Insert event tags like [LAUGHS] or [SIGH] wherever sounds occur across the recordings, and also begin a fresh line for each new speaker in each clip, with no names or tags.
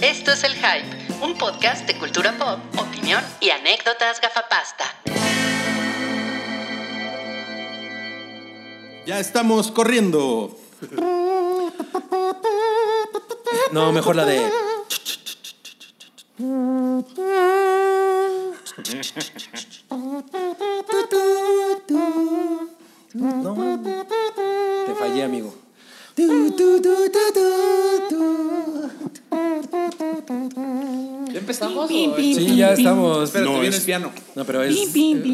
Esto es El Hype, un podcast de cultura pop, opinión y anécdotas gafapasta.
Ya estamos corriendo.
No, mejor la de. No, te fallé, amigo.
¿Ya empezamos? o-
Sí, ya estamos.
Espérate,
No,
viene
es-
el piano.
No, pero es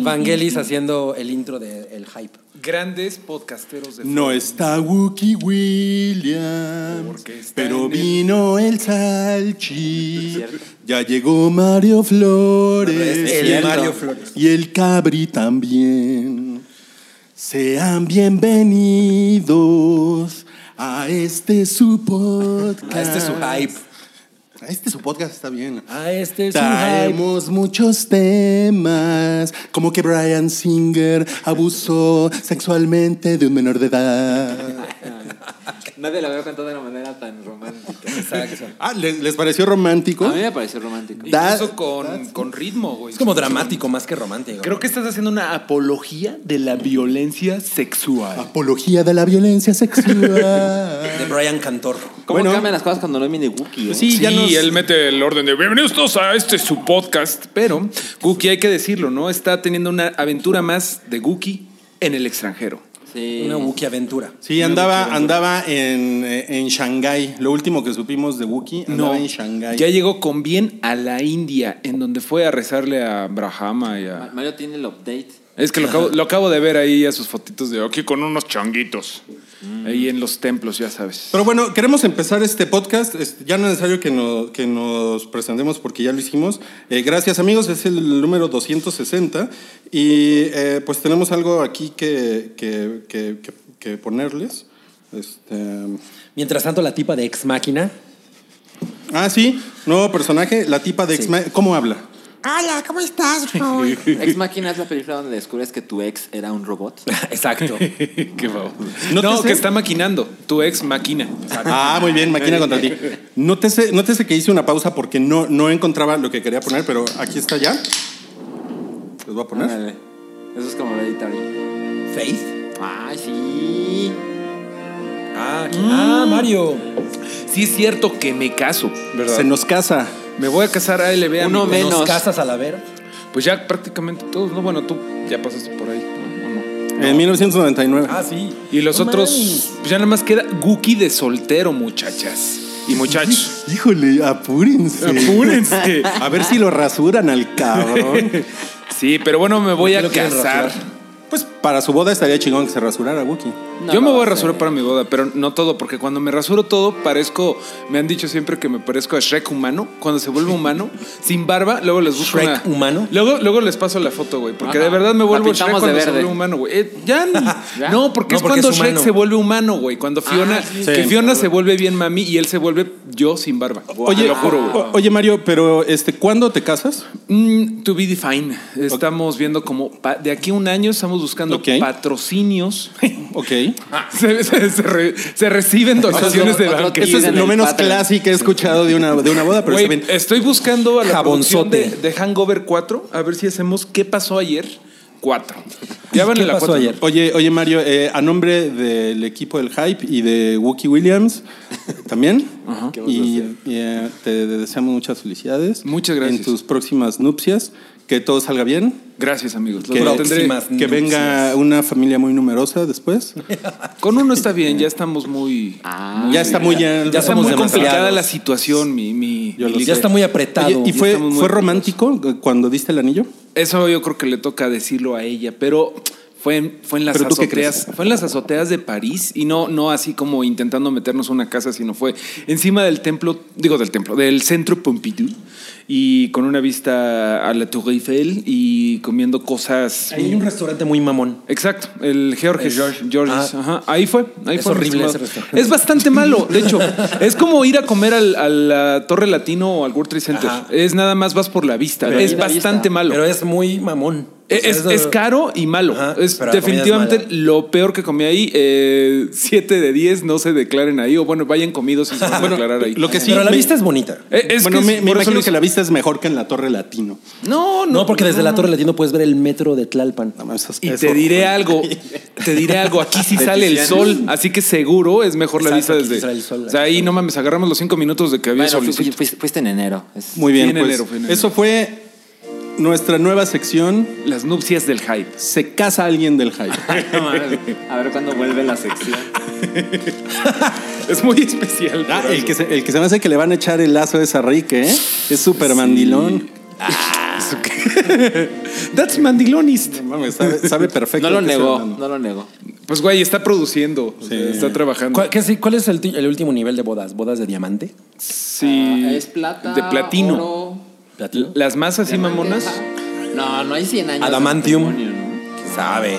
Vangelis haciendo el intro del hype. Ah,
Grandes podcasteros de
No está Wookie Williams,
Porque está
pero
en el-
vino el Salchi. Ya llegó Mario Flores.
El
y
Mario Flores.
Y el Cabri también. Sean bienvenidos a este su podcast.
A este es su hype.
A este su podcast está bien.
A este es su hype.
Traemos muchos temas, como que Brian Singer abusó sexualmente de un menor de edad.
Nadie la había cantado de una manera tan romántica.
Exacto.
Ah, ¿les, les pareció romántico?
A mí me pareció romántico.
Da-
Incluso con, con ritmo, güey.
Es como dramático más que romántico.
Creo que estás haciendo una apología de la violencia sexual.
Apología de la violencia sexual.
De Brian Cantor.
¿Cómo
Bueno.
cambian las cosas cuando no hay mini Wookiee? eh?
Sí,
ya nos-
él mete el orden de bienvenidos todos a este su podcast. Pero Guki, hay que decirlo, ¿no? Está teniendo una aventura más de Guki en el extranjero.
Sí.
Una Wookiee aventura.
[LAUGHS] Sí, andaba, andaba en, eh, en Shanghái. Lo último que supimos de Wookiee andaba en Shanghái.
ya llegó con bien a la India, en donde fue a rezarle a Brahma y a.
Ma- Mario tiene el update.
Es que lo acabo, lo acabo de ver ahí a sus fotitos de aquí con unos changuitos. Ahí en los templos, ya
[LAUGHS]
sabes.
Pero bueno, queremos empezar este podcast. Es- Ya no es necesario que, no- que nos presentemos porque ya lo hicimos. Eh, gracias amigos, es el número 260. Y eh, pues tenemos algo aquí que, que- que- que- que ponerles. Este,
Mientras tanto, la tipa de Ex Máquina.
ah, sí, nuevo personaje, la tipa de Exma- ¿Cómo habla?
Hola, ¿cómo estás, Raúl?
Ex Máquina es la película donde descubres que tu ex era un robot.
Exacto.
Qué favor.
No
No,
te sé.
que está maquinando. Tu ex maquina.
Ah, muy bien, máquina contra ti. Nótese, nótese que hice una pausa porque no, no encontraba lo que quería poner, pero aquí está ya. Les voy a poner.
Ándale. Eso es como Hereditary.
Faith.
Ay, sí.
Ah, aquí- ah, Mario.
Sí es cierto que me caso, ¿verdad?
Se nos casa.
Me voy a casar a LBA.
Uno
amigo.
menos.
Nos casas a la ver.
Pues ya prácticamente todos, ¿no? Bueno, tú ya pasaste por ahí. ¿no? ¿O no?
En 1999.
Ah, sí.
Y los
No
otros,
mames.
pues ya nada más queda Guki de soltero, muchachas.
[LAUGHS]
Y muchachos.
Híjole, apúrense.
Apúrense.
A ver si lo rasuran al cabrón.
Sí, pero bueno, me voy
qué
a
lo quieren
casar.
rasurar?
Pues para su boda estaría chingón que se rasurara Wookie.
No
Yo me
lo
voy a
sé.
rasurar para mi boda, pero no todo, porque cuando me rasuro todo parezco, me han dicho siempre que me parezco a Shrek humano, cuando se vuelve humano, sin barba, luego les busco
¿Shrek
una-
humano?
Luego, luego les paso la foto, güey, porque
Ajá.
de verdad me
La
vuelvo Shrek
pintamos de
cuando se
verde.
vuelve humano, güey. Eh, ya, ni-
[LAUGHS] ¿Ya?
no, porque
No, porque
es cuando
es
Shrek
humano.
se vuelve humano, güey, cuando Fiona,
Ah, sí.
que
Sí.
Fiona se vuelve bien mami y él se vuelve yo sin barba. Oye, lo juro, güey.
o- oye Mario, pero este, ¿cuándo te casas?
Mm, to be defined. Estamos viendo como pa- de aquí a un año estamos buscando
Ok.
patrocinios. [LAUGHS]
Ok.
se, se- se re- se reciben donaciones
otro-
de
otro
banquetes.
tip.
Esto es
en
lo
el
menos
Patreon.
clásico que he escuchado de una, de una boda, pero
Güey, eh,
está bien.
estoy buscando a la producción
Jabonzote.
de, de Hangover 4 a ver si hacemos qué pasó ayer 4. Ya van
¿Qué
en la
pasó
4.
ayer?
Oye, oye Mario, eh, a nombre del equipo del Hype y de Wookie
[LAUGHS]
Williams también, y, y, eh, te deseamos muchas felicidades.
Muchas gracias.
En tus próximas nupcias, que todo salga bien,
Gracias, amigos. Los
que,
mantendré.
próximas.
que venga una familia muy numerosa después.
Con uno está bien, ya estamos muy.
Ah,
ya está muy ya,
Ya
ya está
somos
muy
demasiados.
complicada la situación, mi. mi-
Yo
mi
lo
liga.
Ya está muy apretado.
Oye, ¿Y
Ya
fue,
estamos muy
fue romántico cuando diste el anillo?
Eso yo creo que le toca decirlo a ella, pero. Fue en, fue en las
¿Pero tú qué
azoteas, fue en las azoteas de París y no, no así como intentando meternos a una casa, sino fue encima del templo, digo del templo, del centro Pompidou y con una vista a la Tour Eiffel y comiendo cosas.
Hay un restaurante muy mamón.
Exacto, el Georges.
El George.
Georges,
Ah.
ajá. Ahí fue. Ahí
Es
fue
horrible
encima.
ese restaurante.
Es bastante malo, de hecho. es como ir a comer al- a la Torre Latino o al World Trade Center.
Ajá.
Es nada más vas por la vista.
Pero
es
es la
bastante
vista.
malo.
Pero es muy mamón.
Es,
sea, eso-
es caro y malo.
Ajá,
es
pero la comida es
definitivamente
mala.
lo peor que comí ahí. Eh, Siete de 10 no se declaren ahí. O bueno, vayan comidos y se van a declarar ahí.
Lo que sí
Pero la
me-
vista es bonita.
Eh, es
bueno,
que
me,
es-
me
por eso
imagino que
lo hice.
la vista es mejor que en la Torre Latino.
No, no.
No, porque desde la
no,
Torre Latino puedes ver el metro de Tlalpan.
No mames, esas-
Y
es
te
horrible.
diré algo, te diré algo, aquí sí sale el sol, así que seguro es mejor la
Exacto,
vista
aquí sí
desde...
sale el sol.
o sea, ahí no mames, agarramos los cinco minutos de que había
Bueno,
solecito.
fuiste, fuiste- fuiste en enero. Es- [LAUGHS]
Muy bien,
Fui en
pues,
enero, fui en enero.
Eso fue nuestra nueva sección.
Las nupcias del hype.
Se casa alguien del
Ah,
hype.
A ver cuándo vuelve la sección.
Es muy especial.
Ah,
por
el,
algo.
que se, el que se me hace que le van a echar el lazo es a Rick, ¿eh? Es súper mandilón.
Ah. [LAUGHS] That's mandilonist.
No mames, sabe,
[LAUGHS]
sabe perfecto.
No lo
de qué estoy
negó,
hablando.
no lo negó.
Pues güey, está produciendo, o sea, está trabajando.
¿Cuál, qué- sí, cuál es el, ti- el último nivel de bodas? ¿Bodas de diamante?
Sí.
Ah, es plata.
De platino.
oro,
¿Platino?
Las masas y mamonas.
bandeja. No, no hay 100 años. de
Adamantium.
matrimonio, ¿no?
¿Quién sabe?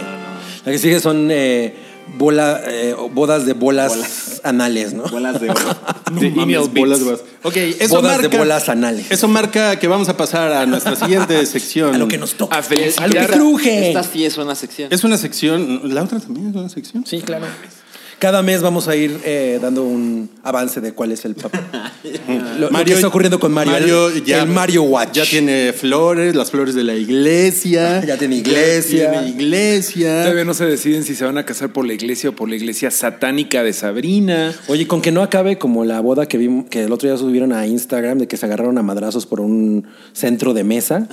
La que sigue son eh, bola- eh, bodas de bolas, anales, ¿no?
Bolas de oro.
De
No mames,
email
beats.
bolas de bolas. Ok,
eh,
eso
Bodas de
marca,
bolas anales.
Eso marca que vamos a pasar a nuestra
[LAUGHS]
siguiente sección.
A lo que nos toca.
A felicitar.
A lo que cruje.
Esta sí es una sección.
Es una sección. La otra también es una sección.
Sí, claro. Cada mes vamos a ir eh, dando un avance de cuál es el papel. lo, lo que está ocurriendo con Mario. el,
ya-
el Mario Watch.
Ya tiene flores, las flores de la iglesia.
[LAUGHS] Ya tiene iglesia.
Ya tiene iglesia.
Todavía no se deciden si se van a casar por la iglesia o por la iglesia satánica de Sabrina.
Oye, con que no acabe como la boda que vimos, que el otro día subieron a Instagram de que se agarraron a madrazos por un centro de mesa.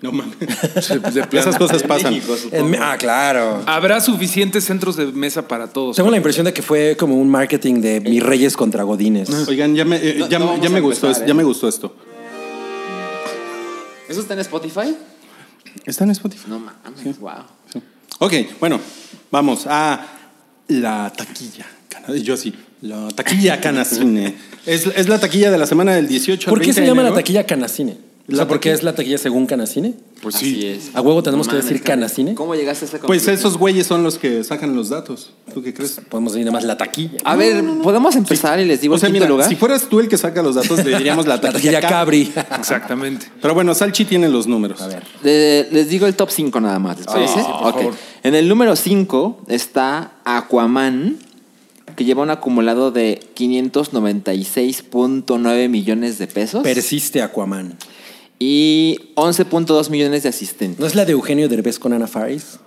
No
[LAUGHS]
mames.
De plano.
pues Esas cosas pasan.
En me- ah, claro.
Habrá suficientes centros de mesa para todos.
Tengo la impresión de que fue como un marketing de mis reyes contra godines.
Oigan, ya me, eh,
No-
ya,
no vamos
ya me
a
gustó,
empezar,
es-
¿eh?
ya me gustó esto.
¿Eso está en Spotify?
¿Está en Spotify?
No mames, wow.
Ok, bueno, vamos a la taquilla. cana- Yo sí, la taquilla canacine. es, es la taquilla de la semana del 18 al
¿Por qué
20
se
de
llama la
enero.
taquilla canacine? O sea, ¿por qué es la taquilla según canacine?
Pues
Así
sí.
es.
¿A huevo tenemos que decir
cabrón.
canacine?
¿Cómo llegaste a esta
Pues
conclusión?
esos güeyes son los que sacan los datos. ¿Tú qué crees?
Podemos decir nada más la taquilla.
A ver, ¿podemos empezar y les digo
O sea,
el quinto
mira,
lugar?
si fueras tú el que saca los datos, le diríamos la
[LAUGHS] La
taquilla,
taquilla cabri.
Exactamente.
Pero bueno, Salchi tiene los números. A ver.
Le- les digo el top 5 nada más, ¿les parece? Ok. En el número 5 está Aquaman, que lleva un acumulado de 596.9 millones de pesos
Persiste Aquaman.
y 11.2 millones de asistentes.
¿No es la de Eugenio Derbez con Ana Faris?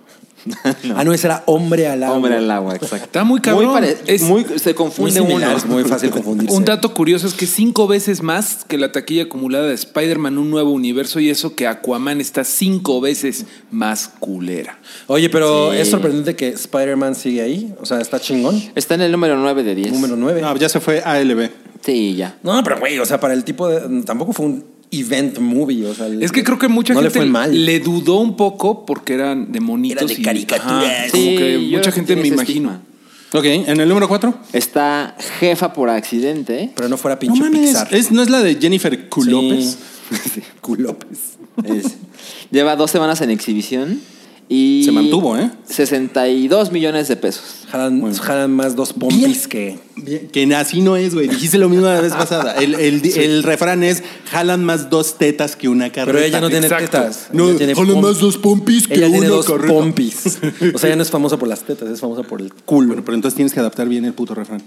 Ah, [LAUGHS] no, esa era Hombre al Agua.
Hombre al agua, exacto.
Está muy cabrón.
Muy pare-
Es-
muy- se
Muy
confunde
similar,
uno.
es muy [LAUGHS] fácil confundirse.
Un dato curioso es que cinco veces más que la taquilla acumulada de Spider-Man Un Nuevo Universo y eso que Aquaman está cinco veces más culera.
Oye, pero
Sí.
es sorprendente que Spider-Man sigue ahí. O sea, está chingón.
Está en el número 9 de 10.
Número 9.
No, ya se fue ALB.
Sí, ya.
No, pero güey, o sea, para el tipo de. Tampoco fue un event movie. O sea, el-
Es que creo que mucha
no
gente
le fue mal.
le dudó un poco porque eran de monitos.
Era de caricaturas.
Ajá, como
Sí,
que
yo creo
mucha
que
gente
tiene
me
ese
imagino.
estigma.
Ok, en el número 4.
Está Jefa por accidente.
Pero no fuera pinche Pixar.
Es, ¿No es la de Jennifer Q.
Sí. [LAUGHS]
López?
Culópez.
Es- lleva dos semanas en exhibición y...
Se mantuvo, ¿eh?
62 millones de pesos.
Jalan, jalan más dos pompis que.
Bien, Que así no es, güey. Dijiste lo mismo la vez pasada. El,
[LAUGHS]
el- el refrán es: jalan más dos tetas que una carreta.
Pero ella no tiene
Exacto.
tetas.
No,
ella tiene
jala
pom-
más dos pompis que
ella tiene
una
dos
carreta.
pompis. O sea, ella no es famosa por las tetas, es famosa por el
culo. Pero, entonces tienes que adaptar bien el puto refrán.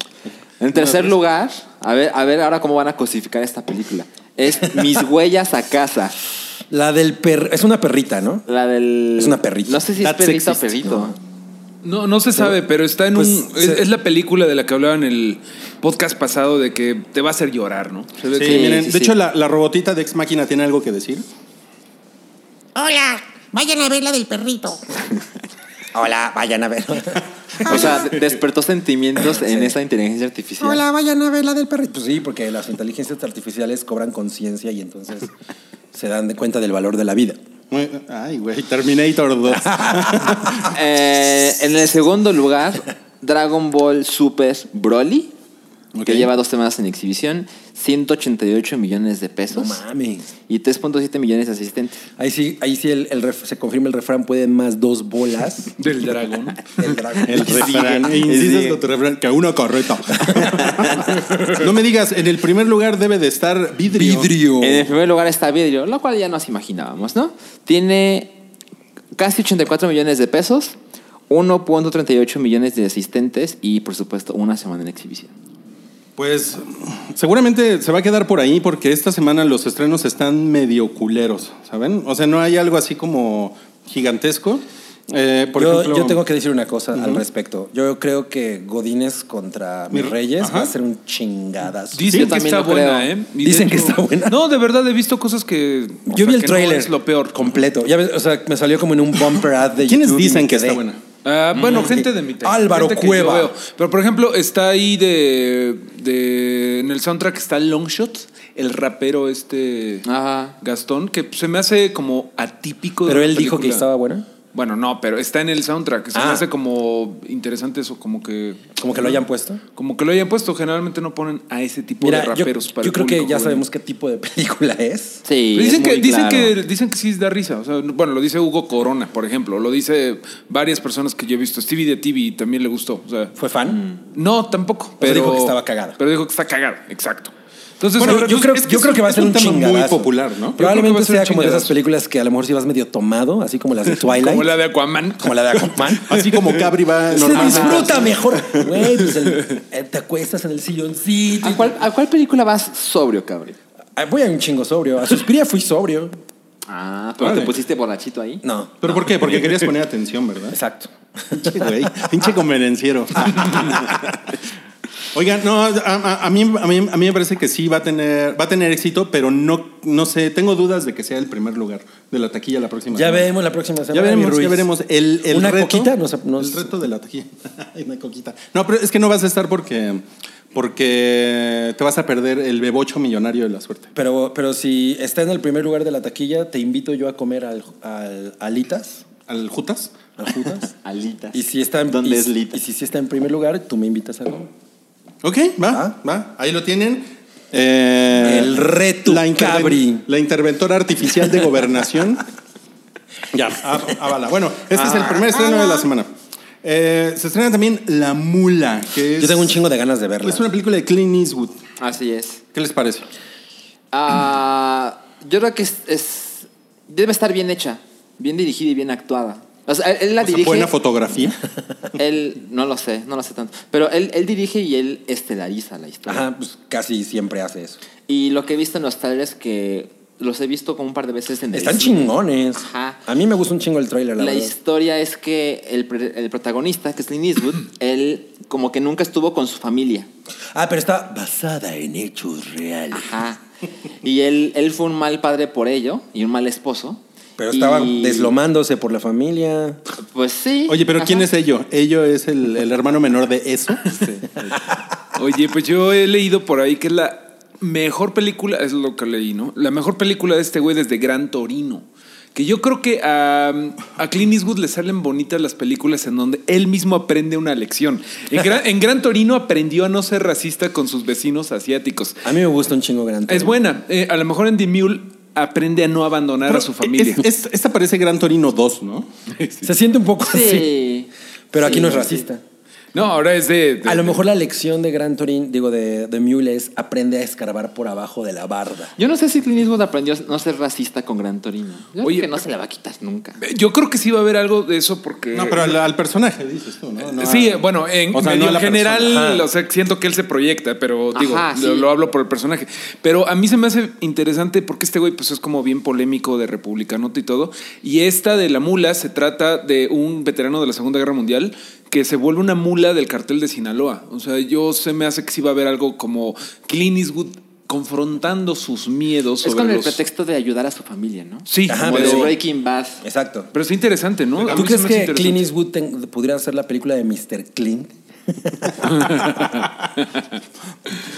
En tercer lugar, a ver, a ver ahora cómo van a cosificar esta película. Es Mis huellas a casa.
La del perro. Es una perrita, ¿no?
La del...
Es una perrita.
No sé si
That's
es perrito o
sexist.
perrito.
No, no se sabe, pero está en
pues,
un. Es,
se-
es la película de la que hablaba en el podcast pasado de que te va a hacer llorar, ¿no? Se ve
Sí,
que-
miren.
sí,
de
sí.
hecho, la, la robotita de Ex Máquina tiene algo que decir.
Hola, vayan a ver la del perrito.
Hola, vayan a ver.
O sea, de- despertó sentimientos en esa inteligencia artificial.
Hola, vayan a ver la del perrito. Pues sí, porque las inteligencias artificiales cobran conciencia y entonces [LAUGHS] se dan de cuenta del valor de la vida.
Muy- Ay, güey. Terminator
[LAUGHS]
2.
Eh, en el segundo lugar, Dragon Ball Super Broly,
Ok.
que lleva dos semanas en exhibición, 188 millones de
No
pesos
mames.
y 3.7 millones de asistentes.
Ahí sí, ahí sí el- el ref- se confirma el refrán, pueden más dos bolas
Del dragón.
[LAUGHS] del dragón.
El refrán. E insistes con tu refrán, que una carreta.
[LAUGHS]
no me digas, en el primer lugar debe de estar vidrio.
Vidrio.
En el primer lugar está Vidrio, lo cual ya nos imaginábamos, ¿no? Tiene casi 84 millones de pesos, 1.38 millones de asistentes y, por supuesto, una semana en exhibición.
Pues seguramente se va a quedar por ahí porque esta semana los estrenos están medio culeros, ¿saben? O sea, no hay algo así como gigantesco. Eh, por
yo,
ejemplo,
yo tengo que decir una cosa al respecto. Yo creo que Godines contra Mis Reyes va a ser un chingadazo.
Yo
Dicen que
también
está
lo
buena,
creo.
¿eh? Y de
Dicen que está buena.
No, de verdad he visto cosas que. o
yo
sea,
vi el
que no
trailer.
es lo peor.
Completo. Ya ves, o sea, me salió como en un bumper ad de
¿Quiénes
YouTube y
dicen
me
que está
quedé.
buena?
Ah, bueno, gente de mi talla,
Álvaro
gente que
Cueva.
yo veo. Pero por ejemplo, está ahí de, de- En el soundtrack está Longshot, el rapero este.
Ajá.
Gastón, que se me hace como atípico. de
Pero
la
él dijo que
película.
estaba buena.
Bueno, no, pero está en el soundtrack. Se me
Ah.
hace como interesante eso, como que.
Como que lo hayan puesto.
Como que lo hayan puesto. Generalmente no ponen a ese tipo
Mira,
de
yo,
raperos para
yo
el
creo que
público
ya
juvenil.
sabemos qué tipo de [LAUGHS] película es.
Sí,
Pero dicen,
es
que,
muy
dicen,
claro.
que, dicen que sí da risa. O sea, no- bueno, lo dice Hugo Corona, por ejemplo. Lo dice varias personas que yo he visto. Stevie de TV también le gustó. O sea,
¿Fue
Mm.
fan?
no, tampoco. Pero
sea, dijo que estaba cagada.
Pero dijo que está cagada, exacto. Entonces,
Bueno,
a ver,
yo,
pues,
creo,
es
yo
es
creo que va a
es
ser
un
un,
tema muy
chingadazo.
popular, ¿no?
Probablemente
Yo creo que va a ser
sea
un
como de esas
chingadazo.
películas que a lo mejor si vas medio tomado, así como las
[LAUGHS]
de Twilight.
Como la de Aquaman.
como la de Aquaman.
Así como Cabri va
[LAUGHS] Se
normal.
disfruta mejor. Güey,
[LAUGHS]
pues el- eh, te acuestas en el silloncito.
¿A cuál, a cuál película vas sobrio, cabrón?
Ah, Voy a un chingo sobrio. A Suspiria fui sobrio.
Ah, pero
Vale.
te pusiste borrachito ahí.
No,
¿Pero por qué? Porque querías poner atención,
[LAUGHS]
¿verdad?
exacto.
Pinche güey, pinche convenenciero. [LAUGHS] Oigan, no, a, a- a mí, a, mí, a mí me parece que sí va a tener, va a tener éxito, pero no, no sé, tengo dudas de que sea el primer lugar de la taquilla la próxima
Ya
semana.
veremos la próxima semana.
Ya
mi
veremos,
Ruiz.
ya veremos. El, el
Una
reto,
coquita nos- nos-
El reto de la taquilla. [LAUGHS] Ay, Una coquita. No, pero es que no vas a estar porque, porque te vas a perder el bebocho millonario de la suerte.
Pero, pero si está en el primer lugar de la taquilla, te invito yo a comer al, al- alitas,
¿Al Jutas?
al Judas.
Alitas.
Y si está en,
¿Dónde
y-
es Lita?
y si sí está en primer lugar, tú me invitas a comer.
Ok, va, va. Ahí lo tienen. Eh,
Ah. El reto
la interven-
Cabri.
La interventora artificial de gobernación.
[LAUGHS]
Ah, ya, á- ávala. Bueno, este es el
Ah,
primer estreno de la semana. Eh, se estrena también La Mula, que es,
Yo tengo un chingo de ganas de verla.
es una película de Clint Eastwood.
Así es.
¿Qué les parece?
Ah, yo creo que es, es- debe estar bien hecha, bien dirigida y bien actuada. O sea, él, él la
O sea,
dirige.
buena fotografía.
él no lo sé, no lo sé tanto. Pero él, él dirige y él estelariza la historia.
Ajá, pues casi siempre hace eso.
Y lo que he visto en los trailers que los he visto como un par de veces en el
Están
cine.
chingones.
Ajá.
A mí me gusta un chingo el tráiler, la,
La
verdad.
historia es que el, pre- el protagonista, que es
[CLEARS THROAT]
Clint Eastwood, él como que nunca estuvo con su familia.
Ah, pero está basada en hechos reales.
Ajá. Ah. Y él, él fue un mal padre por ello y un mal esposo.
Pero estaba
Ah, Y,
deslomándose por la familia.
Pues sí.
Oye, pero
ajá.
¿quién es ello? Ello es el, el hermano menor de eso.
Oye, pues yo he leído por ahí que es la mejor película, es lo que leí, ¿no? La mejor película de este güey desde Gran Torino. Que yo creo que a, a Clint Eastwood le salen bonitas las películas en donde él mismo aprende una lección. En Gran, en Gran Torino aprendió a no ser racista con sus vecinos asiáticos.
A mí me gusta un chingo grande.
Es buena. Eh, a lo mejor en The Mule aprende a no abandonar
Pero
a su familia.
es- es- esta parece Gran Torino 2, ¿no?
Se siente un poco [LAUGHS] así.
Sí.
Pero aquí
Sí,
no es
sí.
racista.
no, ahora es de. de-
A lo mejor la lección de Gran Torín, digo, de, de Mule es aprende a escarbar por abajo de la barda.
Yo no sé si Clint Eastwood aprendió a no ser racista con Gran Torino. Yo
Oye,
creo que no se la va a quitar nunca.
Yo creo que sí va a haber algo de eso porque.
No, pero al, al personaje, dices tú, ¿no? No
sí,
a-
bueno, en,
O sea,
medio
no a la
en
persona.
general,
Ajá.
o sea, siento que él se proyecta, pero digo,
Ajá, sí.
lo, lo hablo por el personaje. Pero a mí se me hace interesante porque este güey pues es como bien polémico de republicanote y todo. Y esta de la mula se trata de un veterano de la Segunda Guerra Mundial que se vuelve una mula del cartel de Sinaloa. O sea, yo se me hace que sí va a haber algo como Clint Eastwood confrontando sus miedos.
Es
sobre
con el
los-
pretexto de ayudar a su familia, ¿no?
Sí,
Ajá,
Como
pero,
de
sí.
Breaking Bad.
Exacto.
pero está interesante, ¿no? A mí
¿Tú
se
crees
me hace
que
interesante.
Clint Eastwood ten- pudiera hacer la película de Mr. Clean?
[LAUGHS]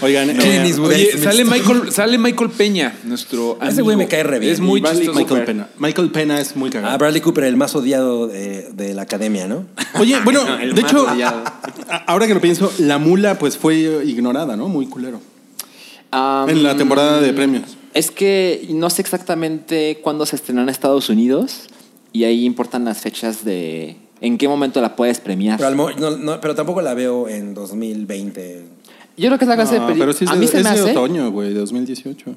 Oigan, eh,
Clint Eastwood.
Oye,
Buenísimo.
sale Michael, sale Michael Peña, nuestro
Ese
amigo.
güey me cae re bien.
Es muy
Y Bradley
chistoso.
Michael Pena. Michael Pena es muy cagado.
[LAUGHS] Ah, Bradley Cooper, el más odiado de, de la academia, ¿no?
Oye, bueno,
el
de
más
hecho,
odiado.
a- ahora que lo pienso, la mula pues fue ignorada, ¿no? Muy culero.
Am,
En la temporada de premios.
Es que no sé exactamente cuándo se estrenó en Estados Unidos y ahí importan las fechas de en qué momento la puedes premiar.
Pero, al mo- no- no, pero tampoco la veo en 2020.
Yo creo que es la clase
Ah,
de
pero
película.
sí es
a
de,
mí se
es
me
de
hace
otoño, güey, de 2018.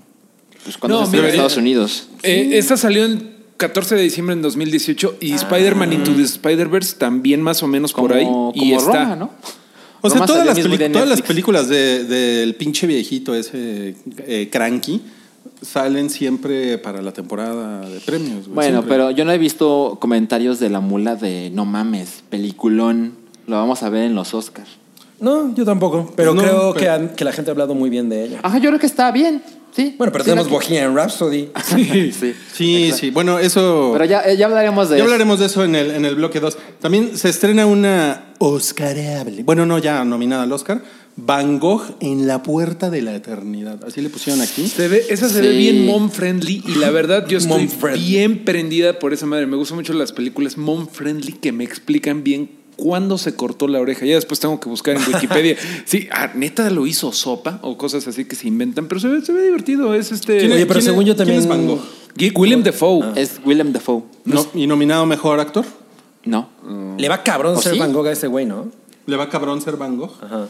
pues, cuando
No,
se estrenó en
mira,
Estados Unidos.
Eh, esta salió en 14 de diciembre en 2018
Ah.
y Spider-Man Into the Spider-Verse también más o menos por ahí.
Como,
y
como
está.
Roma, ¿no?
O sea,
Roma
todas
salió
las,
mismo
peli-
día en
todas las
Netflix.
películas de- del pinche viejito ese eh, cranky salen siempre para la temporada de premios. güey,
Bueno,
siempre.
pero yo no he visto comentarios de la mula de no mames, peliculón. Lo vamos a ver en los Oscars.
No, yo tampoco. Pero
No, pero-
creo Que, han- que la gente ha hablado muy bien de ella.
Ajá, yo creo que está bien. Sí.
Bueno, pero
Sí,
tenemos
la-
Bohemian Rhapsody.
Sí.
Sí, sí. Bueno, eso.
Pero ya, eh, ya hablaremos de
Ya
eso.
hablaremos de eso en el, en el bloque 2. También se estrena una Oscarable. Bueno, no, ya nominada al Oscar. Van Gogh en la puerta de la eternidad. Así le pusieron aquí.
Se ve- esa se
Sí.
ve bien mom friendly y la verdad yo estoy
Mom friendly.
bien prendida por esa madre. Me gustan mucho las películas mom friendly que me explican bien cuándo se cortó la oreja. Ya después tengo que buscar en Wikipedia. sí, ah, neta lo hizo sopa o cosas así que se inventan, pero se ve, se ve divertido. Es este.
¿Quién es-
Oye, pero
quién
según
es-
yo también.
¿Quién es Van Gogh?
Gui- William Defoe.
Es Willem Dafoe.
No, y nominado mejor actor.
No.
Le va cabrón
¿O
ser
sí?
Van Gogh a ese güey, ¿no?
Le va cabrón ser Van Gogh.
Ajá.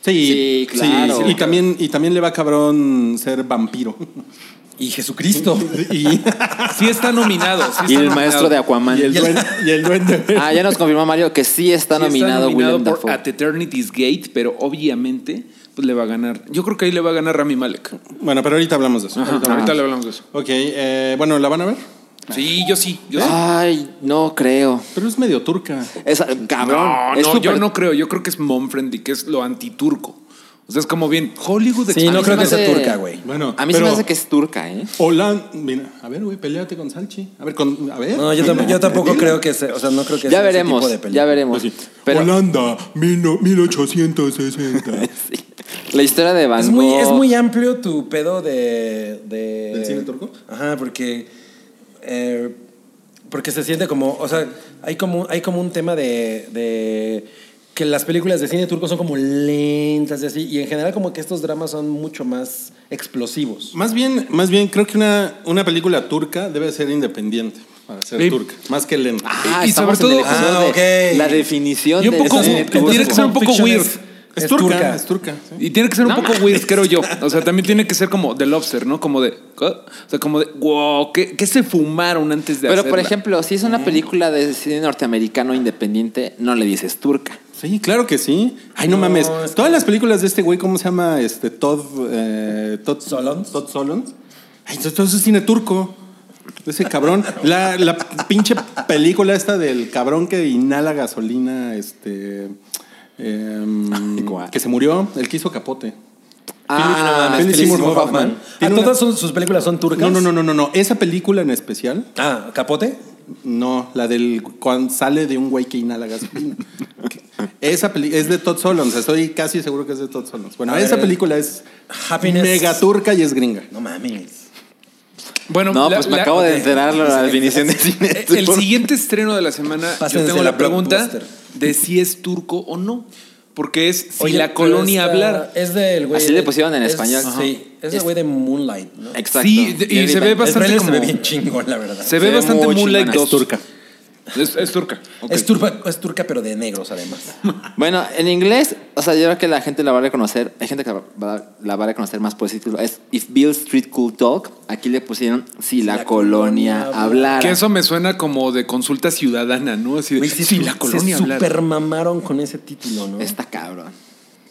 Sí,
Sí, claro.
sí, sí. Y también, y también le va cabrón ser [LAUGHS] vampiro.
Y Jesucristo.
y,
Sí está nominado. sí
Ah. [LAUGHS] Y
está
el
nominado.
maestro de Aquaman.
y el duende. y el duende verde.
Ah, ya nos confirmó Mario que sí está
Sí
nominado, Willem
por
Dafoe.
At Eternity's Gate, pero obviamente pues le va a ganar. Yo creo que ahí le va a ganar Rami Malek.
Bueno, pero ahorita hablamos de eso.
Ajá,
Ahorita hablamos.
ahorita le hablamos de eso.
Ok, eh, bueno, ¿la van a ver?
Sí, yo sí, yo sí.
Ah, Ay, no creo.
Pero es medio turca.
Esa, cabrón.
No,
es
no,
súper-
yo no creo. Yo creo que es mom friendly, que es lo antiturco. O sea, es como bien Hollywood.
Sí, no
se
creo
me
que sea
hace-
turca, güey.
Bueno,
A mí
pero-
se me hace que es turca, ¿eh?
Hola, mira, a ver, güey, peleate con Salchi. A ver, con, a ver.
[LAUGHS] No, yo, tamp- yo tampoco creo que sea. O sea, no creo que
Ya
sea ese
veremos,
tipo de película.
ya veremos.
Pues
Pero
Holanda, mil no- [LAUGHS] 1860.
la historia de Van
Es muy,
Gogh-
es muy amplio tu pedo de, de-
¿Del cine turco?
Ajá, porque. eh, porque se siente como. O sea, hay como, hay como un tema de. de que las películas de cine turco son como lentas y así. Y en general, como que estos dramas son mucho más explosivos.
más bien, más bien, creo que una, una película turca debe ser independiente para ser
Sí.
turca, más que lenta.
Ah,
Y
estamos
sobre
en el
todo-
episodio
Ah,
de
ok.
la definición
Y un
de
poco-
cine
entonces, tiene que
turco.
ser un poco
Fiction
weird.
Es,
Es,
es
turca,
turca.
es turca. sí.
Y tiene que ser un poco weird, creo yo. O sea, también tiene que ser como The Lobster, ¿no? Como de. ¿qué? O sea, como de. Wow, ¿qué, qué se fumaron antes de
Pero, por
hacerla?
ejemplo, si es una película de cine norteamericano independiente, no le dices turca.
Sí, claro que sí. Ay, no,
No,
mames.
es que-
Todas las películas de este güey, ¿cómo se llama? Este Todd eh, Todd
Solondz.
Todd Solondz. Ay, entonces todo eso es cine turco. Ese cabrón, la, la pinche película esta del cabrón que inhala gasolina, este em,
guau.
que se murió, el que hizo capote.
Ah,
Philip Seymour
Seymour
Hoffman.
Hoffman. Ah,
Tiene una-
todas son- sus películas son turcas.
No, no, no, no, no, no. Esa película en especial,
Ah, ¿capote?
no, la del cuando sale de un güey que inhala
[LAUGHS]
gasolina. esa peli es de Todd Solondz, estoy casi seguro que es de Todd Solondz. Bueno,
A
esa
ver,
película es
Happiness.
mega turca y es gringa.
No mames.
Bueno,
No,
la-
pues me
la-
acabo de
ok.
enterar la definición de cine
Eh, El
turco.
siguiente estreno de la semana,
Pásense
yo tengo
la
la pregunta
blockbuster.
de si es turco o no. Porque es si
Oye,
la
pero
colonia
esta-
hablara.
Es del güey.
Así le
de-
pusieron en
es-
español.
Sí, es
Es-
del güey de Moonlight, ¿no?
Exacto.
Sí, de- y
Jerry
se ve
Van-
El
bastante
trailer
como.
se ve bien chingón, la verdad.
Se ve
Se ve
bastante
muy
Moonlight
chingona.
2.
Es turca.
Es, es turca. ok.
Es, turpa- es turca, pero de negros,
[LAUGHS]
además.
Bueno, en inglés, o sea, yo creo que la gente la va a reconocer. Hay gente que la va- la va a reconocer más por el título. Es If Bill Street Could Talk. Aquí le pusieron Si la,
la
colonia,
colonia
hablara.
Que eso me suena como de consulta ciudadana, ¿no? Así de,
Güey,
si
se-
la colonia
Se
hablara.
super mamaron con ese título, ¿no?
Está cabrón.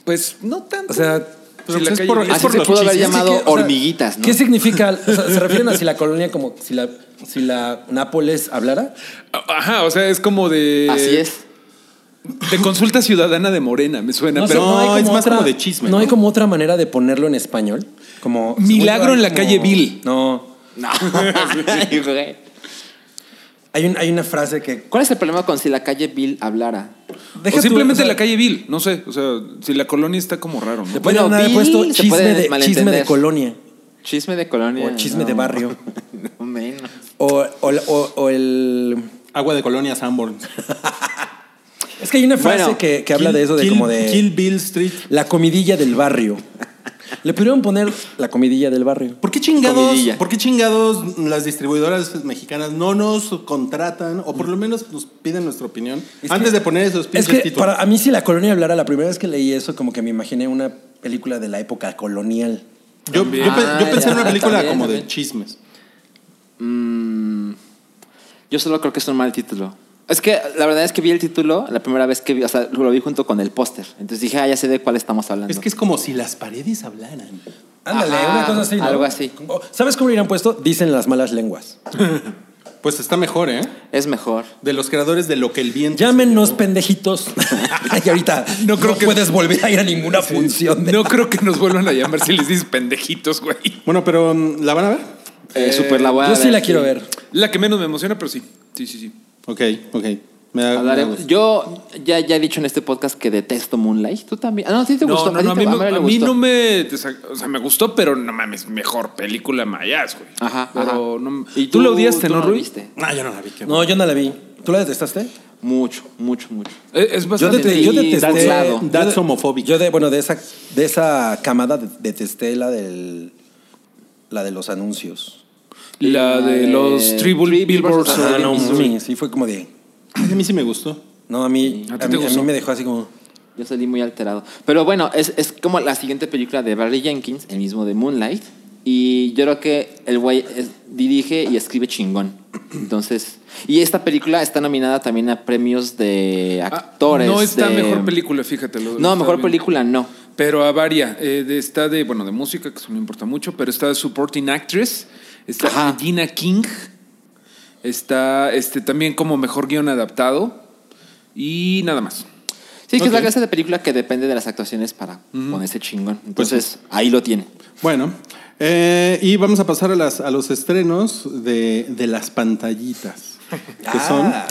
Pues no tanto.
O sea,
pero
si
pues
la
es
calle
por-
viene-
es
Así
por
se
lo
pudo haber
chis-
Es que,
llamado
¿qué- o sea,
hormiguitas, ¿no?
¿Qué significa? O sea, ¿Se refieren a si la colonia como si la, si la Nápoles hablara?
Ajá, o sea, es como de.
Así es.
De consulta ciudadana de Morena, me suena.
sé,
pero
no, es más como de chisme,
¿no?
¿no?
hay como otra manera de ponerlo en español. Como
Milagro en la
como-
calle Bill.
No.
[LAUGHS] No. Ay, güey.
Hay, un- hay una frase que
¿Cuál es el problema con Si la calle Bill hablara?
Deja
o
tú,
simplemente
o sea,
la calle Vil, no sé. O sea, si la colonia está como raro, ¿no?
Le pueden
Bueno,
haber
Bill
puesto
se
pues, chisme
puede
de, chisme de
malentender.
colonia
Chisme de colonia.
o chisme de
no.
barrio
[LAUGHS] No menos.
o, o- o- o el...
Agua de colonia Sanborn.
Es que hay una frase
Bueno,
que, que habla de eso, de
Kill-
como de
Kill Bill Street.
la comidilla del barrio. Le pudieron poner la comidilla del barrio.
¿Por qué chingados?
Comidilla.
¿Por qué chingados las distribuidoras mexicanas no nos contratan o por lo menos nos piden nuestra opinión
Es
antes
que-
de poner esos
Es
pinches
que
títulos?
para a mí si la colonia hablara, la primera vez que leí eso, como que me imaginé una película de la época colonial.
Yo, yo pe- yo
Ah,
pensé en
ya,
una película
también,
como de
también.
chismes.
Yo solo creo que es un mal título. Es que la verdad es que vi el título la primera vez que vi, o sea, lo vi junto con el póster. Entonces dije, ah, ya sé de cuál estamos hablando.
Es que es como si las paredes hablaran.
Ándale,
Ajá,
una cosa así. ¿no?
algo así.
O- ¿Sabes cómo le hubieran puesto? Dicen las malas lenguas.
Pues está mejor, ¿eh?
Es mejor.
De los creadores de Lo que el viento.
Llámenos [LAUGHS] pendejitos. y ahorita no, creo que... puedes volver a ir a ninguna función. de-
No creo que nos vuelvan a llamar si les dices pendejitos, güey.
Bueno, pero mm, ¿la van a ver?
Eh, super la voy a
Yo sí
ver,
la quiero ver.
La que menos me emociona, pero sí. Sí, sí, sí.
Ok, ok. Me da- me
Hablaremos.
da-
Yo ya, ya he dicho en este podcast que detesto Moonlight. Tú también. Ah, no, sí te gustó.
No, no, no, a
ti
mí,
te-
me-
Mario le
a mí
gustó.
no me. desa- O sea, me gustó, pero no mames, mejor película mayas, güey.
Ajá,
Pero
ajá.
no- ¿Y tú, la odiaste,
tú
no,
la
Rui?
viste?
No, Ah, yo no la vi. qué
No, yo no la vi. ¿Tú la detestaste?
Mucho, mucho, mucho.
Eh, Es
Yo,
bastante.
dete- yo
sí,
detesté.
that's lado.
yo
Este, That's
de-
homophobic.
Yo de, bueno, de esa, de esa camada de- detesté la del. La de los anuncios.
La de los
Eh,
Tribble
Three
Billboards.
Billboards. Ah,
of
no,
Missouri.
Sí, fue como de.
A mí sí me gustó.
No, a mí.
¿A
A,
ti te
mí, a
gustó?
mí me dejó así como.
Yo salí muy alterado. Pero bueno, es, es como la siguiente película de Barry Jenkins, el mismo de Moonlight. Y yo creo que el güey es- dirige y escribe chingón. Entonces. Y esta película está nominada también a premios de
Ah,
actores.
No está
de-
mejor película, fíjate. lo- lo
No,
estaba
mejor
viendo.
película no.
Pero a varia. eh, de- está de, bueno, de música, que eso no importa mucho, pero está de Supporting Actress. Está
Ajá.
Regina King. Está este, también como mejor guión adaptado. Y nada más.
Sí, que es la
Ok.
clase de película que depende de las actuaciones para ponerse chingón. Entonces, ahí lo tiene.
Bueno, eh, y vamos a pasar a, las, a los estrenos de, de las
[LAUGHS]
pantallitas. Que son.
Ah.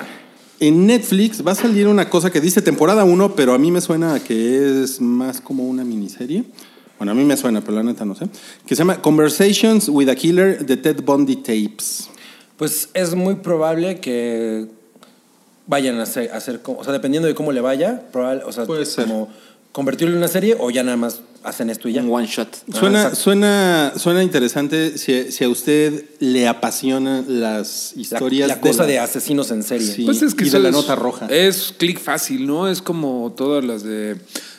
En Netflix va a salir una cosa que dice temporada 1, pero a mí me suena a que es más como una miniserie. Bueno, a mí me suena, pero la neta no sé. Que se llama Conversations with a Killer de Ted Bundy Tapes.
Pues es muy probable que vayan a hacer, a hacer como- o sea, dependiendo de cómo le vaya, probable, o sea,
Puede ser.
como convertirlo en una serie o ya nada más hacen esto y ya.
Un one shot.
Ah,
Suena,
exacto.
suena, suena interesante si, si a usted le apasionan las
La,
historias.
la cosa
la-
de asesinos en serie.
Sí.
Pues es que
y de la
eso es-
nota roja.
Es clic fácil, ¿no? Es como todas las de.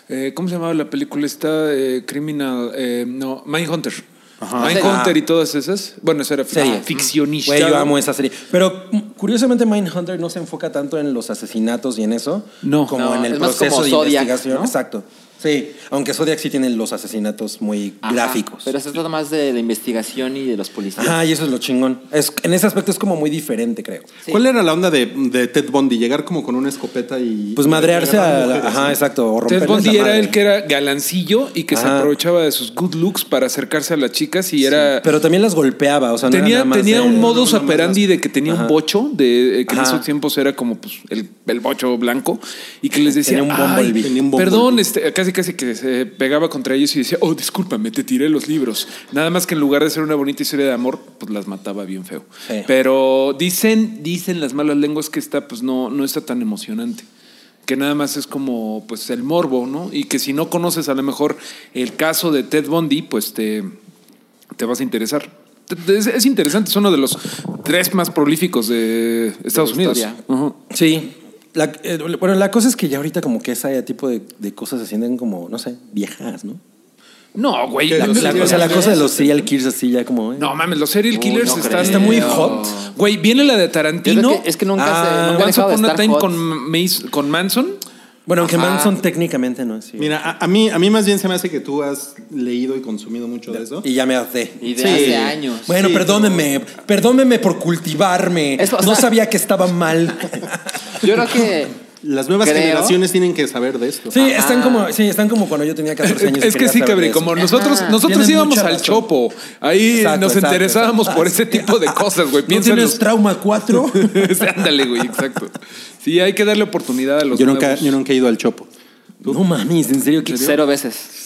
eh, ¿Cómo se llamaba la película esta? Eh, Criminal. eh, no, Mindhunter. Mindhunter y todas esas. Bueno, eso era fic-
Serie.
ficcionista.
Ah. Güey, yo amo esa serie. Pero mm, curiosamente Mindhunter no se enfoca tanto en los asesinatos y en eso,
No.
como
No,
en el
es más
proceso
como
de
Zodiac,
investigación.
¿no?
Exacto. Sí, aunque Zodiac sí tiene los asesinatos muy
Ajá.
gráficos.
Pero se trata más de la investigación y de los policías.
Ajá, y eso es lo chingón. Es, en ese aspecto es como muy diferente, creo.
Sí.
¿Cuál era la onda de, de Ted Bundy? Llegar como con una escopeta y.
Pues
y
madrearse
agarrar
a... la-
mujeres,
ajá,
¿no?
exacto. o
Ted
romperles
Bundy
la
era
madre.
el que era galancillo y que se
Ajá.
aprovechaba de sus good looks para acercarse a las chicas y era.
Pero también las golpeaba, o sea, no era
tenía
nada más
tenía
el-
un modus operandi de que tenía un
Ajá.
bocho, de eh, que en
Ajá.
esos tiempos era como pues, el, el bocho blanco, y que les decía,
Tenía un
"Ay,
bumblebee".
Tenía un
perdón,
bumblebee.
este, casi casi que se pegaba contra ellos y decía, oh, discúlpame, te tiré los libros. Nada más que en lugar de ser una bonita historia de amor, pues las mataba bien feo.
Sí.
Pero dicen, dicen las malas lenguas que esta pues no, no está tan emocionante. Que nada más es como pues el morbo, ¿no? Y que si no conoces a lo mejor el caso de Ted Bundy, pues te, te vas a interesar. Te- te- Es, es interesante, es uno de los tres más prolíficos de Estados Unidos.
historia.
Ajá.
Sí. La- eh, bueno, la cosa es que ya ahorita como que ese tipo de, de cosas se sienten como, no sé, viejas, ¿no?
No, güey.
Que
la-
los
La-
la-
o sea, la cosa de los serial kills así ya como... eh.
No mames, los serial
Uy,
killers
no
están.
creo.
muy hot.
Güey, viene la de
Yo creo
Tarantino.
que- es que nunca
Ah,
se. Nunca ha
Once
dejado de
Upon a
estar
Time
hot.
con, Mace- con Manson.
Bueno, aunque
Ajá.
Manson técnicamente no es. sí.
Mira, a, a mí, a mí más bien se me hace que tú has leído y consumido mucho de eso.
Y ya me harté.
Y de
Sí.
hace años.
Bueno,
Sí,
perdónenme, perdónenme por cultivarme.
Eso, o
no
sea-
sabía que estaba mal.
Yo creo
[LAUGHS]
que.
Las nuevas
Creo.
generaciones tienen que saber de esto.
Sí, están como, sí, están como cuando yo tenía 14 años. y
Es que
quería
sí,
saber de
cabrón.
eso.
Como nosotros, nosotros
Tienen
íbamos
mucha
al
razón.
chopo. Ahí
Exacto,
nos
exacto,
interesábamos
exacto. [LAUGHS]
por ese tipo de cosas, güey.
¿No
Piensa en
tienes
los-
trauma 4?
[LAUGHS] Sí, Ándale, güey, exacto. Sí, hay que darle oportunidad a los
Yo nunca,
nuevos.
yo nunca he ido al Chopo.
[LAUGHS] no mames, en serio, ¿qué
Cero veces.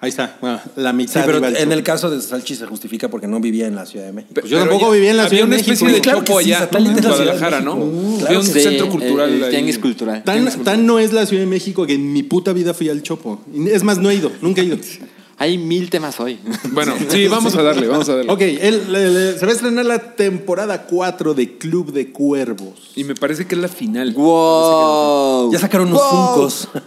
Ahí está, bueno, la
Sí,
mitad.
pero
iba al
en
Chopo.
el caso de Salchi se justifica porque no vivía en la Ciudad de México.
Pe-
yo
pero
tampoco
ya-
vivía en la
Había
Ciudad
una
de
especie
México.
de
Claro que
chopo
sí,
allá,
satélite
en
de la Ciudad de
Guadalajara, ¿no?
México.
Había un
Sí,
centro
el-
cultural
El,
ahí.
tianguis cultural. Tianguis
Tan,
cultural.
tan no es la Ciudad de México que en mi puta vida fui al Chopo. Es más, no he ido, nunca
[LAUGHS]
he ido.
Hay mil temas
[LAUGHS]
hoy. [LAUGHS]
Bueno, sí, vamos a darle, vamos a darle.
Ok, el- el- el- se va a estrenar la temporada 4 de Club de Cuervos.
Y me parece que es la final.
wow.
Ya sacaron unos
Wow.
funcos.
[LAUGHS]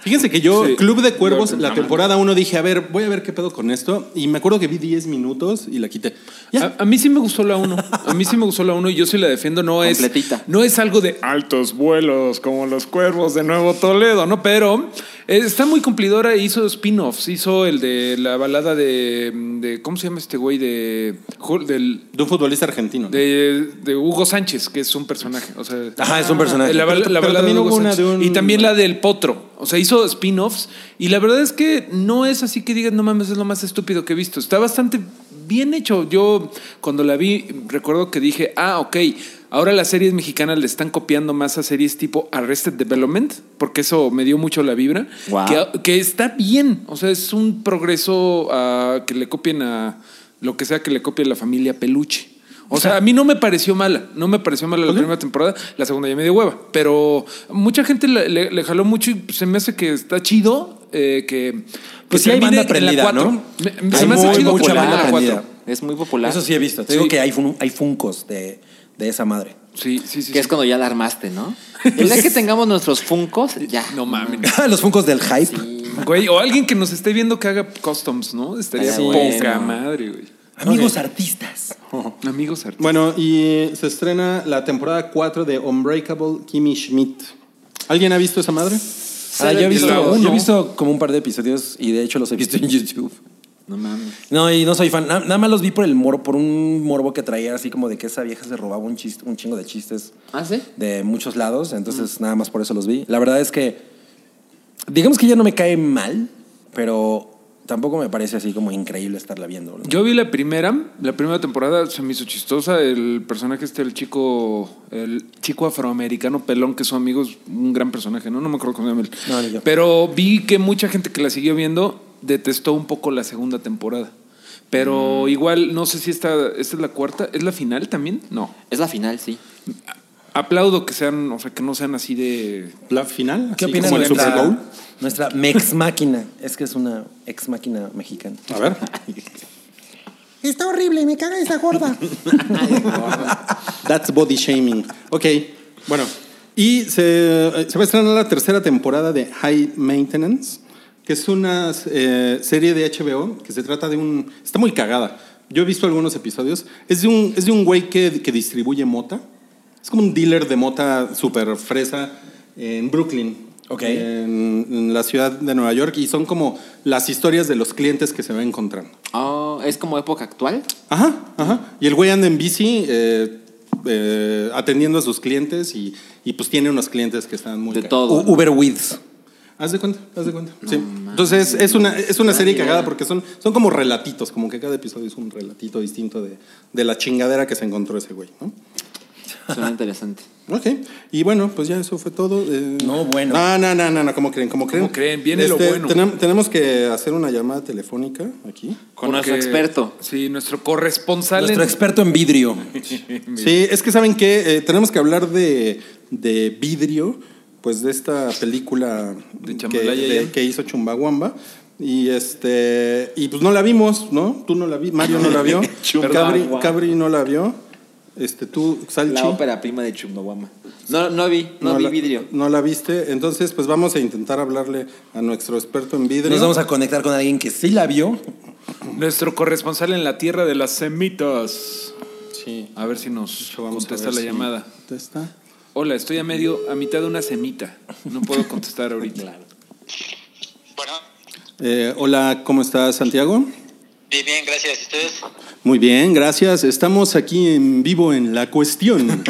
Fíjense que yo,
Sí.
Club de Cuervos,
Yo,
la
no,
temporada 1 dije, a ver, voy a ver qué pedo con esto. Y me acuerdo que vi 10 minutos y la quité. Ya.
A, a mí sí me gustó la 1. A mí sí me gustó la 1 y yo sí la defiendo. No es,
Completita.
no es algo de altos vuelos como los cuervos de Nuevo Toledo, ¿no? Pero eh, está muy cumplidora. e Hizo spin-offs. Hizo el de la balada de. de- ¿Cómo se llama este güey? De, Jul- del,
De un futbolista argentino. ¿no?
de, de Hugo Sánchez, que es un personaje. O sea,
Ajá, es un personaje.
La, bal-
Pero-
la
pero
balada de
también
Hugo
hubo una
Sánchez.
de un-
Y también la del Potro. O sea, hizo spin-offs. Y la verdad es que no es así que digas, no mames, es lo más estúpido que he visto. Está bastante bien hecho. Yo cuando la vi, recuerdo que dije, ah, ok. Ahora las series mexicanas le están copiando más a series tipo Arrested Development, porque eso me dio mucho la vibra.
Wow.
Que que está bien. O sea, es un progreso a que le copien a lo que sea que le copie la familia Peluche. O sea, a mí no me pareció mala, no me pareció mala la primera temporada, la segunda ya me dio hueva, pero mucha gente le, le- le jaló mucho y se me hace que está chido eh, que...
Pues sí
que
hay banda
termine en la
prendida,
cuatro.
¿no?
Me- me-
Hay
se me hace
muy
chido
mucha
que la
banda
cuatro.
prendida.
Es muy popular.
Eso sí he visto. Te
Sí.
digo que hay, fun- hay funcos de, de esa madre. [LAUGHS]
Sí, sí, sí.
Que es
sí.
cuando ya la armaste, ¿no?
[LAUGHS]
El día que tengamos nuestros funcos, ya.
No mames.
Los funcos del hype.
Güey, o alguien que nos esté viendo que haga customs, ¿no? Estaría
Ah,
Sí.
poca
Bueno.
madre, güey.
Amigos artistas.
Amigos artistas.
Bueno, y eh, se estrena la temporada 4 de Unbreakable Kimmy Schmidt. ¿Alguien ha visto esa madre?
Ah, yo, he visto,
la uno.
yo he visto como un par de episodios y de hecho los he visto en YouTube.
No mames.
No, y no soy fan. Na- Nada más los vi por el morbo, por un morbo que traía así como de que esa vieja se robaba un, chiste, un chingo de chistes
¿Ah, sí?
de muchos lados. Entonces, nada más por eso los vi. La verdad es que, digamos que ya no me cae mal, pero tampoco me parece así como increíble estarla viendo. ¿no?
Yo vi la primera, la primera temporada se me hizo chistosa. El personaje este, el chico, el chico afroamericano pelón, que su amigo es un gran personaje, ¿no? No me acuerdo cómo se llama él.
No, ni yo.
Pero vi que mucha gente que la siguió viendo detestó un poco la segunda temporada. Pero
Mm.
igual, no sé si esta, esta es la cuarta, ¿es la final también? No.
Es la final, sí.
Aplaudo que sean, o sea, que no sean así de.
La final.
¿Qué
así
opinan
Como el
de
Super Bowl.
[LAUGHS] nuestra, nuestra mex máquina? Es que es una ex máquina mexicana.
A ver.
Está horrible, me caga esa gorda.
That's body shaming. Ok, bueno. Y se, se va a estrenar la tercera temporada de High Maintenance, que es una eh, serie de HBO que se trata de un... Está muy cagada. Yo he visto algunos episodios. Es de un, es de un güey que, que distribuye mota. Es como un dealer de mota súper fresa en Brooklyn.
Ok.
En, en la ciudad de Nueva York. Y son como las historias de los clientes que se va encontrando.
Oh, es como época actual.
Ajá, ajá. Y el güey anda en bici eh, eh, atendiendo a sus clientes y, y pues tiene unos clientes que están muy...
De
ca-
todo.
[LAUGHS] U- Uber Weeds.
Haz de cuenta, haz de cuenta. sí. Entonces es una, es una serie cagada porque son, son como relatitos, como que cada episodio es un relatito distinto de, de la chingadera que se encontró ese güey, ¿no?
[LAUGHS]
Suena interesante.
Ok, y bueno, pues ya eso fue todo. eh.
No, bueno.
No, no, no, no, no, ¿cómo creen? ¿Cómo creen? Este,
creen? Viene lo bueno.
tenem- tenemos que hacer una llamada telefónica aquí.
Con nuestro experto.
Sí, nuestro corresponsal.
Nuestro
en-
experto en vidrio.
Sí, es que saben que tenemos que hablar de, de vidrio, pues de esta película
De
que,
Chambalaya y
de-
él.
que hizo Chumbawamba. Y este y pues no la vimos, ¿no? Tú no la vi, Mario no la vio, Cabri,
Chumbawamba.
Cabri no la vio. Este tú Salchi
La ópera prima de Chumbawamba. No, no vi, no, vi
la-
vidrio.
No la viste, entonces pues vamos a intentar hablarle a nuestro experto en vidrio.
Nos vamos a conectar con alguien que sí la vio.
Nuestro corresponsal en la tierra de las semitas.
Sí.
A ver si nos
Yo vamos a
contesta
ver
la
si
llamada.
contesta.
Hola, estoy a medio, a mitad de una semita. No puedo
[LAUGHS]
contestar ahorita.
Bueno,
Eh, hola, ¿cómo estás, Santiago?
bien, bien, gracias. ¿Y ustedes?
Muy bien, gracias. Estamos aquí en vivo en La
[LAUGHS]
Cuestión.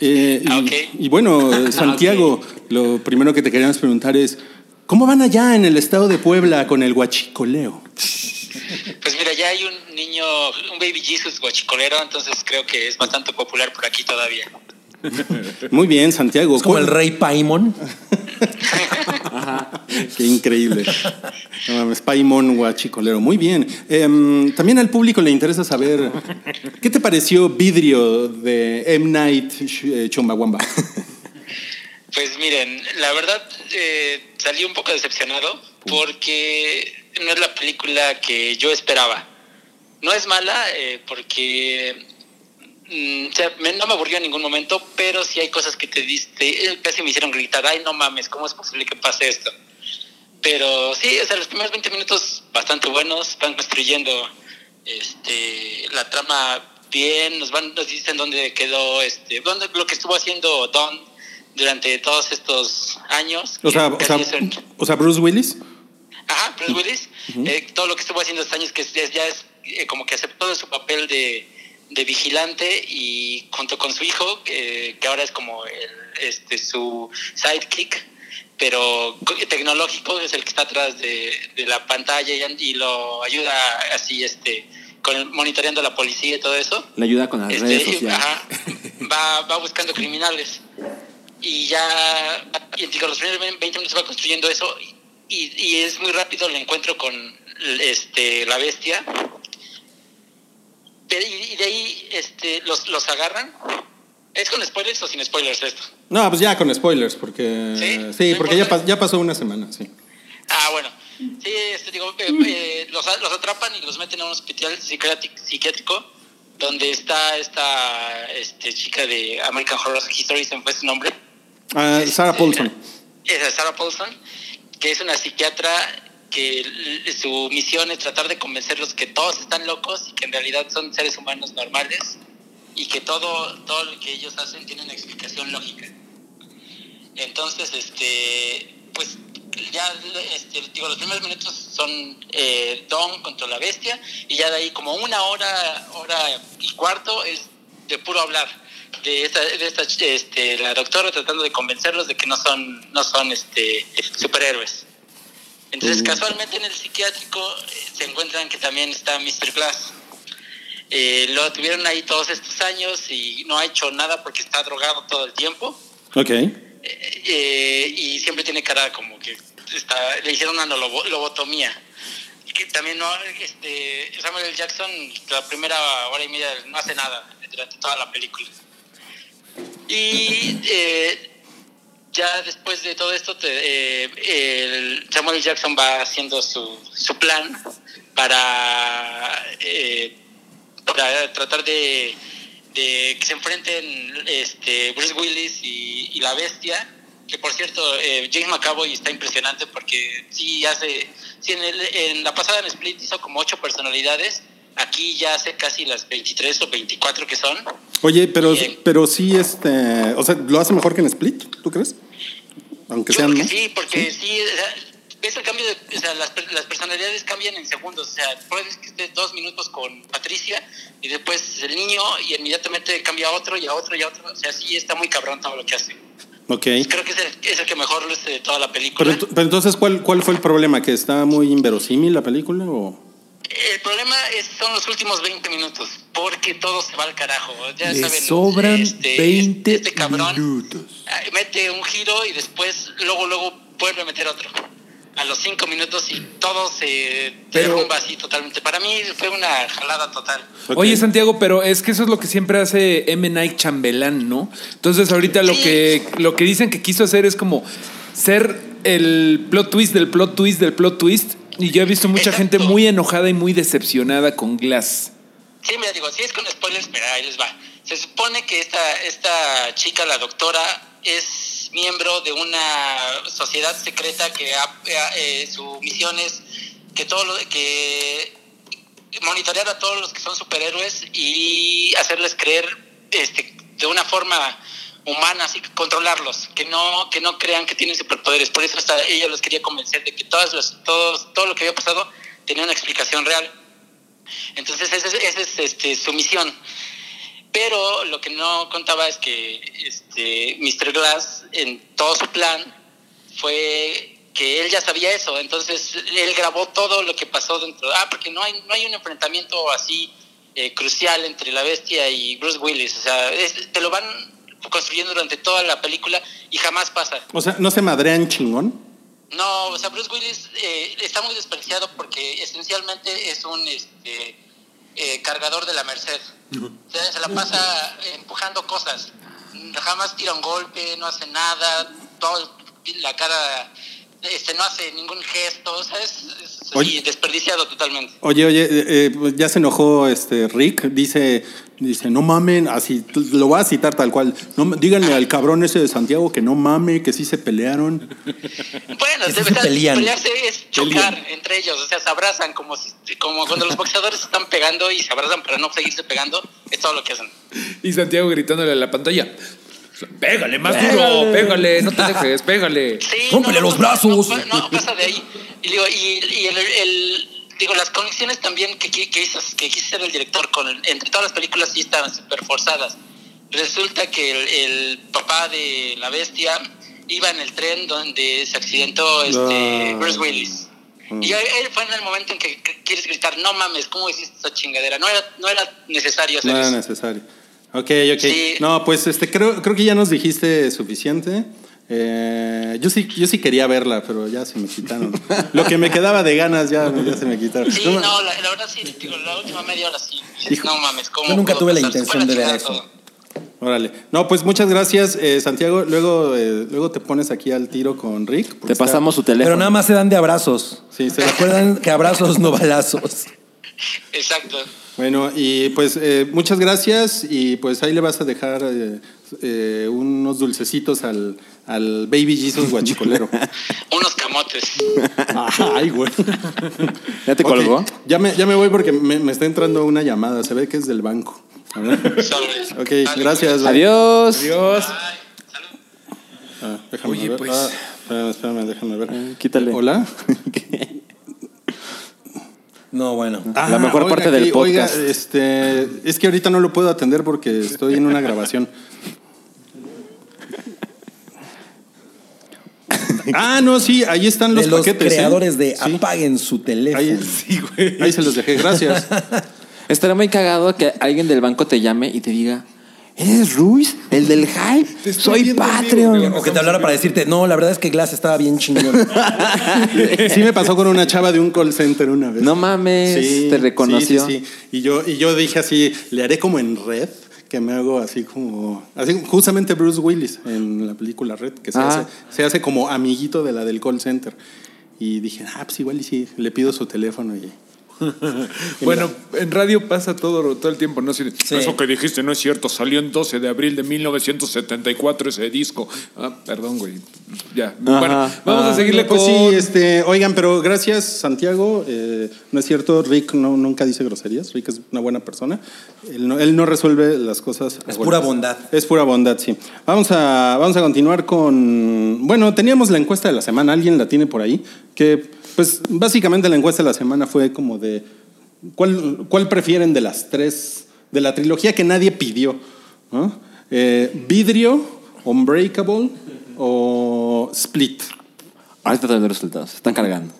Eh, y,
Ah, ok.
y bueno, eh, Santiago, lo primero que te queríamos preguntar es, ¿cómo van allá en el estado de Puebla con el huachicoleo?
Pues mira, ya hay un niño, un baby Jesus guachicolero, entonces creo que es bastante popular por aquí todavía.
Muy bien, Santiago.
Es como el
¿Cuál-
rey Paimon.
Qué
[LAUGHS]
increíble. No mames, Paimon Huachicolero. Muy bien. Em, también al público le interesa saber, ¿qué te pareció Vidrio de M. Night eh, Chumbawamba? [LAUGHS]
Pues miren, la verdad eh, salí un poco decepcionado porque no es la película que yo esperaba. No es mala eh, porque mm, o sea, me- no me aburrió en ningún momento, pero sí hay cosas que te diste, eh, casi me hicieron gritar, ay, no mames, ¿cómo es posible que pase esto? Pero sí, o sea, los primeros 20 minutos bastante buenos, están construyendo este, la trama bien, nos van, nos dicen dónde quedó, este, dónde, lo que estuvo haciendo Don durante todos estos años.
O
que
sea, o sea,
casi son-
o sea, Bruce Willis.
Ajá, Bruce Willis, eh, todo lo que estuvo haciendo estos años, que es- ya es eh, como que aceptó de su papel de, de vigilante y junto con su hijo, eh, que ahora es como el- este su sidekick, pero co- tecnológico, es el que está atrás de, de la pantalla y, an- y lo ayuda así, este, con, monitoreando la policía y todo eso.
Le ayuda con las
Este,
redes
y-
sociales.
ajá, va, va buscando criminales. Y ya, y digo, los primeros 20 minutos va construyendo eso. Y, y es muy rápido el encuentro con este, la bestia. Pero, y, y de ahí este, los, los agarran. ¿Es con spoilers o sin spoilers esto?
No, pues ya con spoilers, porque.
Sí,
Sí,
no
porque ya,
importa.
pas- ya pasó una semana, sí.
Ah, bueno. Sí, este, digo, eh,
Mm.
eh, los, a- los atrapan y los meten a un hospital psiquiátric- psiquiátrico donde está esta este, chica de American Horror Story, se me fue su nombre.
Ah, Sarah Paulson.
Esa es Eh, Sarah Paulson, que es una psiquiatra que l- su misión es tratar de convencerlos que todos están locos y que en realidad son seres humanos normales y que todo, todo lo que ellos hacen tiene una explicación lógica. Entonces, este, pues ya este, digo, los primeros minutos son eh, Don contra la bestia y ya de ahí como una hora, hora y cuarto es de puro hablar de esta, de esta ch- este, la doctora tratando de convencerlos de que no son, no son este, superhéroes. Entonces, casualmente en el psiquiátrico eh, se encuentran que también está Mr. Glass. Eh, lo tuvieron ahí todos estos años y no ha hecho nada porque está drogado todo el tiempo.
Ok.
Eh, eh, y siempre tiene cara como que está, le hicieron una lobo- lobotomía. Que también no, este, Samuel L. Jackson, la primera hora y media no hace nada durante toda la película. Y eh, ya después de todo esto, te- eh, el Samuel L. Jackson va haciendo su, su plan para, eh, para tratar de, de que se enfrenten este, Bruce Willis y, y la bestia. Que por cierto, eh, James McAvoy está impresionante porque sí hace. sí en, el- en la pasada en Split hizo como ocho personalidades. Aquí ya hace casi las 23 o 24 que son.
Oye, pero,
Bien.
pero sí, este. O sea, ¿lo hace mejor que en Split? ¿Tú crees? Aunque
Yo
sean.
creo que
más.
sí, porque sí, o sea, ves el cambio de, o sea, las, per- las personalidades cambian en segundos, o sea, puedes que estés dos minutos con Patricia y después el niño y inmediatamente cambia a otro y a otro y a otro, o sea, sí está muy cabrón todo lo que hace.
Ok.
Creo que es el, es el que mejor luce de toda la
Pero,
película.
ent- pero entonces, ¿cuál, ¿cuál fue el problema? ¿Que está muy inverosímil la película? O...
El problema es, son los últimos 20 minutos, porque todo se va al carajo. Ya
Le
saben,
sobran
este-
20
este cabrón
minutos.
ah, mete un giro y después, luego, luego vuelve a meter otro. A los 5 minutos y todo se
Pero-
derrumba así totalmente. Para mí fue una jalada total.
Ok.
Oye, Santiago, pero es que eso es lo que siempre hace M. Night Chambelán, ¿no? Entonces, ahorita lo
Sí.
que, lo que dicen que quiso hacer es como ser el plot twist del plot twist del plot twist. Y yo he visto mucha gente
Exacto.
muy enojada y muy decepcionada con Glass.
Sí, mira, digo, si es con spoilers, mira, ahí les va. Se supone que esta, esta chica, la doctora, es miembro de una sociedad secreta que ha- eh, eh, su misión es que todo lo, que monitorear a todos los que son superhéroes y hacerles creer este, de una forma humana, así que controlarlos, que no, que no crean que tienen superpoderes. Por eso hasta ella los quería convencer de que todas las- todos, todo lo que había pasado tenía una explicación real. Entonces esa es, esa es, este, su misión. Pero lo que no contaba es que este, Mr. Glass en todo su plan fue que él ya sabía eso. Entonces él grabó todo lo que pasó dentro. Ah, porque no hay, no hay un enfrentamiento así eh, crucial entre la bestia y Bruce Willis. O sea, es- te lo van construyendo durante toda la película y jamás pasa.
O sea, ¿no se madrean chingón?
No, o sea, Bruce Willis eh, está muy despreciado porque esencialmente es un este, eh, cargador de la merced. O sea, se la pasa empujando cosas. Jamás tira un golpe, no hace nada, todo la cara, este, no hace ningún gesto, o sea, es, es así,
Oye.
desperdiciado totalmente.
pues Oye, oye, eh, eh, ya se enojó este Rick. Dice, Dice, no mamen, así lo voy a citar tal cual. No, ma- díganle al cabrón ese de Santiago que no mame, que sí se pelearon.
Bueno,
Que sí
de
se
verdad,
pelean.
pelearse es chocar entre ellos, o sea, se abrazan como, si- como cuando los boxeadores se están pegando y se abrazan para no seguirse pegando, es todo lo que hacen.
Y Santiago gritándole a la pantalla. Pégale más duro, pégale, no te dejes, pégale.
Sí,
¡Rómpele los brazos!
No, no, pasa de ahí. Y, digo, y, y el, el- digo, las conexiones también que, qui- que hizo que quiso hacer el director con el- entre todas las películas sí estaban súper forzadas. Resulta que el, el papá de la bestia iba en el tren donde se accidentó este
No.
Bruce Willis.
Mm.
Y él él fue en el momento en que c- quieres gritar, no mames, ¿cómo hiciste esa chingadera? No era, no era necesario hacer
No era
eso.
necesario. Ok, ok.
Sí.
No, pues este, creo, creo que ya nos dijiste suficiente. Eh, yo sí, yo sí quería verla, pero ya se me
[LAUGHS]
quitaron. Lo que me quedaba de ganas ya, ya se me quitaron.
Sí,
No, ma-
no, la, la verdad sí, digo, la última media hora sí.
Hijo.
No mames, ¿cómo
Yo nunca
pudo
tuve la
pasar? Se fue
intención de ver
chingada
eso.
todo.
Órale. No, pues muchas gracias, eh, Santiago. Luego, eh, luego te pones aquí al tiro con Rick. porque
Te
está-
pasamos su teléfono.
Pero nada más se dan de abrazos.
Sí, se-
¿Se acuerdan que abrazos no balazos?
Exacto.
Bueno, y pues eh, muchas gracias y pues ahí le vas a dejar eh, eh, unos dulcecitos al, al Baby Jesus
[LAUGHS]
guachicolero.
Unos camotes.
[LAUGHS] Ay, güey.
¿Ya te
Ok,
colgó?
Ya me, ya me voy porque me, me está entrando una llamada. Se ve que es del banco. A ver.
Sobres.
ok, gracias. bye.
Adiós.
Dios.
Ah, déjame
Oye,
ver.
pues.
Ah, espérame, espérame, déjame ver.
Eh,
Eh,
quítale.
Hola.
No, bueno.
La mejor parte del
aquí, Ah, oiga,
podcast.
este, es que ahorita no lo puedo atender porque estoy en una grabación. ah, no, sí, ahí están los
de los
paquetes. ¿eh?
creadores de
Sí,
apaguen su teléfono.
ahí, ahí se los dejé,
[LAUGHS]
gracias.
Estará muy cagado que alguien del banco te llame y te diga, ¿eres Ruiz? ¿El del hype? Soy Patreon.
o que te hablara para decirte, no, la verdad es que Glass estaba bien
[LAUGHS]
chingón.
Sí me pasó con una chava de un call center una vez.
No mames, te reconoció.
sí, sí, sí. Y yo, y yo dije así, le haré como en red, que me hago así como, así justamente Bruce Willis en la película Red, que se,
Ah.
hace, se hace como amiguito de la del call center. Y dije, ah, pues igual y sí, le pido su teléfono y
Bueno, en radio pasa todo, todo el tiempo, ¿no? Así de,
Sí.
Eso que dijiste no es cierto, salió el 12 de abril de 1974 ese disco. Ah, perdón, güey. Ya. bueno, vamos a seguirle
No, pues
con...
sí, este, oigan, pero gracias Santiago. Eh, no es cierto, Rick no, nunca dice groserías. Rick es una buena persona. Él no, él no resuelve las cosas. a
Es
golpes.
pura bondad.
Es pura bondad, sí. Vamos a, vamos a continuar con. Bueno, teníamos la encuesta de la semana. Alguien la tiene por ahí. Que, pues, básicamente la encuesta de la semana fue como de. ¿Cuál, cuál prefieren de las tres? De la trilogía que nadie pidió. ¿no? Eh, ¿Vidrio, Unbreakable o Split?
Ahorita te doy los resultados. Están cargando.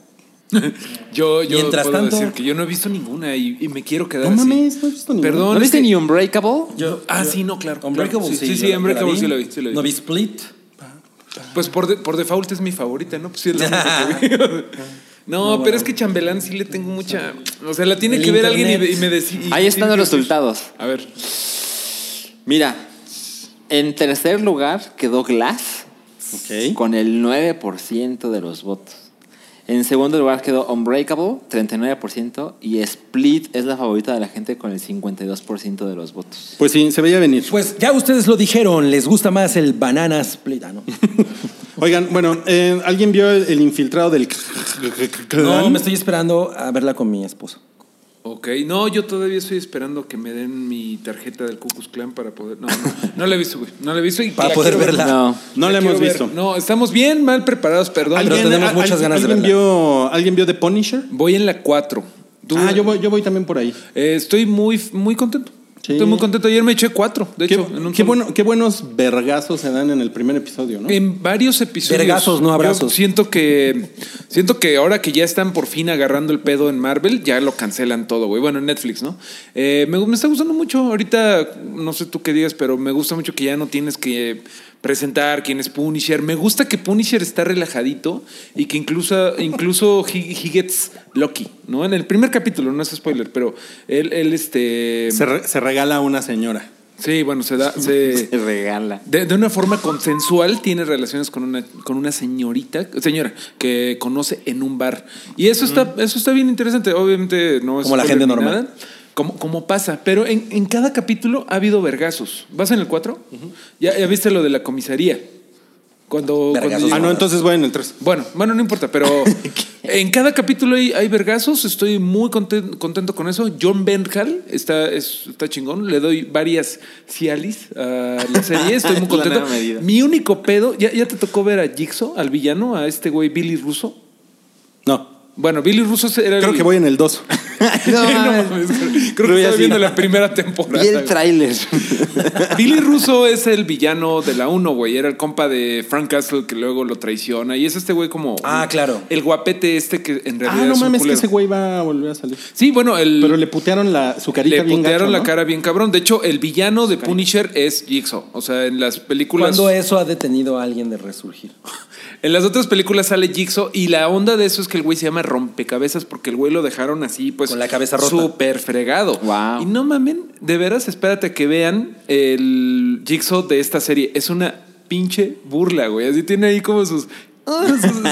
Yo, yo
Mientras
puedo
tanto-
decir que yo no he visto ninguna y, y me quiero quedar
No
así.
mames, no he visto ninguna.
Perdón.
¿No viste
es que-
ni Unbreakable?
Yo-
Ah,
yo-
sí, no, claro. claro.
Unbreakable
Sí, sí, sí,
yo la-
Unbreakable sí la vi, sí la vi.
No vi Split.
Pues por, de- por default es mi favorita, ¿no? Pues sí, es
[LAUGHS]
la única que veo. No, pero es que Chambelán sí le tengo mucha. O sea, la tiene
El
que ver alguien y,
internet.
y me decir.
Ahí están los resultados.
A ver.
Mira, en tercer lugar quedó Glass
Ok.
con el 9% de los votos. En segundo lugar quedó Unbreakable, 39%, y Split es la favorita de la gente con el 52% de los votos.
Pues sí, se veía venir.
[LAUGHS] Pues ya ustedes lo dijeron, les gusta más el banana split. Ah, no.
Oigan, bueno, eh, ¿alguien vio el, el infiltrado del...
no, me estoy esperando a verla con mi esposo.
Ok, no, yo todavía estoy esperando que me den mi tarjeta del Cucus Clan para poder. No, no, no la he visto, güey. No la he visto y
Para
la
poder
quiero ver.
verla. [LAUGHS]
[LAUGHS]
[LAUGHS] No.
No la
La
hemos
quiero ver.
visto.
No, estamos bien mal preparados, perdón.
Pero
¿Alguien-
tenemos
al-
muchas
al-
ganas de
¿alguien
verla.
vio, ¿Alguien vio The Punisher?
Voy en la 4.
Ah, yo voy, yo voy también por ahí.
estoy muy, muy contento.
Sí.
Estoy muy contento. Ayer me eché 4, de
Qué,
hecho. en un
qué
solo.
bueno, qué buenos vergazos se dan en el primer episodio, ¿no?
En varios episodios.
Vergazos, no abrazos.
Yo Siento que siento que ahora que ya están por fin agarrando el pedo en Marvel, ya lo cancelan todo, güey. Bueno, en Netflix, ¿no? Eh, me, me está gustando mucho. Ahorita, no sé tú qué digas, pero me gusta mucho que ya no tienes que presentar quién es Punisher. Me gusta que Punisher está relajadito y que incluso, incluso he, he gets lucky, ¿no? En el primer capítulo, no es spoiler, pero él, él este.
Se, re- se regala a una señora.
sí, bueno, se da.
[LAUGHS]
se-
Regala.
de, de una forma consensual tiene relaciones con una, con una señorita, señora, que conoce en un bar. Y eso está, eso está bien interesante. Obviamente no es
Como la
spoiler
gente
ni
normal.
nada, Como, como pasa, pero en, en cada capítulo ha habido vergazos. ¿Vas en el 4? ya, ya viste lo de la comisaría. Cuando, cuando
Vergazos.
llegó-
Ah, no, entonces voy en el 3.
bueno, bueno, no importa,
[LAUGHS]
pero en cada capítulo hay, hay vergazos. Estoy muy conten- contento, con eso. John Benhal está, es- está chingón. Le doy varias Cialis a la serie. Estoy muy
Es [LAUGHS] la
contento.
nueva medida.
Mi único pedo, ¿ya, ya te tocó ver a Jigsaw, al villano, a este güey Billy Russo.
No,
Bueno, Billy Russo era el-
creo que voy en el 2.
No,
No
mames.
mames, creo que
Lo vi
estaba
así.
viendo la primera temporada.
[LAUGHS] Vi el tráiler.
Billy Russo es el villano de la 1, güey. Era el compa de Frank Castle que luego lo traiciona. Y es este güey como.
Ah, claro.
El guapete este que en realidad
Ah, no
es un
mames, que
culero.
ese güey va a volver a salir.
Sí, bueno, el.
Pero le putearon la, su carita
le
bien
puntearon
gacho,
la
¿no?
cara bien cabrón. De hecho, el villano de Punisher es Jigsaw. O sea, en las películas.
¿Cuándo eso ha detenido a alguien de resurgir?
En las otras películas sale Jigsaw y la onda de eso es que el güey se llama rompecabezas porque el güey lo dejaron así, pues.
Con la cabeza rota.
Súper fregado.
Wow.
Y no mamen, de veras, espérate a que vean el Jigsaw de esta serie. Es una pinche burla, güey. Así tiene ahí como sus. ah, sus- sus-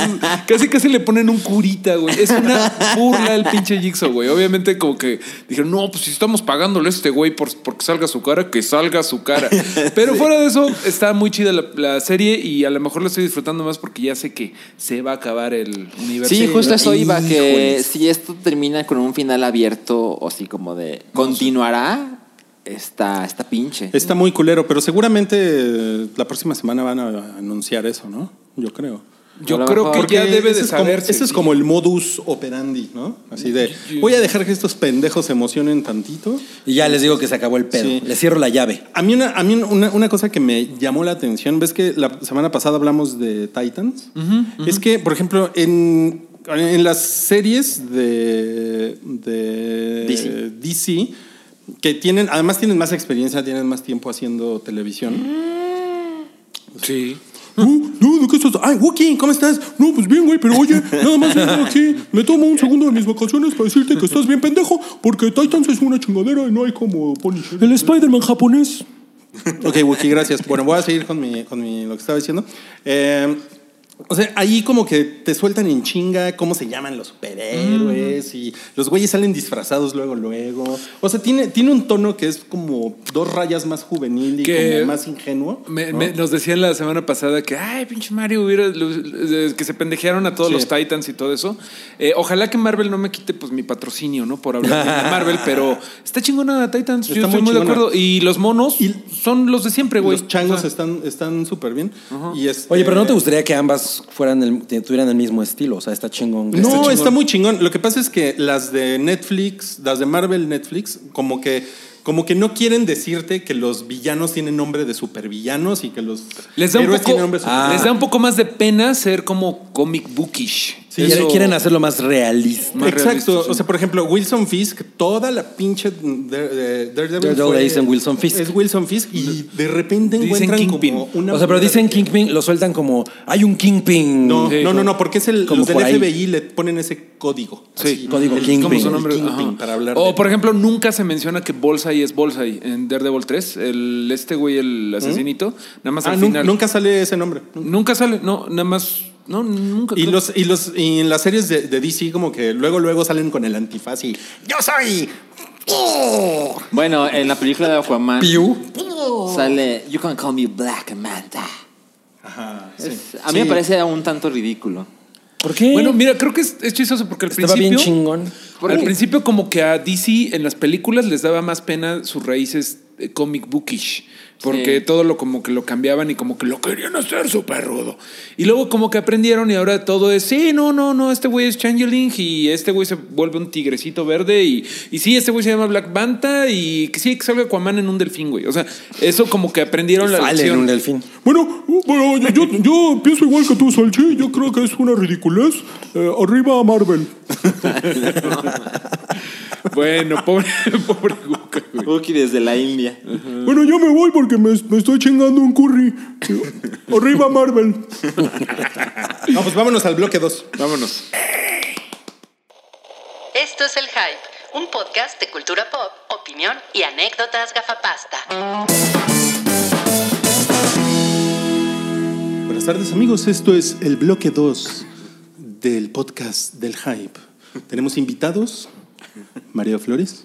Casi casi le ponen un curita, güey. Es una burla el pinche Jigsaw, güey. Obviamente, como que dijeron, no, pues si estamos pagándole a este güey por, porque salga su cara, que salga su cara. Pero fuera de eso, está muy chida la, la serie y a lo mejor la estoy disfrutando más porque ya sé que se va a acabar el universo.
Sí, justo eso iba, que
Híjoles.
si esto termina con un final abierto, o así como de continuará, está, está pinche.
Está muy culero, pero seguramente eh, la próxima semana van a anunciar eso, ¿no? Yo creo.
Yo
A lo
creo
mejor.
que Ah, ya
Porque
debe
ese
de
es como-
saberse.
Ese es como el modus operandi, ¿no? Así de, voy a dejar que estos pendejos se emocionen tantito.
Y ya les digo que se acabó el pedo.
Sí.
Les cierro la llave.
A mí, una, a mí una, una cosa que me llamó la atención, ves que la semana pasada hablamos de Titans, es que, por ejemplo, en, en las series de, de
DC.
DC, que tienen, además tienen más experiencia, tienen más tiempo haciendo televisión.
Sí.
No, no, ¿de qué estás? Ay, Wookie, ¿cómo estás? No, pues bien, güey, pero oye, nada más vengo aquí, me tomo un segundo de mis vacaciones para decirte que estás bien pendejo, porque Titans es una chingadera y no hay como Punisher. El Spider-Man japonés. Ok, Wookie, gracias. Bueno, voy a seguir con, mi, con mi- lo que estaba diciendo. Eh, o sea, ahí como que te sueltan en chinga cómo se llaman los superhéroes y los güeyes salen disfrazados luego, luego. O sea, tiene, tiene un tono que es como dos rayas más juvenil y
Que-
como más ingenuo.
Me-
¿no?
me- nos decían la semana pasada que, ay, pinche Mario, hubiera, eh, que se pendejearon a todos
Sí.
los Titans y todo eso. Eh, ojalá que Marvel no me quite pues mi patrocinio, ¿no? Por hablar bien
[LAUGHS]
de Marvel, pero está chingona Titans, yo
Está
estoy
muy
muy de
chingona.
acuerdo. Y los monos
Y-
son los de siempre, güey.
Los changos
O sea,
están están súper bien. y este-
Oye, pero ¿no te gustaría que ambas fueran el- tuvieran el mismo estilo? O sea, está chingón.
No, está, muy chingón. Lo que pasa es que las de Netflix, las de Marvel Netflix, como que como que no quieren decirte que los villanos tienen nombre de supervillanos y que los
les da, un
héroes
poco,
tienen nombre de
ah.
superhéroes.
les da un poco más de pena ser como comic bookish.
Sí,
Eso-
quieren hacerlo más realista.
más
Exacto.
realistas, sí.
O sea, por ejemplo, Wilson Fisk, toda la pinche de- de- Daredevil
Daredevil
fue-
le dicen Wilson Fisk.
Es Wilson Fisk y de repente
Dicen
encuentran
Kingpin.
como una
O sea, pero
manera
dicen
de-
Kingpin, lo sueltan como hay un Kingpin.
No,
Sí.
no, no, no, porque es el
Como
los del
por ahí.
FBI le ponen ese código.
Sí,
así,
código
el-
Kingpin.
como su
El
nombre,
Kingpin,
ajá, para hablar.
O,
de-
por ejemplo, nunca se menciona que Bullseye es Bullseye en Daredevil 3. El, este güey, el asesinito, nada más
¿Mm? Ah,
al
nun-
final.
nunca sale ese nombre.
Nunca sale, no, nada más. No, nunca.
Y
creo.
los y los y en las series de, de DC como que luego luego salen con el antifaz y yo soy
Bueno, en la película de Aquaman
Piu.
sale You can call me Black Manta.
Ajá.
Es- a mí me parece un tanto ridículo.
¿Por qué?
Bueno, mira, creo que es, es chistoso porque al
estaba bien
principio.
chingón.
¿Por
al
qué?
principio, como que a DC en las películas les daba más pena sus raíces eh, comic bookish. Porque
Sí.
todo lo como que lo cambiaban y como que lo querían hacer súper rudo. Y luego como que aprendieron y ahora todo es, sí, no, no, no, este güey es Changeling y este güey se vuelve un tigrecito verde y, y sí, este güey se llama Black Manta y que sí, que salga Aquaman en un delfín, güey. O sea, eso como que aprendieron la
Sale en
lección.
un delfín.
Bueno, bueno, yo, yo, yo pienso igual que tú, Salchi. Yo creo que es una ridiculez. Eh, arriba Marvel.
Bueno, pobre, [LAUGHS] pobre Guca, güey.
Bucky desde la India.
Mm.
Bueno, yo me voy porque me, me estoy chingando un
[LAUGHS]
curry. arriba Marvel. no, pues vámonos al bloque 2.
Vámonos.
Esto es El Hype, un podcast de cultura pop, opinión y anécdotas gafapasta.
Buenas tardes amigos, esto es el bloque 2 del podcast del hype. Tenemos invitados, María Flores,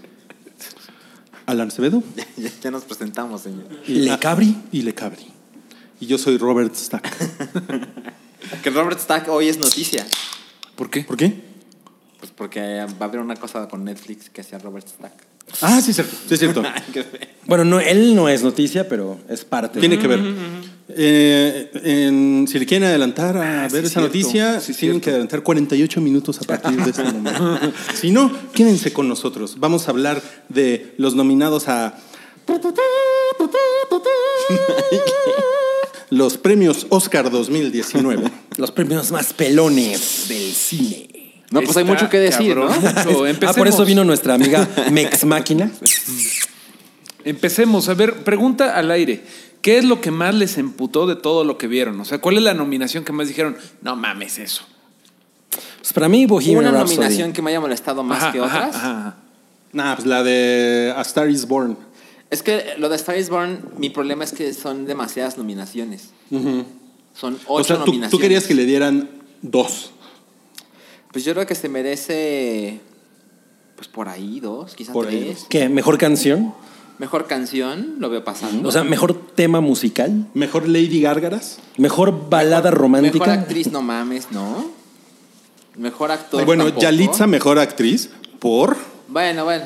Alan Acevedo
ya, ya nos presentamos, señor.
y Ah,
Le Cabri.
y Le Cabri. Y yo soy Robert Stack.
Que Robert Stack hoy es noticia.
¿Por qué?
¿Por qué?
Pues porque va a haber una cosa con Netflix que hacía Robert Stack.
Ah, sí, es cierto. Sí, es
[LAUGHS]
cierto.
Ay, qué feo.
Bueno, no, él no es noticia, pero es parte.
Tiene que ver.
Mm-hmm.
Eh, en- si le quieren adelantar a
Ah,
ver esa noticia, tienen que adelantar 48 minutos a partir
[LAUGHS]
de este momento. si no, quédense con nosotros. Vamos a hablar de los nominados a [LAUGHS] los premios Oscar
[LAUGHS]
2019.
Los premios más pelones del cine.
No, pues hay
Está
mucho que decir,
cabrón.
¿no?
Mucho.
[LAUGHS]
Ah,
Empecemos.
por eso vino nuestra amiga Mex Máquina.
Empecemos. A ver, pregunta al aire. ¿Qué es lo que más les emputó de todo lo que vieron? O sea, ¿cuál es la nominación que más dijeron? No mames eso.
Pues para mí, Bohemian
Una
Rhapsody.
nominación que me haya molestado más
Ajá,
que
ajá,
otras.
ajá, ajá.
nah, pues la de A Star is Born.
Es que lo de Star is Born, mi problema es que son demasiadas nominaciones. Son ocho
O sea, tú,
nominaciones.
tú querías que le dieran dos.
Pues yo creo que se merece. Pues por ahí dos, quizás
Por ahí
tres.
¿Qué? ¿Mejor canción?
Mejor canción, lo veo pasando.
O sea, mejor tema musical.
Mejor Lady Gárgaras.
Mejor balada romántica.
Mejor actriz, no mames, ¿no? Mejor actor.
Bueno,
tampoco.
Yalitza, mejor actriz. Por.
Bueno, bueno.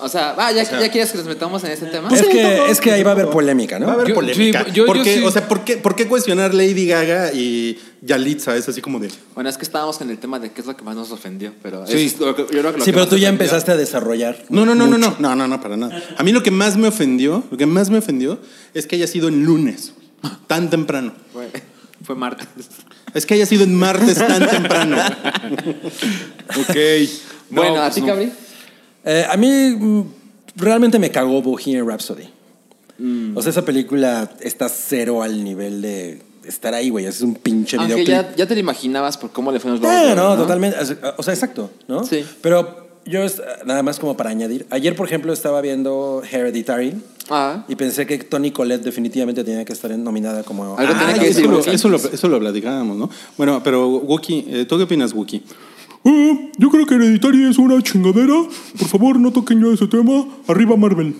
O sea, va, ya, ya quieres que nos metamos en ese tema.
Es que, es que ahí va a haber polémica, ¿no?
Va a haber
Yo-
polémica.
sí, yo- yo
Porque,
sí.
O sea, ¿por qué, ¿por qué cuestionar Lady Gaga y Yalitza? Es así como de.
Bueno, es que estábamos en el tema de qué es lo que más nos ofendió, pero
Sí.
es lo que- yo creo que lo
Sí,
que
pero
más
tú ya
ofendió-
empezaste a desarrollar.
No, no, no, no, no, no, no, no, para nada. A mí lo que más me ofendió, lo que más me ofendió es que haya sido en lunes, tan temprano.
Fue, [LAUGHS] fue martes.
Es que haya sido en martes tan [LAUGHS] temprano.
Ok. No,
bueno, a
pues
ti,
no.
Cabri.
Eh, a mí mm, realmente me cagó Bohemian Rhapsody.
Mm.
O sea, esa película está cero al nivel de estar ahí, güey. Es un pinche
Aunque
videoclip.
ya, ya te lo imaginabas por cómo le fue a los
No,
Globos de
no,
Oro,
totalmente. O sea, O sea, exacto, ¿no?
Sí.
Pero yo, es- nada más como para añadir, ayer, por ejemplo, estaba viendo Hereditary
Ah,
y pensé que Toni Collette definitivamente tenía que estar en- nominada como...
Algo tenía
Ah,
que
eso,
decir
lo,
Wookie.
eso, lo, eso lo platicábamos, ¿no? Bueno, pero Wookie, eh, ¿tú qué opinas, Wookie? Eh, yo creo que Hereditary es una chingadera. Por favor, no toquen ya ese tema. Arriba Marvel.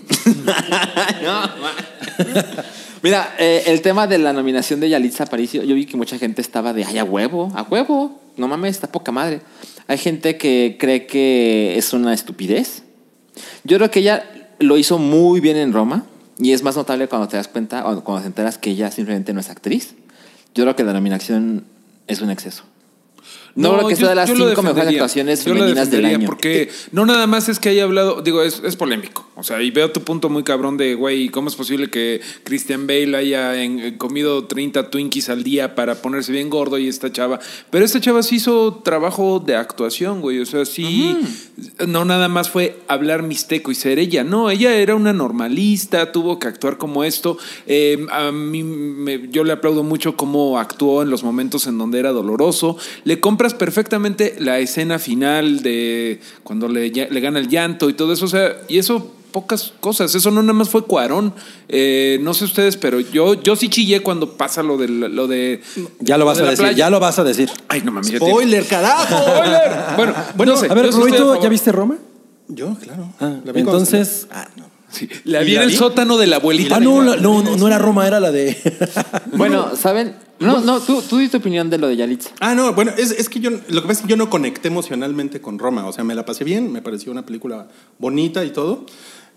Mira, eh, el tema de la nominación de Yalitza Aparicio, yo vi que mucha gente estaba de, ay, a huevo, a huevo, no mames, está poca madre. Hay gente que cree que es una estupidez. Yo creo que ella lo hizo muy bien en Roma y es más notable cuando te das cuenta o cuando te enteras que ella simplemente no es actriz. Yo creo que la nominación es un exceso. No, creo que sea de las
yo lo
cinco mejores
defendería.
actuaciones
Yo lo
femeninas del
defendería
año.
Porque no nada más es que haya hablado, digo, es, es polémico. O sea, y veo tu punto muy cabrón de, güey, ¿cómo es posible que Christian Bale haya en- eh, comido 30 Twinkies al día para ponerse bien gordo y esta chava? Pero esta chava sí hizo trabajo de actuación, güey. O sea, sí, no nada más fue hablar mixteco y ser ella. No, ella era una normalista, tuvo que actuar como esto. Eh, a mí, me- yo le aplaudo mucho cómo actuó en los momentos en donde era doloroso. Le compras perfectamente la escena final de cuando le, ya- le gana el llanto y todo eso. O sea, y eso pocas cosas. Eso no nada más fue Cuarón. Eh, no sé ustedes, pero yo, yo sí chillé cuando pasa lo de... la- Lo de
Ya lo vas
de
a
la
decir,
playa.
ya lo vas a decir.
Ay, no mames. ya tiene-
¡Spoiler, carajo!
Spoiler. Ah, Bueno, no sé.
a ver,
yo sí estoy a
Ruito,
favor.
¿ya viste Roma?
Yo, claro.
Ah,
La vi cuando
entonces... Ah, no.
Sí, La
¿Y
vi en
la
el
vi?
sótano de la abuelita.
Ah, no, la- no, no, no era Roma, era la de... [LAUGHS]
[LAUGHS]
Bueno, ¿saben? No, no, tú, tú di tu opinión de lo de Yalitza.
Ah, no, bueno, es, es que yo, lo que pasa es que yo no conecté emocionalmente con Roma, o sea, me la pasé bien, me pareció una película bonita y todo,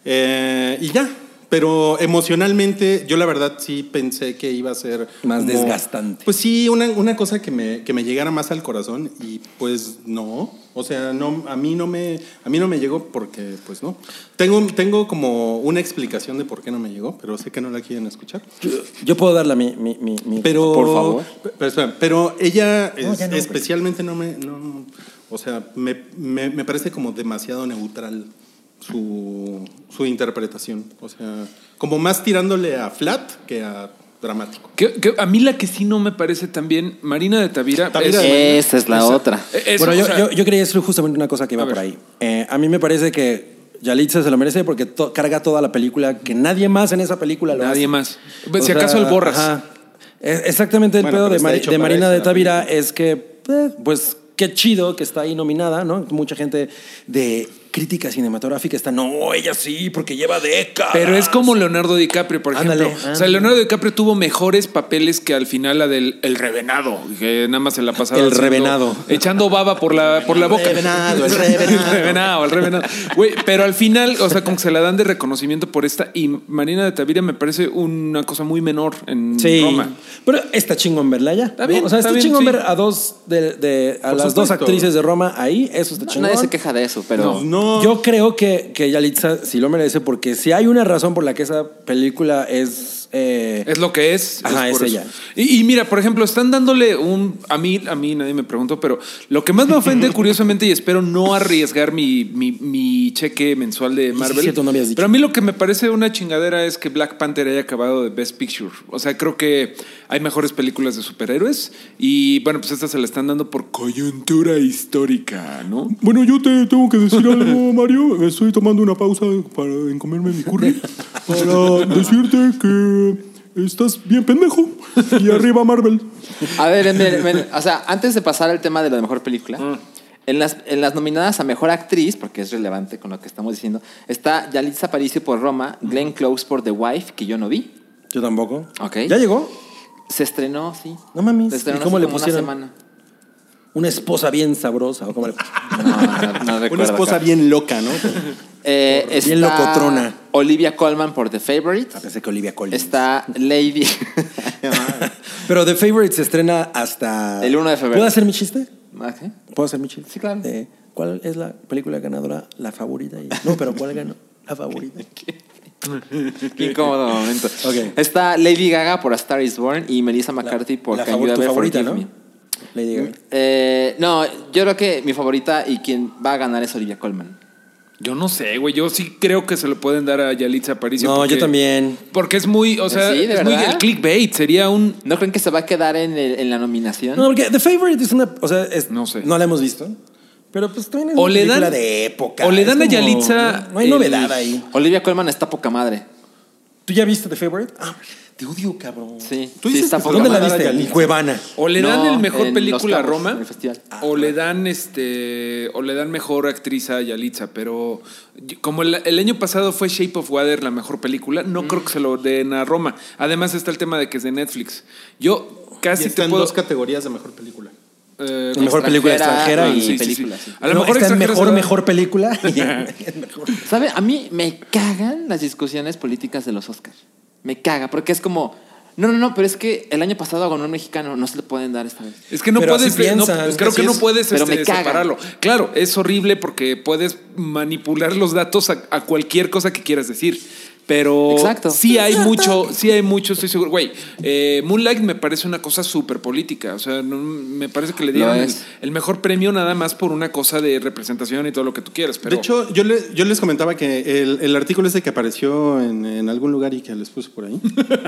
eh, y ya, pero emocionalmente yo la verdad sí pensé que iba a ser...
Más desgastante.
Pues sí, una, una cosa que me, que me llegara más al corazón y pues no, o sea, no, a, mí no me, a mí no me llegó porque pues no. Tengo, tengo como una explicación de por qué no me llegó, pero sé que no la quieren escuchar.
Yo puedo darle mi... mi, mi, mi-
Pero,
Por favor.
pe- Pero, espera, pero ella
No,
es-
ya no, güey.
especialmente no me, no, o sea, me, me- me parece como demasiado neutral su, su interpretación, o sea, como más tirándole a flat que a dramático.
Que- que a mí la que sí no me parece también, Marina de Tavira.
Tavira
es-
de-
Esa es la otra.
E-, Eh, eso,
bueno, yo,
o sea,
yo,
ah,
yo quería decir justamente una cosa que iba
A ver.
por ahí. Eh, a mí me parece que Yalitza se lo merece porque to- carga toda la película, que nadie más en esa película lo
Nadie
hace.
más. Si acaso el Borras.
E- Exactamente el
Bueno,
pedo
pero
de,
está
Mari-
hecho
de
para
Marina
eso,
de
la
Tavira es que, eh, pues, qué chido que está ahí nominada, ¿no? Mucha gente de crítica cinematográfica está, no, ella sí, porque lleva décadas.
Pero es como Leonardo DiCaprio, por ejemplo.
Ándale,
O sea,
ándale.
Leonardo DiCaprio tuvo mejores papeles que al final la del El Revenado, que nada más se la pasaba.
El
haciendo-
Revenado.
Echando baba por la, por la boca.
Revenado, el
[LAUGHS] El
revenado.
revenado, el revenado. Güey, pero al final, o sea, como que se la dan de reconocimiento por esta. Y Marina de Tavira me parece una cosa muy menor en
Sí.
Roma.
Pero está chingón verla ya.
Está bien,
O sea, está,
está bien,
chingón
sí.
ver a dos de, de- a
Por
las dos
supuesto.
actrices de Roma ahí, eso está chingón.
Nadie se queja de eso, pero.
Pues no.
Yo creo que, que Yalitza sí lo merece porque si hay una razón por la que esa película es... eh,
Es lo que es.
Ajá,
por
es
eso.
ella.
Y, y mira, por ejemplo, están dándole un. A mí, a mí nadie me preguntó, pero lo que más
[LAUGHS]
me ofende, curiosamente, y espero no arriesgar mi, mi, mi cheque mensual de
sí,
Marvel.
cierto, no habías dicho.
Pero a mí lo que me parece una chingadera es que Black Panther haya acabado de Best Picture. O sea, creo que hay mejores películas de superhéroes. Y bueno, pues esta se la están dando por coyuntura histórica, ¿no?
Bueno, yo te tengo que decir algo, Mario. Estoy tomando una pausa para en comerme mi
[LAUGHS]
curry para decirte que estás bien pendejo. [LAUGHS] Y arriba Marvel.
A ver, miren, miren, o sea, antes de pasar al tema de la mejor película, en, las, en las nominadas a mejor actriz, porque es relevante con lo que estamos diciendo, está Yalitza Aparicio por Roma, Glenn Close por The Wife, que yo no vi.
Yo tampoco.
Ok.
¿Ya llegó?
Se estrenó, sí.
No mames,
Se estrenó
¿y cómo
hace
le
como
pusieron?
Una semana.
Una esposa bien sabrosa. ¿o cómo le-
No,
[LAUGHS]
no, no recuerdo
Una esposa
acá.
bien loca,
[LAUGHS]
¿no?
Eh, está
bien locotrona. Ah,
Olivia Colman por The Favorite.
Pensé que Olivia Colman.
Está
[LAUGHS]
Lady. [LAUGHS]
Pero The Favorite se estrena hasta...
El 1 de febrero.
¿Puedo hacer mi chiste?
Ok.
¿Puedo hacer mi chiste?
Sí, claro.
De, ¿Cuál es la película ganadora? La favorita. Y- No, pero ¿cuál ganó? La favorita.
Qué incómodo momento.
[LAUGHS] Ok.
Está Lady Gaga por A Star Is Born y Melissa McCarthy por
la
Can
favor-
You
tu
Ever
favorita,
Forgive
¿no?
Me.
Lady Gaga.
Eh, no, yo creo que mi favorita y quien va a ganar es Olivia Colman.
Yo no sé, güey. Yo sí creo que se lo pueden dar a Yalitza Aparicio.
No,
porque-
yo también. ¿Ah,
Porque es muy, o sea,
Sí, de
es muy
verdad.
el clickbait. Sería un.
¿No creen que se va a quedar en, el- en la nominación?
No, porque The Favorite es una. O sea, es-
No sé.
No la hemos visto. Pero pues también es
O
una
le
película
dan-
de época.
o le
es
dan a
como-
Yalitza
No, no hay
el-
novedad ahí.
Olivia Colman está poca madre.
¿Tú ya viste The Favorite? Ah, te odio, cabrón.
Sí,
Tú
sí
dices
está
que-
poca
¿Dónde la
madre.
viste? En Cuevana.
O le
No,
dan el mejor
en
película
Los Cabos,
a
en
Roma.
el festival. Ah,
o le dan este. O le dan mejor actriz a Yalitza. Pero yo- como el, el año pasado fue Shape of Water la mejor película, no creo que se lo den a Roma. Además está el tema de que es de Netflix. Yo
Y
casi
está
te
en
puedo.
dos categorías de mejor película.
eh,
En mejor película extranjera
y
y-
sí, sí, sí.
película. sí.
A lo
No,
mejor
está en
extranjera se
mejor,
la-
mejor
[LAUGHS]
película. y en mejor-
¿Sabe? A mí me cagan las discusiones políticas de los Oscars. Me caga, porque es como, no, no, no, pero es que el año pasado ganó un mexicano, no se le pueden dar esta vez.
Es que no
Pero
puedes,
así piensan,
no, pues,
es que
creo
así
que no
es.
puedes
Pero
este,
me caga.
separarlo. Claro, es horrible porque puedes manipular los datos a, a cualquier cosa que quieras decir. Pero
Exacto.
sí hay mucho, sí hay mucho, estoy seguro. Güey, eh, Moonlight me parece una cosa súper política. O sea, no- me parece que le dieron
Lo
el,
es.
el mejor premio nada más por una cosa de representación y todo lo que tú quieras.
de
Pero
hecho, yo, le- yo les comentaba que el, el artículo ese que apareció en, en algún lugar y que les puse por ahí. [LAUGHS]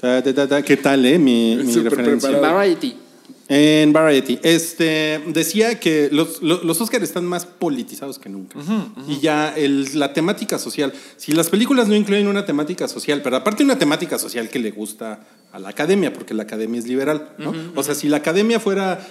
Ta, ta, ta, ta. ¿Qué tal, eh? Mi, mi
Súper
referencia.
preparado.
Variety.
En Variety. Este, decía que los, lo- los, Oscars están más politizados que nunca. Y ya el- la temática social. Si las películas no incluyen una temática social, pero aparte una temática social que le gusta a la academia, porque la academia es liberal. ¿no? O sea, si la academia fuera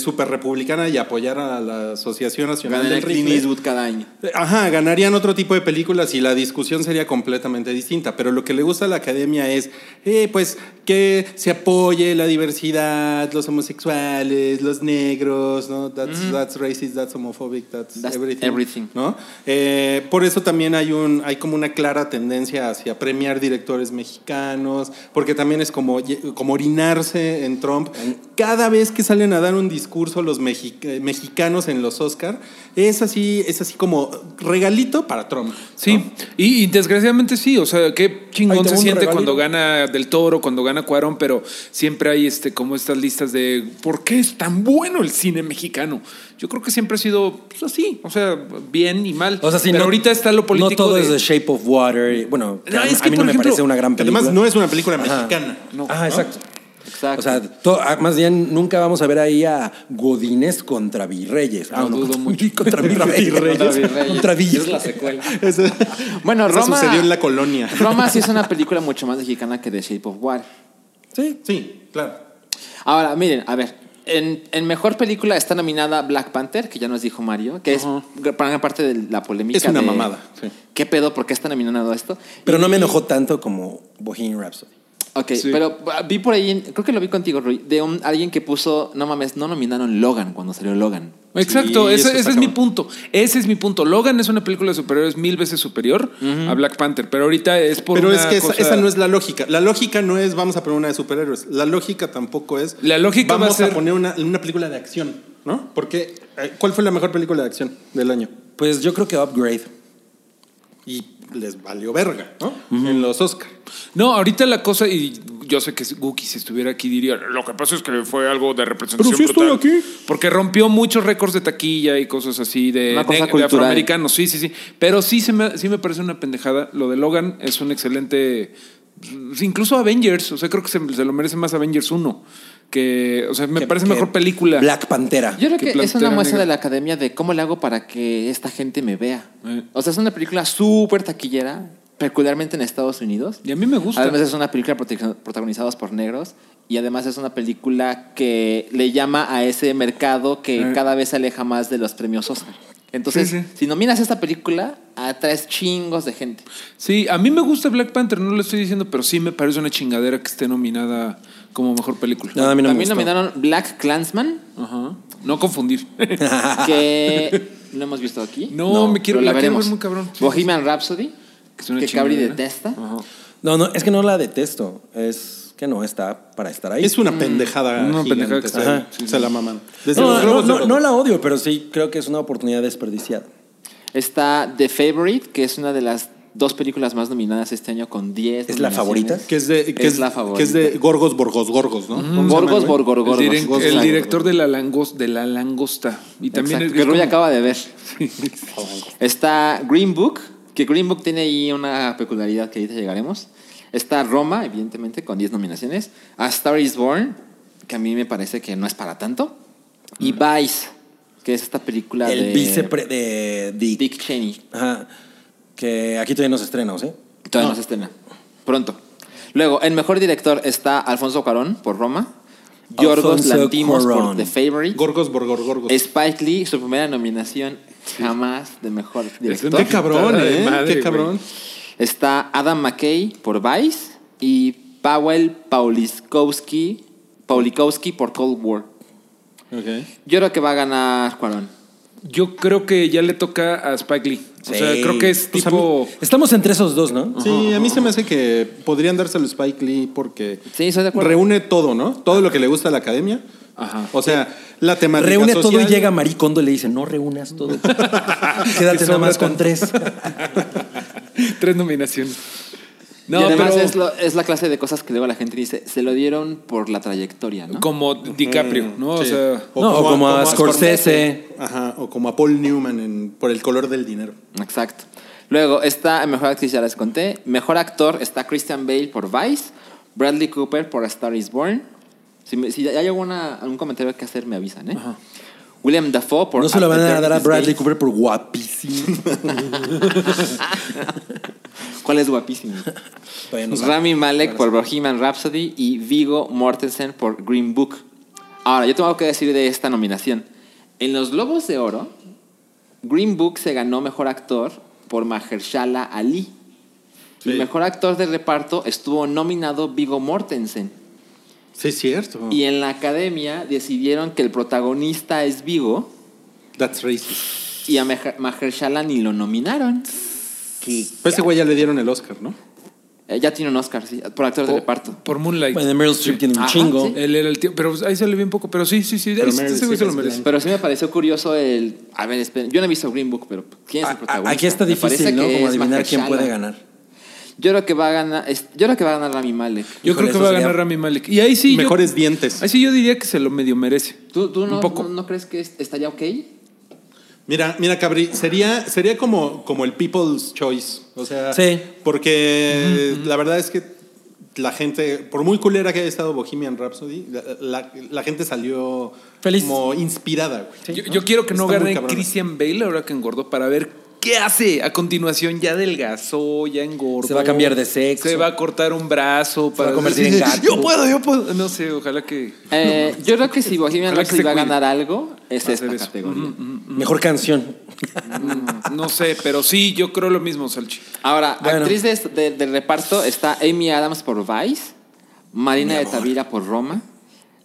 super republicana y apoyara a la Asociación Nacional
Ganaría
del
Clint
Rifle,
Eastwood cada año.
Ajá, ganarían otro tipo de películas y la discusión sería completamente distinta. Pero lo que le gusta a la academia es, eh, pues, que se apoye la diversidad, los homosexuales, los negros, ¿no? That's, that's racist, that's homophobic, that's,
That's
everything.
everything.
¿no? Eh, por eso también hay, un, hay como una clara tendencia hacia premiar directores mexicanos, porque también es como, ye- como orinarse en Trump. Cada vez que salen a dar un discurso los mexi- eh, mexicanos en los Oscar, es así, es así como regalito para Trump.
Sí, y, y desgraciadamente sí, o sea, qué
Ahí
chingón
te va
se
un
siente
regalito.
cuando gana Del Toro, cuando gana Cuarón, pero siempre hay este como estas listas de ¿por qué es tan bueno el cine mexicano? Yo creo que siempre ha sido pues, así, o sea, bien y mal.
O sea, si
pero
no,
ahorita está lo político
No todo
de-
es The Shape of Water. y- Bueno,
No,
a,
es
a
que,
mí no
por
me
ejemplo,
parece una gran
Que
película.
Además, no es una película mexicana.
ah, exacto.
Exacto.
O sea, to- ah, más bien nunca vamos a ver ahí a Godines contra Virreyes. Ah,
No
[LAUGHS]
dudo mucho. [LAUGHS]
contra Virreyes.
Virreyes.
Contra Virreyes.
Eso, [LAUGHS]
bueno,
eso
Roma.
sucedió en la colonia.
Roma sí es una película mucho más mexicana que The Shape of War.
Sí.
Sí, claro.
Ahora, miren, a ver. en, en mejor película está nominada Black Panther, que ya nos dijo Mario, que es gran- gran parte de la polémica.
Es una
de,
mamada, sí.
¿Qué pedo? ¿Por qué está nominado a esto?
Pero
Y-
no me enojó tanto como Bohemian Rhapsody.
Ok, pero ah, vi por ahí, en- creo que lo vi contigo, Rui, de un, alguien que puso, no mames, no nominaron Logan cuando salió Logan.
Exacto,
Sí, eso
ese,
está
ese es mi
cabrón.
punto. Ese es mi punto. Logan es una película de superhéroes mil veces superior a Black Panther, pero ahorita es por
Pero
una
es que esa,
cosa-
esa no es la lógica. La lógica no es vamos a poner una de superhéroes. La lógica tampoco es
La lógica va
vamos
a ser-
poner una, una película de acción, ¿no? Porque eh, ¿cuál fue la mejor película de acción del año?
Pues yo creo que Upgrade.
Y les valió verga, ¿no? En los Oscar.
No, ahorita la cosa, y yo sé que Guki si estuviera aquí diría, lo que pasa es que fue algo de representación
Pero sí estoy
brutal".
aquí.
Porque rompió muchos récords de taquilla y cosas así de,
Una cosa
de- de
cultural.
afroamericanos. Sí, sí, sí. Pero sí, se me, sí me parece una pendejada. Lo de Logan es un excelente... pues, Incluso Avengers, o sea, creo que se, se lo merece más Avengers 1, que, o sea, me
Que-
parece
que
mejor película.
Black Pantera.
Yo creo
Qué
que es
plantera
una muestra
negra.
de la academia de cómo le hago para que esta gente me vea.
Eh.
O sea, es una película súper taquillera, peculiarmente en Estados Unidos.
Y a mí me gusta.
Además es una película prote- protagonizada por negros y además es una película que le llama a ese mercado que
Eh.
cada vez se aleja más de los premios Oscar. Entonces,
Sí, sí.
si nominas esta película, atraes chingos de gente.
Sí, a mí me gusta Black Panther, no lo estoy diciendo, pero sí me parece una chingadera que esté nominada como mejor película.
No, a mí no me
También
gustó.
nominaron Black
[LAUGHS]
Klansman,
Ajá. No confundir.
que no hemos visto aquí.
No, me quiero-
pero
la quiero ver muy cabrón. Sí,
Bohemian Rhapsody,
es una
que Cabri
chingadera.
detesta.
No, no, es que no la detesto. Es que no está para estar ahí.
Es una pendejada.
mm, Una
gigante,
pendejada que-
se-
Ajá.
Se, la maman. Desde
No,
los
no,
globos de
no,
oro.
no la odio, pero sí creo que es una oportunidad desperdiciada.
Está The Favorite, que es una de las dos películas más nominadas este año con 10.
¿Es la
nominaciones.
favorita?
Que es de, que
Es
es,
la favorita.
que es de Gorgos Borgos Gorgos, ¿no? ¿Cómo se llama,
Borgos
güey?
Borgor
Mm. El,
Gorgos.
direc-
Exacto,
el director de la, langos- de la langosta. Y también es-
que
es
Rui
como- [LAUGHS]
acaba de ver. Está Green Book, que Green Book tiene ahí una peculiaridad que ahorita llegaremos. Está Roma, evidentemente, con 10 nominaciones. A Star is Born, que a mí me parece que no es para tanto. Y Vice, que es esta película
El
de
vicepre de Dick.
Dick Cheney.
Ajá. Que aquí todavía no se estrena, ¿o ¿sí?
Todavía no. se estrena. Pronto. Luego, el mejor director está Alfonso Cuarón por Roma. Yorgos
Alfonso
Lantimos por
Cuarón.
The Favorite.
Gorgos Borgor Gorgos.
Spike Lee, su primera nominación jamás de mejor
Es
director.
una
Qué cabrón,
putada de
¿eh?
madre,
Qué
güey.
cabrón.
Está Adam McKay por Vice y Powell Pauliskowski, Paulikowski por Cold War. Yo creo que va a ganar Cuarón.
Yo creo que ya le toca a Spike Lee. O sea,
Sí.
creo que es
Pues a
tipo.
mí- estamos entre esos dos, ¿no?
Sí, a mí se me hace que podrían dárselo a Spike Lee porque
Sí, estoy de acuerdo.
reúne todo, ¿no? Todo lo que le gusta a la academia.
Ajá.
O sea, la temática
Reúne todo y
social.
llega Marie Kondo y le dice, no reúnas
[LAUGHS]
todo. Quédate nada más con tres.
[LAUGHS] Tres nominaciones. No,
y además
pero.
es, lo- es la clase de cosas que luego la gente dice, se lo dieron por la trayectoria, ¿no?
Como DiCaprio, ¿no? O
Sí.
sea.
No, o como a Scorsese.
Ajá, o como a Paul Newman en Por el color del dinero.
Exacto. Luego está Mejor Actriz, ya les conté. Mejor Actor está Christian Bale por Vice, Bradley Cooper por A Star Is Born. Si, me- si hay alguna, algún comentario que hacer, me avisan, ¿eh? William Dafoe por...
No se lo van a dar a
Eternity
Bradley
Space.
Cooper por guapísimo.
¿Cuál es guapísimo?
[LAUGHS]
Pues
Todavía no sabe.
Rami Malek por Bohemian Rhapsody y Vigo Mortensen por Green Book. Ahora, yo tengo algo que decir de esta nominación. En los Globos de Oro, Green Book se ganó Mejor Actor por Mahershala Ali. Y Mejor Actor de Reparto estuvo nominado Vigo Mortensen.
Sí, es cierto.
Oh.
Y en la Academia decidieron que el protagonista es Vigo
That's racist.
y a Meher- Mahershala ni lo nominaron.
Pues ese güey ya le dieron el Oscar, ¿no?
Eh, ya tiene un Oscar, sí, por actor de
Oh.
por-
reparto.
Por Moonlight.
Bueno, Meryl Streep tiene un
Ajá,
chingo.
sí.
Él era el tío. Pero ahí sale bien poco. Pero sí, sí, sí.
Pero
ese
Meryl
güey se
Streep
lo
es
merece.
Pero sí me pareció curioso el. A ver, esperen. Yo no he visto Green Book, pero ¿quién es el
A- a-
protagonista?
Aquí está
Me parece
difícil, ¿no?
que
Como
es
adivinar quién
Mahershala.
puede ganar.
Yo creo que va a ganar. es- Yo creo que va a ganar Rami Malek.
Yo
Híjole,
creo que
eso
va a
sería-
ganar Rami Malek. Y ahí sí. yo-
Mejores dientes.
Ahí sí yo diría que se lo medio merece.
¿Tú, tú
Un
no,
poco.
no- no crees que es- estaría ok?
Mira, mira, Cabri, sería, sería como, como el People's Choice. O sea,
Sí.
porque la verdad es que la gente, por muy culera que haya estado Bohemian Rhapsody, la, la- la gente salió
Feliz.
como inspirada, güey.
Yo, yo quiero que no
Está muy
gane
cabrona.
Christian Bale ahora que engordó para ver qué ¿qué hace? A continuación ya adelgazó, ya engordó.
Se va a cambiar de sexo.
Se va a cortar un brazo.
va a convertir en gato.
Yo puedo, yo puedo. [LAUGHS] No sé, ojalá que...
Eh, yo creo que si Bohemian
Ojalá que
Rhapsody
se
va a
cuide.
ganar algo, es
Va a
esta
ser eso.
categoría.
Mejor canción.
No sé, pero sí, yo creo lo mismo, Salchi.
Ahora,
Bueno.
actrices de- del reparto está Amy Adams por Vice, Marina de Tavira por Roma,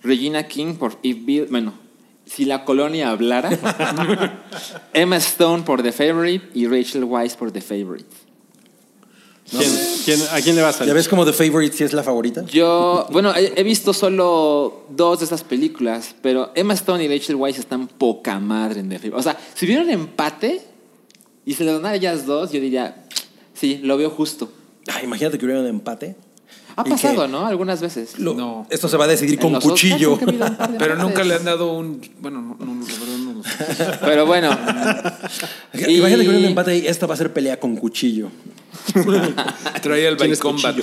Regina King por If Bill, bueno, si la colonia
[LAUGHS]
hablara, Emma Stone por The Favorite y Rachel Weisz por The Favorite.
¿Quién- quién- ¿A quién le vas a
¿Ya ves como The Favorite sí es la favorita?
Yo, bueno, he, he visto solo dos de esas películas, pero Emma Stone y Rachel Weisz están poca madre en The Favorite. O sea, si hubiera un empate y se lo dan a ellas dos, yo diría, sí, lo veo justo.
Ay, imagínate que hubiera un empate.
Ha
¿Y
pasado,
qué?
¿no? Algunas veces.
Lo-
No.
Esto se va a decidir
En
con
los Oscars
cuchillo.
creo que ha habido un par de
Pero nunca
pues.
veces.
le han dado un... Bueno, no, no, la verdad no lo sé.
Pero bueno.
[LAUGHS]
Y-
Imagínate que hubiera un empate y esta va a ser pelea con cuchillo.
Trae al By Combat.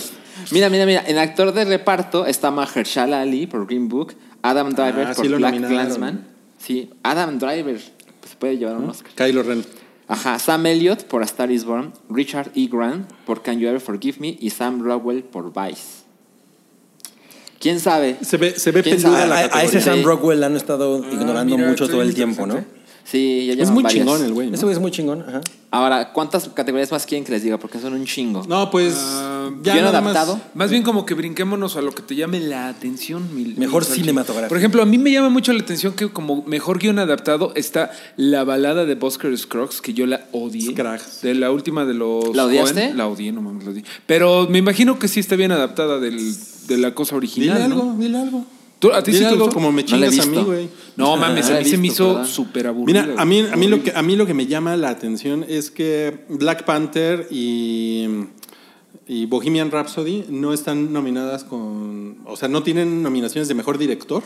Mira, mira, mira. En actor de reparto está Mahershala Ali por Green Book, Adam Driver
Ah,
por
sí lo
Black
nominaron.
Clansman. Sí, Adam Driver pues, se puede llevar un Oscar.
Kylo Ren.
Ajá, Sam Elliott por A Star Is Born, Richard E. Grant por Can You Ever Forgive Me y Sam Rockwell por Vice. ¿Quién sabe?
Se ve, se ve
¿Quién
A,
peluda
sabe?
la
a- a
categoría. Ah,
ese Sam
Sí.
Rockwell la han estado ignorando
mira,
mucho
sí,
todo el tiempo, ¿no?
Sí, ya
Es
llevan
muy
varias.
chingón el güey. ¿no?
Ese güey es muy chingón. Ajá.
Ahora, ¿cuántas categorías más quieren que les diga? Porque son un chingo.
No, pues.
Ah,
ya
guión
nada más-
adaptado.
Más bien como que brinquémonos a lo que te llame la atención. mi-
Mejor
mi Salchi.
cinematográfico.
Por ejemplo, a mí me llama mucho la atención que como mejor guión adaptado está la balada de Busker Scruggs, que yo la odié.
Scruggs.
De la última de los
¿La odiaste?
Coen. La odié, no mames, la odié. Pero me imagino que sí está bien adaptada del- de la cosa original,
Dile
¿no?
algo, dile algo.
¿Tú- a ti sí
Dile
te
algo
gustó?
como me
No la he
chingas a mí,
visto. Ah,
güey.
No, mames,
No
a
la
mí
he
se me
visto,
hizo
perdón.
súper aburrida.
Mira, a mí, a, mí lo que, a mí lo que me llama la atención es que Black Panther y, y Bohemian Rhapsody no están nominadas con. O sea, no tienen nominaciones de mejor director,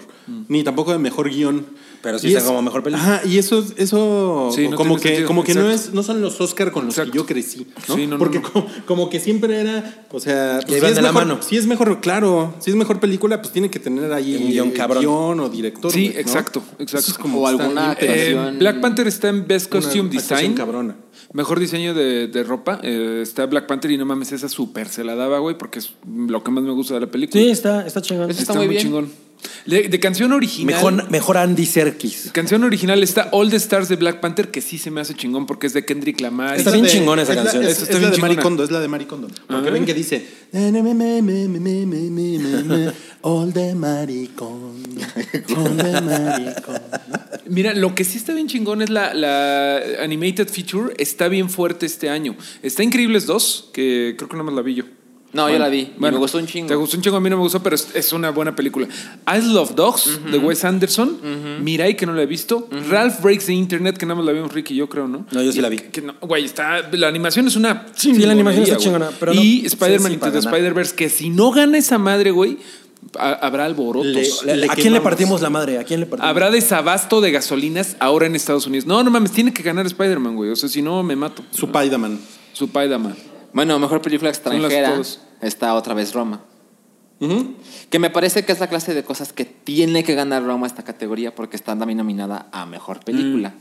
ni tampoco de mejor guión.
Pero sí
Y
están como mejor película.
Ajá, y eso, eso
Sí, no
como
tiene
que,
sentido,
como que no,
exacto.
es, no son los Oscar con los
Exacto.
que yo crecí. ¿no?
Sí, no, no,
Porque
no.
Como, como que siempre era. O sea,
Que iban
es
de la
mejor,
mano.
si es mejor, claro, si es mejor película, pues tiene que tener ahí
Un guión cabrón.
guión o director.
Sí,
güey, ¿no?
exacto, exacto.
Eso es como
O
está
alguna
bien
Eh,
actuación-
Black Panther está en Best
una
Costume
actuación
Design.
cabrona.
Mejor diseño de, de ropa. eh, está Black Panther y no mames, esa súper se la daba, güey, porque es lo que más me gusta de la película.
Sí, está, está chingón.
Eso está muy bien.
chingón. De, de canción original.
Mejor, mejor Andy Serkis.
Canción original está All the Stars de Black Panther, que sí se me hace chingón porque es de Kendrick
Está
Lamar. Y-
Esa
bien
de-
chingona esa
es la-
canción.
Es,
Eso
es
está
la
bien
de
chingona.
Maricondo, es la de Maricondo. Porque ven que dice. "Na, na, me, me, me, me, me, me, me, All the Maricondo. All the Maricondo.
Mira, lo que sí está bien chingón es la, la Animated Feature. Está bien fuerte este año. Está Increíbles 2, que creo que nomás la vi yo.
No, yo la vi. y me gustó un chingo.
Te gustó un chingo, a mí no me gustó, pero es, es una buena película. Isle of Dogs, de Wes Anderson. Mirai, que no la he visto. Ralph Breaks the Internet, que nada más la vimos Ricky y yo, creo, ¿no?
No, yo sí
Y-
la vi.
que no- Güey, está. La animación es una.
la animación está
chingonería, güey.
chingona, pero
y
no-
Spider-Man
sí, sí,
Into the
para ganar.
Spider-Verse, que si no gana esa madre, güey, ha- habrá alborotos.
Le-
le
¿A quién le
quemamos.
partimos la madre? ¿A quién le partimos?
Habrá desabasto de gasolinas ahora en Estados Unidos. No, no mames, tiene que ganar Spider-Man, güey. O sea, si no, me mato.
Su Paidaman.
Su Spider-Man.
Bueno, mejor película
las
extranjera
todos.
está otra vez Roma. Que me parece que es la clase de cosas que tiene que ganar Roma esta categoría porque está también nominada a mejor película.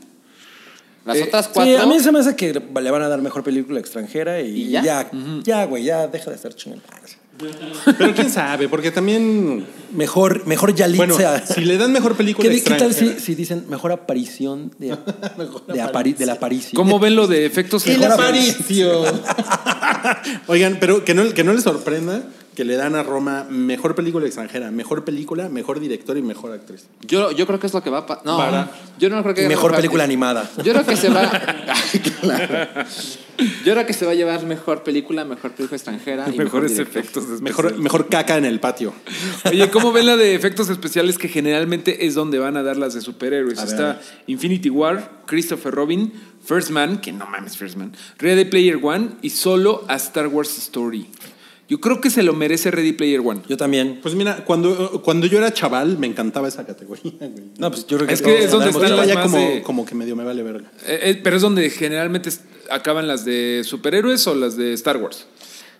Las
Eh,
otras
Sí,
cuatro.
a mí se me hace que le van a dar mejor película extranjera y,
¿Y
ya.
ya?
Ya, güey, ya deja de estar chingón.
Pero quién sabe, porque también.
Mejor, mejor Yalitza.
Bueno, si le dan mejor película
¿Qué, di- qué tal si,
extranjera?
si dicen mejor aparición de, de, apari- de la aparición?
¿Cómo ven lo de efectos
¡El
especiales?
aparicio! Oigan, pero que no, que no les sorprenda que le dan a Roma mejor película extranjera, mejor película, mejor director y mejor actriz.
Yo, yo creo que es lo que va a pasar. No,
Para-
yo no creo que.
Y
gane
mejor
mejor
película
actriz.
animada.
Yo creo que se va. Ay, claro. Yo creo que se va a llevar mejor película, mejor película extranjera. Y mejor
Mejores
director.
efectos
Pues
especiales.
Mejor, mejor caca en el patio.
Oye, ¿cómo ven la de efectos especiales que generalmente es donde van a dar las de superhéroes? Está Infinity War, Christopher Robin, First Man, que no mames First Man, Ready Player One y solo a Star Wars Story. Yo creo que se lo merece Ready Player One.
Yo también.
Pues mira, cuando, cuando yo era chaval me encantaba esa categoría, güey.
No, pues yo creo que
Es
todos
que es donde
ganamos.
están
Ahorita
las
ya
más
como,
de-
como que medio me vale verga.
Eh, eh, pero es donde generalmente es- acaban las de superhéroes o las de Star Wars.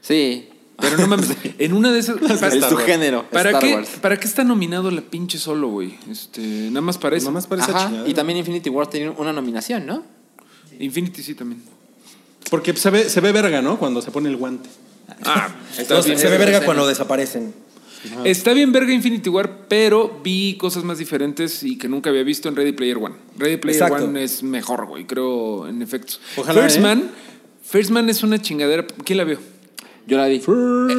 Sí.
Pero no [LAUGHS] mames, en una de esas.
Es su género.
¿Para
Star
qué,
Wars.
¿Para qué está nominado la pinche solo, güey? Este, nada más para eso.
Nada más parece
Ajá,
chingada.
Y también Infinity War tiene una nominación, ¿no?
[LAUGHS] Infinity sí también.
Porque se ve, se ve verga, ¿no? Cuando se pone el guante.
Ah,
No, se se ve verga cuando desaparecen.
Está bien verga Infinity War, pero vi cosas más diferentes y que nunca había visto en Ready Player One. Ready Player
Exacto.
One es mejor, güey, creo, en efectos.
Ojalá,
First
¿eh?
Man, First Man es una chingadera. ¿Quién la vio?
Yo la vi.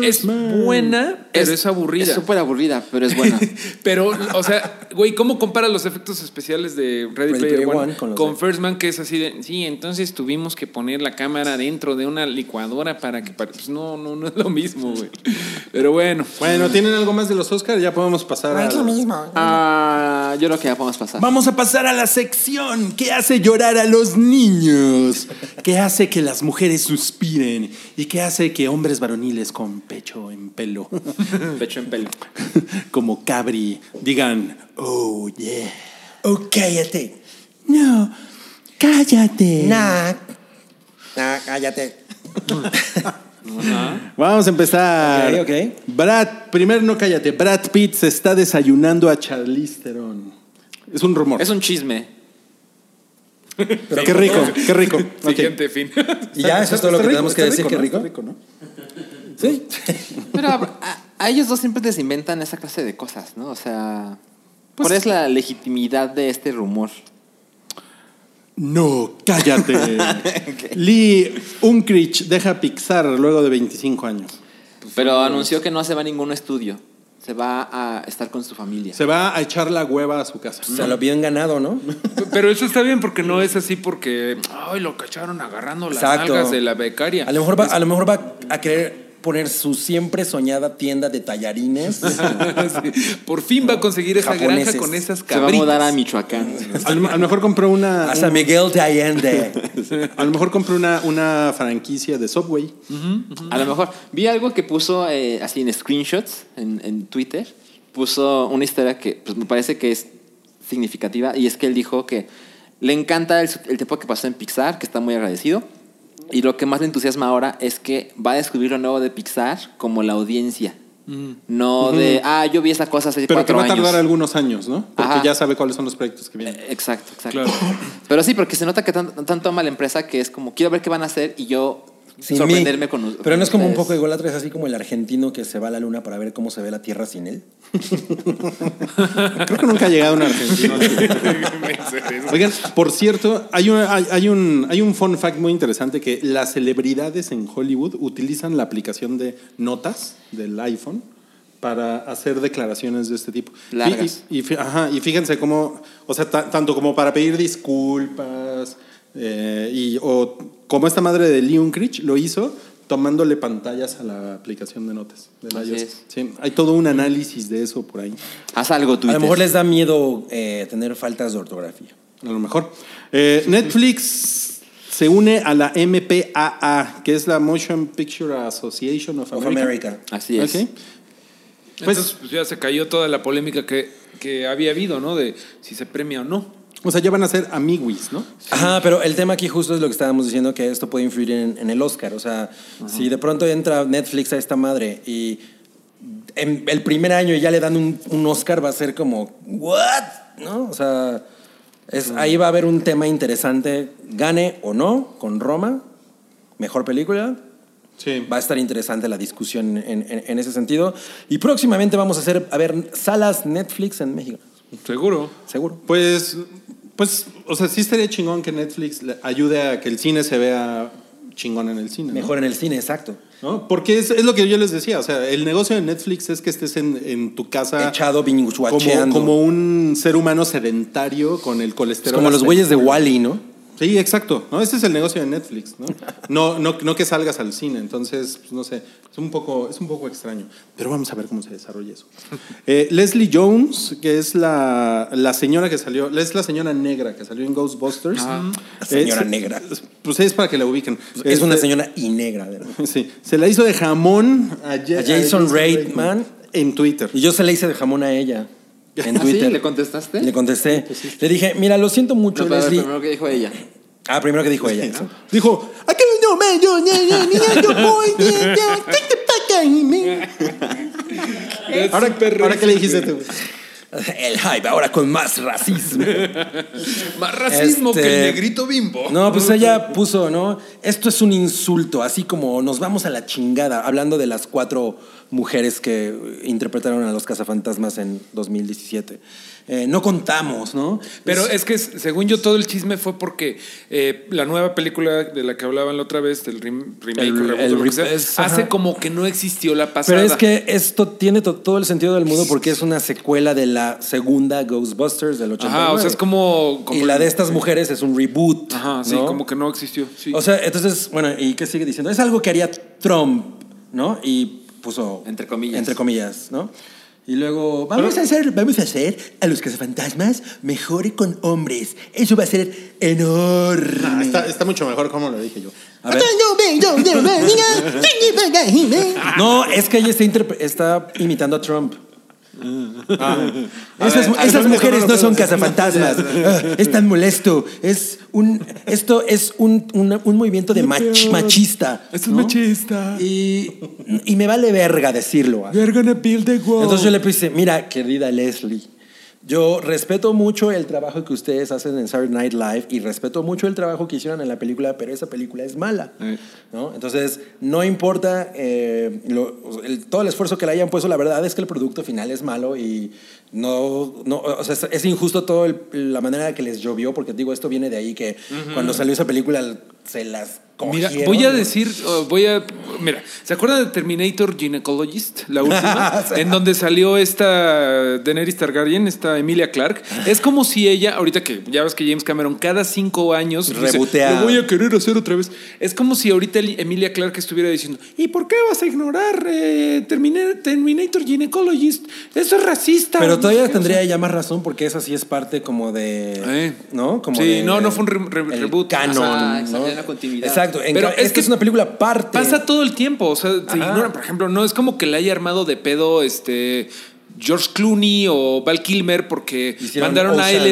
Es buena, pero es, aburrida.
Es pues. súper aburrida, pero es buena.
[LAUGHS] Pero, o sea, güey, ¿cómo comparas los efectos especiales de Ready,
Ready
Player
Player
One,
One con
con,
los de-
First Man, que es así de, sí, entonces tuvimos que poner la cámara dentro de una licuadora para que, pare-". pues no, no, no es lo mismo, güey. Pero bueno,
Bueno, ¿tienen algo más de los Oscars? Ya podemos pasar
No
a.
es lo mismo.
Ah, yo creo que ya podemos pasar.
Vamos a pasar a la sección que hace llorar a los niños, que hace que las mujeres suspiren y que hace que hombres varoniles con pecho en
[LAUGHS]
pelo,
Pecho en pelo.
como Cabri, digan, oh yeah,
Oh, cállate.
no, cállate.
Nah.
Ah, cállate.
Vamos a empezar.
Ok, ok.
Brad, primero no cállate. Brad Pitt se está desayunando a Charlize Theron. Es un rumor.
Es un chisme.
qué rico, qué
[LAUGHS]
rico. Ok.
siguiente fin.
Y ya, eso es todo lo que
Está
tenemos
rico,
que
está
decir. Qué
¿no?
rico.
Está ¿no?
Sí.
Pero a, a- a ellos dos siempre les inventan esa clase de cosas, ¿no? O sea, ¿cuál es la legitimidad de este rumor?
No, [LAUGHS] cállate. Lee Unkrich deja Pixar luego de 25 años.
Pues Pero anunció que no se va a ningún estudio. Se va a estar con su familia.
Se va a echar la hueva a su casa.
Se lo bien ganado, ¿no?
Pero eso está bien porque no es así porque, ay, lo cacharon agarrando las
Exacto.
nalgas de la becaria.
A
[LAUGHS]
lo mejor va, a lo mejor va a querer poner su siempre soñada tienda de tallarines.
Sí. Por fin va a conseguir esa
Japoneses.
granja con esas
Se va a
cabritas.
mudar a Michoacán.
A lo, a lo mejor compró
[LAUGHS]
una.
a San Miguel de Allende.
A lo mejor compró una, una franquicia de Subway.
A lo mejor. Vi algo que puso eh, así en screenshots en, en Twitter. Puso una historia que pues, me parece que es significativa. Y es que él dijo que le encanta el, el tiempo que pasó en Pixar, que está muy agradecido. Y lo que más le entusiasma ahora es que va a descubrir lo nuevo de Pixar como la audiencia. No de, ah, yo vi esa cosa hace
Pero que
cuatro
va a tardar
años".
algunos años, ¿no? Porque
Ajá.
ya sabe cuáles son los proyectos que
Eh.
vienen.
Exacto, exacto.
Claro.
Pero sí, porque se nota que tan- tanto ama la empresa que es como, quiero ver qué van a hacer y yo
Sin
sorprenderme
mí.
con us-
Pero no es como un
ustedes.
poco igual atrás, así como el argentino que se va a la luna para ver cómo se ve la tierra sin él.
Creo que nunca ha llegado un
[LAUGHS]
argentino. [LAUGHS] Oigan, por cierto, hay, una- hay, hay un, hay un fun fact muy interesante que las celebridades en Hollywood utilizan la aplicación de notas del iPhone para hacer declaraciones de este tipo.
Largas.
Y, y- y fí- ajá, y fíjense cómo, o sea, ta- tanto como para pedir disculpas, eh, y, o como esta madre de Leon Critch lo hizo tomándole pantallas a la aplicación de notas del
Así
iOS.
es.
Sí, hay todo un análisis de eso por ahí.
Haz algo tú.
A lo mejor les da miedo eh, tener faltas de ortografía.
A lo mejor. Eh, Netflix se une a la MPAA, que es la Motion Picture Association of
Of
America.
America.
Así es.
Ok. Pues-
Entonces, [LAUGHS] pues, ya se cayó toda la polémica que, que había habido, ¿no? De si se premia o no.
O sea, ya van a ser amiguis, ¿no?
Ajá, pero el tema aquí justo es lo que estábamos diciendo, que esto puede influir en, en el Oscar. O sea, si de pronto entra Netflix a esta madre y en el primer año ya le dan un, un Oscar, va a ser como, ¿what? ¿No? O sea, es, ahí va a haber un tema interesante, gane o no, con Roma, mejor película.
Sí.
Va a estar interesante la discusión en, en- en ese sentido. Y próximamente vamos a hacer, a ver, salas Netflix en México,
Seguro.
seguro.
Pues, pues, o sea, sí estaría chingón que Netflix le ayude a que el cine se vea chingón en el cine. ¿no?
Mejor en el cine, exacto.
¿No? Porque es, es lo que yo les decía, o sea, el negocio de Netflix es que estés en, en tu casa
Echado,
como,
binguacheando.
como un ser humano sedentario con el
Es
colesterol.
como los
hasta-
güeyes de Wally, ¿no?
Sí, exacto. ¿no? Ese es el negocio de Netflix, ¿no? No, no, no que salgas al cine. Entonces, pues, no sé, es un, poco, es un poco extraño. Pero vamos a ver cómo se desarrolla eso. Eh, Leslie Jones, que es la, la señora que salió, es la señora negra que salió en Ghostbusters.
La señora
se-
negra.
Pues es para que la ubiquen.
Es una
Este,
señora y negra, ¿verdad?
Sí, se la hizo de jamón a, Ye-
A Jason Reitman.
en Twitter.
Y yo se la hice de jamón a
[LAUGHS]
ella en
¿Ah, sí?
Twitter.
¿Le contestaste?
Le contesté. Le dije, mira, lo siento mucho,
No, pero
Leslie.
primero que dijo ella.
Ah, primero que dijo ella. exacto.
Dijo, "I can't do man, yo, yo, yo, yo, yo voy, yo, yo, take the fuck out of me".
Es
Ahora,
súper
ahora, ¿qué le dijiste tú?
El hype, ahora con más
[LAUGHS]
racismo.
Más racismo
Este-
que el negrito bimbo.
No, pues ella puso, ¿no? Esto es un insulto, así como nos vamos a la chingada, hablando de las cuatro mujeres que eh, interpretaron a los cazafantasmas en 2017. Eh, no contamos, ¿no?
Pero
Pues,
es que, según yo, todo el chisme fue porque eh, la nueva película de la que hablaban la otra vez, del rem- remake,
El-
reboot,
el
lo que
re-
sea,
es-
hace
ajá.
como que no existió la pasada.
Pero es que esto tiene to- todo el sentido del mundo porque es una secuela de la segunda Ghostbusters del 89.
Ajá, o sea, es como. como
Y la de estas mujeres es un reboot.
Ajá, sí,
¿no?
como que no existió. sí.
O sea, entonces, bueno, ¿y qué sigue diciendo? Es algo que haría Trump, ¿no? Y puso...
Entre comillas.
Entre comillas, ¿no? Y luego, vamos a hacer, vamos a hacer a los cazafantasmas mejor y con hombres. Eso va a ser enorme.
Ah, está, está mucho mejor como lo dije yo.
A ver. No, es que ella está, interpre- está imitando a Trump.
Ah.
Ah.
A
Esas,
ver, a ver,
esas
eso
mujeres
lo
no
puedo
son
decir.
cazafantasmas. Ah, es tan molesto. Es un, esto es un, un- un movimiento de mach- machista.
Esto es
¿no?
machista.
Y, y me vale verga decirlo. ah.
We're gonna build the wall.
Entonces yo le puse, mira, querida Leslie, yo respeto mucho el trabajo que ustedes hacen en Saturday Night Live y respeto mucho el trabajo que hicieron en la película, pero esa película es mala. ¿no? Entonces, no importa eh, lo- el- todo el esfuerzo que le hayan puesto, la verdad es que el producto final es malo y no, no o sea, es, es injusto toda la manera que les llovió, porque digo, esto viene de ahí que cuando salió esa película se las
Mira,
cogieron.
voy a
¿no?
decir, oh, voy a. Mira, ¿se acuerdan de Terminator Gynecologist?
[LAUGHS]
La última. en donde salió esta Daenerys Targaryen, esta Emilia Clark. Es como si ella, ahorita que ya ves que James Cameron cada cinco años. dice,
Rebotea.
Lo voy a querer hacer otra vez. Es como si ahorita el- Emilia Clark estuviera diciendo: ¿Y por qué vas a ignorar eh, Termina- Terminator Gynecologist? Eso es racista.
Pero todavía
No sé qué, o sea,
tendría ella más razón porque esa sí es parte como de.
Eh.
¿No? Como
Sí,
de-
no, no fue un re- re-
el
reboot.
Canon.
Ajá,
¿no?
Ah, exacto, hay una continuidad.
Exacto. en
Pero
ca-
es
esta
que
es una película parte.
Pasa todo el tiempo, o sea, se
Ajá.
ignoran, por ejemplo, no es como que la haya armado de pedo este George Clooney o Val Kilmer porque
Hicieron
mandaron a
Oceans.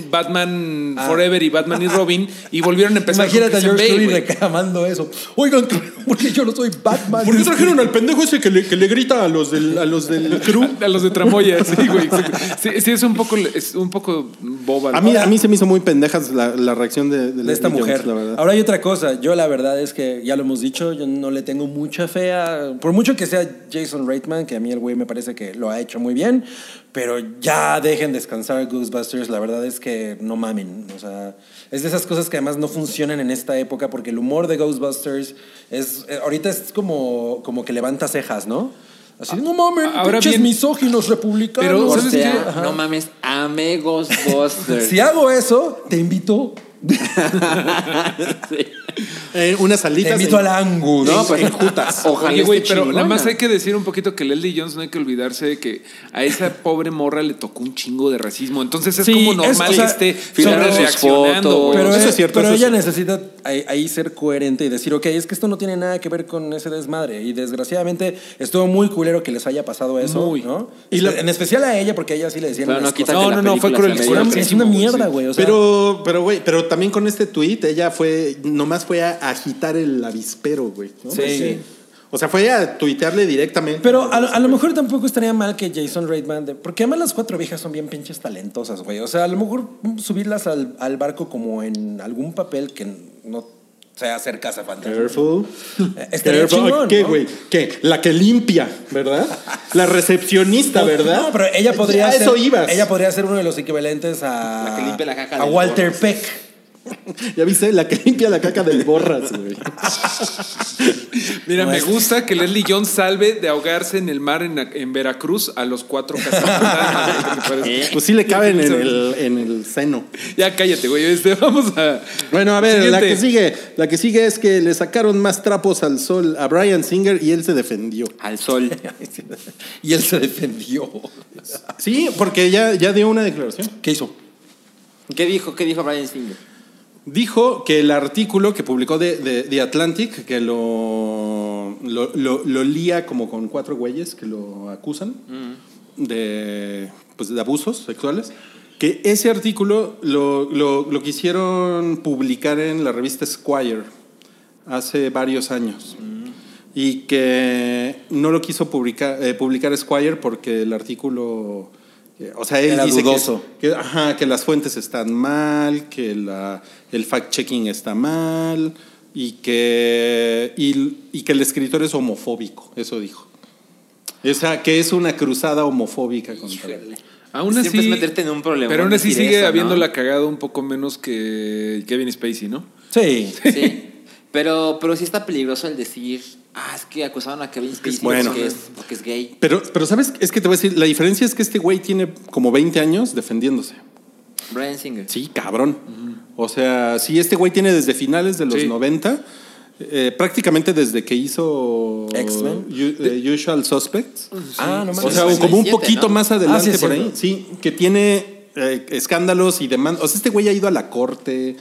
LB Batman
Ah.
Forever y Batman y Robin y volvieron a empezar. con
Imagínate a
Christian
George
Bale,
Clooney
güey.
reclamando eso. Oigan, [LAUGHS] porque yo no soy Batman.
¿Por qué trajeron al pendejo ese que le, que le grita a los del, a los del crew?
[LAUGHS] A los de tramoya, sí, güey. exacto. Sí, sí, es un poco, es un poco boba.
A mí, a mí se me hizo muy pendejas la, la reacción de, de
de esta
Leslie
mujer.
Jones, la verdad.
Ahora hay otra cosa. Yo la verdad es que ya lo hemos dicho, yo no le tengo mucha fe a... Por mucho que sea Jason Reitman, que a mí el güey me parece que lo ha hecho muy bien, pero ya dejen descansar Ghostbusters. La verdad es que no mamen. O sea, es de esas cosas que además no funcionan en esta época porque el humor de Ghostbusters es... eh, Ahorita es como, como que levanta cejas, ¿no? Así, no mamen,
Ah, ahora
ahora pinches
bien-
misóginos republicanos.
Pero,
O
¿sabes
sea,
qué?
no mames, amé Ghostbusters.
si hago eso, te invito,
Sí.
Eh, unas
te
alitas.
invito
en-
al Angus.
No, pues,
en
[LAUGHS]
Jutas.
Ojalá
Oye, güey,
esté
pero nada
chingona.
más hay que decir un poquito que Leslie Jones no hay que olvidarse de que a esa pobre morra le tocó un chingo de racismo. Entonces es
Sí,
como
es,
normal
o sea,
que esté
filtraron
sobre
sus
reaccionando.
fotos.
güey.
Pero,
Eso
e-
es cierto,
pero
eso es
ella necesita ahí, ahí ser coherente y decir, ok, es que esto no tiene nada que ver con ese desmadre. Y desgraciadamente estuvo muy culero que les haya pasado eso,
Muy.
¿no? en especial a ella, porque a ella sí le decían
Pero
unas
no quita
cosas.
que
No,
la
no, no, fue
película
cruel.
sea
Es una-
mediocre.
es una mierda,
sí.
güey. o sea,
pero, pero, güey, pero también con este tweet ella fue, nomás fue a agitar el avispero, güey. ¿no?
Sí.
Ese- O sea, fue a tuitearle directamente.
Pero ah, a, lo- a lo mejor tampoco estaría mal que Jason Reitman, de- porque además las cuatro viejas son bien pinches talentosas, güey. O sea, a lo mejor subirlas al, al barco como en algún papel que no sea hacer casa fantasma.
Careful.
Eh, estaría chingón,
¿Qué,
¿no?
güey? ¿Qué? La que limpia, ¿verdad? La recepcionista, ¿verdad?
No, pero ella podría
A
ser,
eso ibas.
Ella podría ser uno de los equivalentes a
La que limpia la caca
a
del
Walter
Boras.
Peck.
Ya viste, la que limpia la caca del borras, güey.
Mira,
No
me
es-
gusta que Leslie Jones salve de ahogarse en el mar en, en Veracruz a los cuatro
[LAUGHS]
cazafantasmas.
Pues sí le caben en el, en el seno.
ya cállate, güey. Este, vamos a.
Bueno, a ver, la
Siguiente.
que sigue, la que sigue es que le sacaron más trapos al sol a Brian Singer y él se defendió.
[LAUGHS]
Al sol.
Y él se defendió.
Sí, porque ya, ya dio una declaración.
¿Qué hizo?
¿Qué dijo? ¿Qué dijo Brian Singer?
Dijo que el artículo que publicó de, de- de Atlantic, que lo, lo, lo- lo lía como con cuatro güeyes que lo acusan Mm. de, pues, de abusos sexuales, que ese artículo lo, lo- lo quisieron publicar en la revista Squire hace varios años. Y que no lo quiso publicar, eh, publicar Squire porque el artículo eh, o sea, él
Era
dice que-
dudoso.
Que, ajá, que las fuentes están mal, que la, el fact-checking está mal y que, y, y que el escritor es homofóbico, eso dijo. O sea, que es una cruzada homofóbica contra él.
Aún
Siempre
así.
es meterte en un problemón
Pero aún así
decir
sigue
eso, ¿no?
habiéndola cagado un poco menos que Kevin Spacey, ¿no?
Sí.
[LAUGHS] Sí. Pero, pero sí está peligroso el decir, ah, es que acusaron a Kevin Spacey
bueno.
porque, es, porque es gay.
Pero, pero, ¿sabes? Es que te voy a decir, la diferencia es que este güey tiene como 20 años defendiéndose.
Brian Singer.
Sí, cabrón. O sea, sí, este güey tiene desde finales de los
Sí.
90, eh, prácticamente desde que hizo
X-Men.
U- eh, Usual Suspects.
Ah, no
O
mames.
sea, o como un
97,
poquito
¿no?
más adelante
Ah, sí,
por ahí.
cierto.
Sí, que tiene eh, escándalos y demandas. O sea, este güey ha ido a la corte.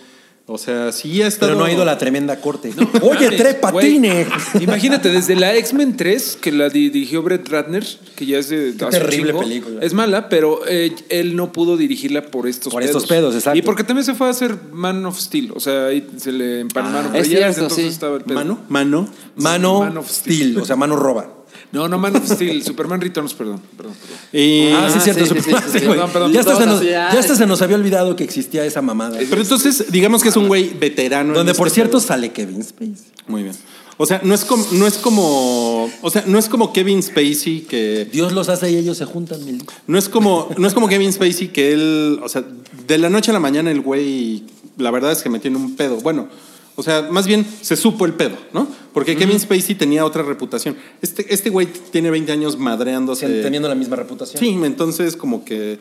O sea, sí ha estado.
Pero no ha ido a la tremenda corte. Oye,
Mames,
tres patines.
güey. [LAUGHS] Imagínate, desde la X-Men 3, que la di- dirigió Brett Ratner, que ya es de. hace un
terrible
chingo.
película.
Es mala, pero eh, él no pudo dirigirla por estos
Por
pedos.
estos pedos, exacto.
Y porque también se fue a hacer Man of Steel. O sea, ahí se le
Ah,
empalmaron.
es
pero ya desde
cierto,
entonces
sí.
estaba el pedo.
Mano, mano.
Mano,
Man of Steel.
Steel, o sea, mano roba.
No, no Man of Steel. [LAUGHS] Superman Returns, perdón. perdón, perdón.
Eh,
Ah, sí,
Ah,
cierto.
sí, sí,
su-
sí, sí, sí.
güey.
Perdón, perdón.
Ya hasta se
ah,
nos-
Todas,
ya hasta se nos había olvidado que existía esa mamada.
pero entonces, digamos que es un güey veterano. en
Donde,
este
por cierto,
pedo.
sale Kevin Spacey.
Muy bien. O sea, no es como, no es como, o sea, no es como Kevin Spacey que,
Dios los hace y ellos se juntan, mil.
no es como, no es como Kevin Spacey que él, o sea, de la noche a la mañana el güey, la verdad es que me tiene un pedo. Bueno, o sea, más bien se supo el pedo, ¿no? Porque Kevin Spacey tenía otra reputación. Este, este güey tiene 20 años madreándose.
Teniendo la misma reputación.
Sí, entonces como que,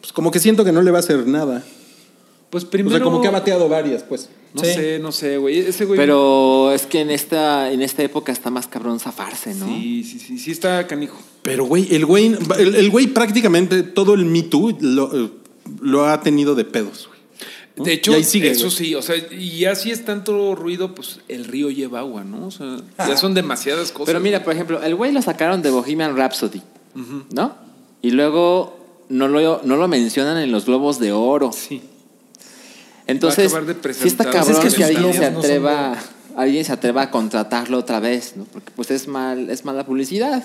pues como que siento que no le va a hacer nada.
Pues
O
primero.
sea, como que ha bateado varias, pues.
No
Sí.
sé, no sé, güey. Ese güey.
Pero es que en esta, en esta época está más cabrón zafarse, ¿no?
Sí, sí, sí. Sí, está canijo.
Pero, güey, el güey, el, el güey prácticamente todo el Me Too lo, eh, lo ha tenido de pedos, güey. ¿no?
De hecho,
Y ahí sigue,
eso
güey.
sí, o sea, y así es tanto ruido, pues el río lleva agua, ¿no? O sea,
Ah.
ya son demasiadas cosas.
Pero mira, por ejemplo, el güey lo sacaron de Bohemian Rhapsody, ¿no? Y luego no lo, no lo mencionan en los Globos de Oro.
Sí.
Entonces,
Va a acabar de
sí está
presentado.
cabrón
Pues es que
que
sus
alguien se
videos no son
atreva, alguien se atreva a contratarlo otra vez, ¿no? Porque pues es mal, es mala publicidad.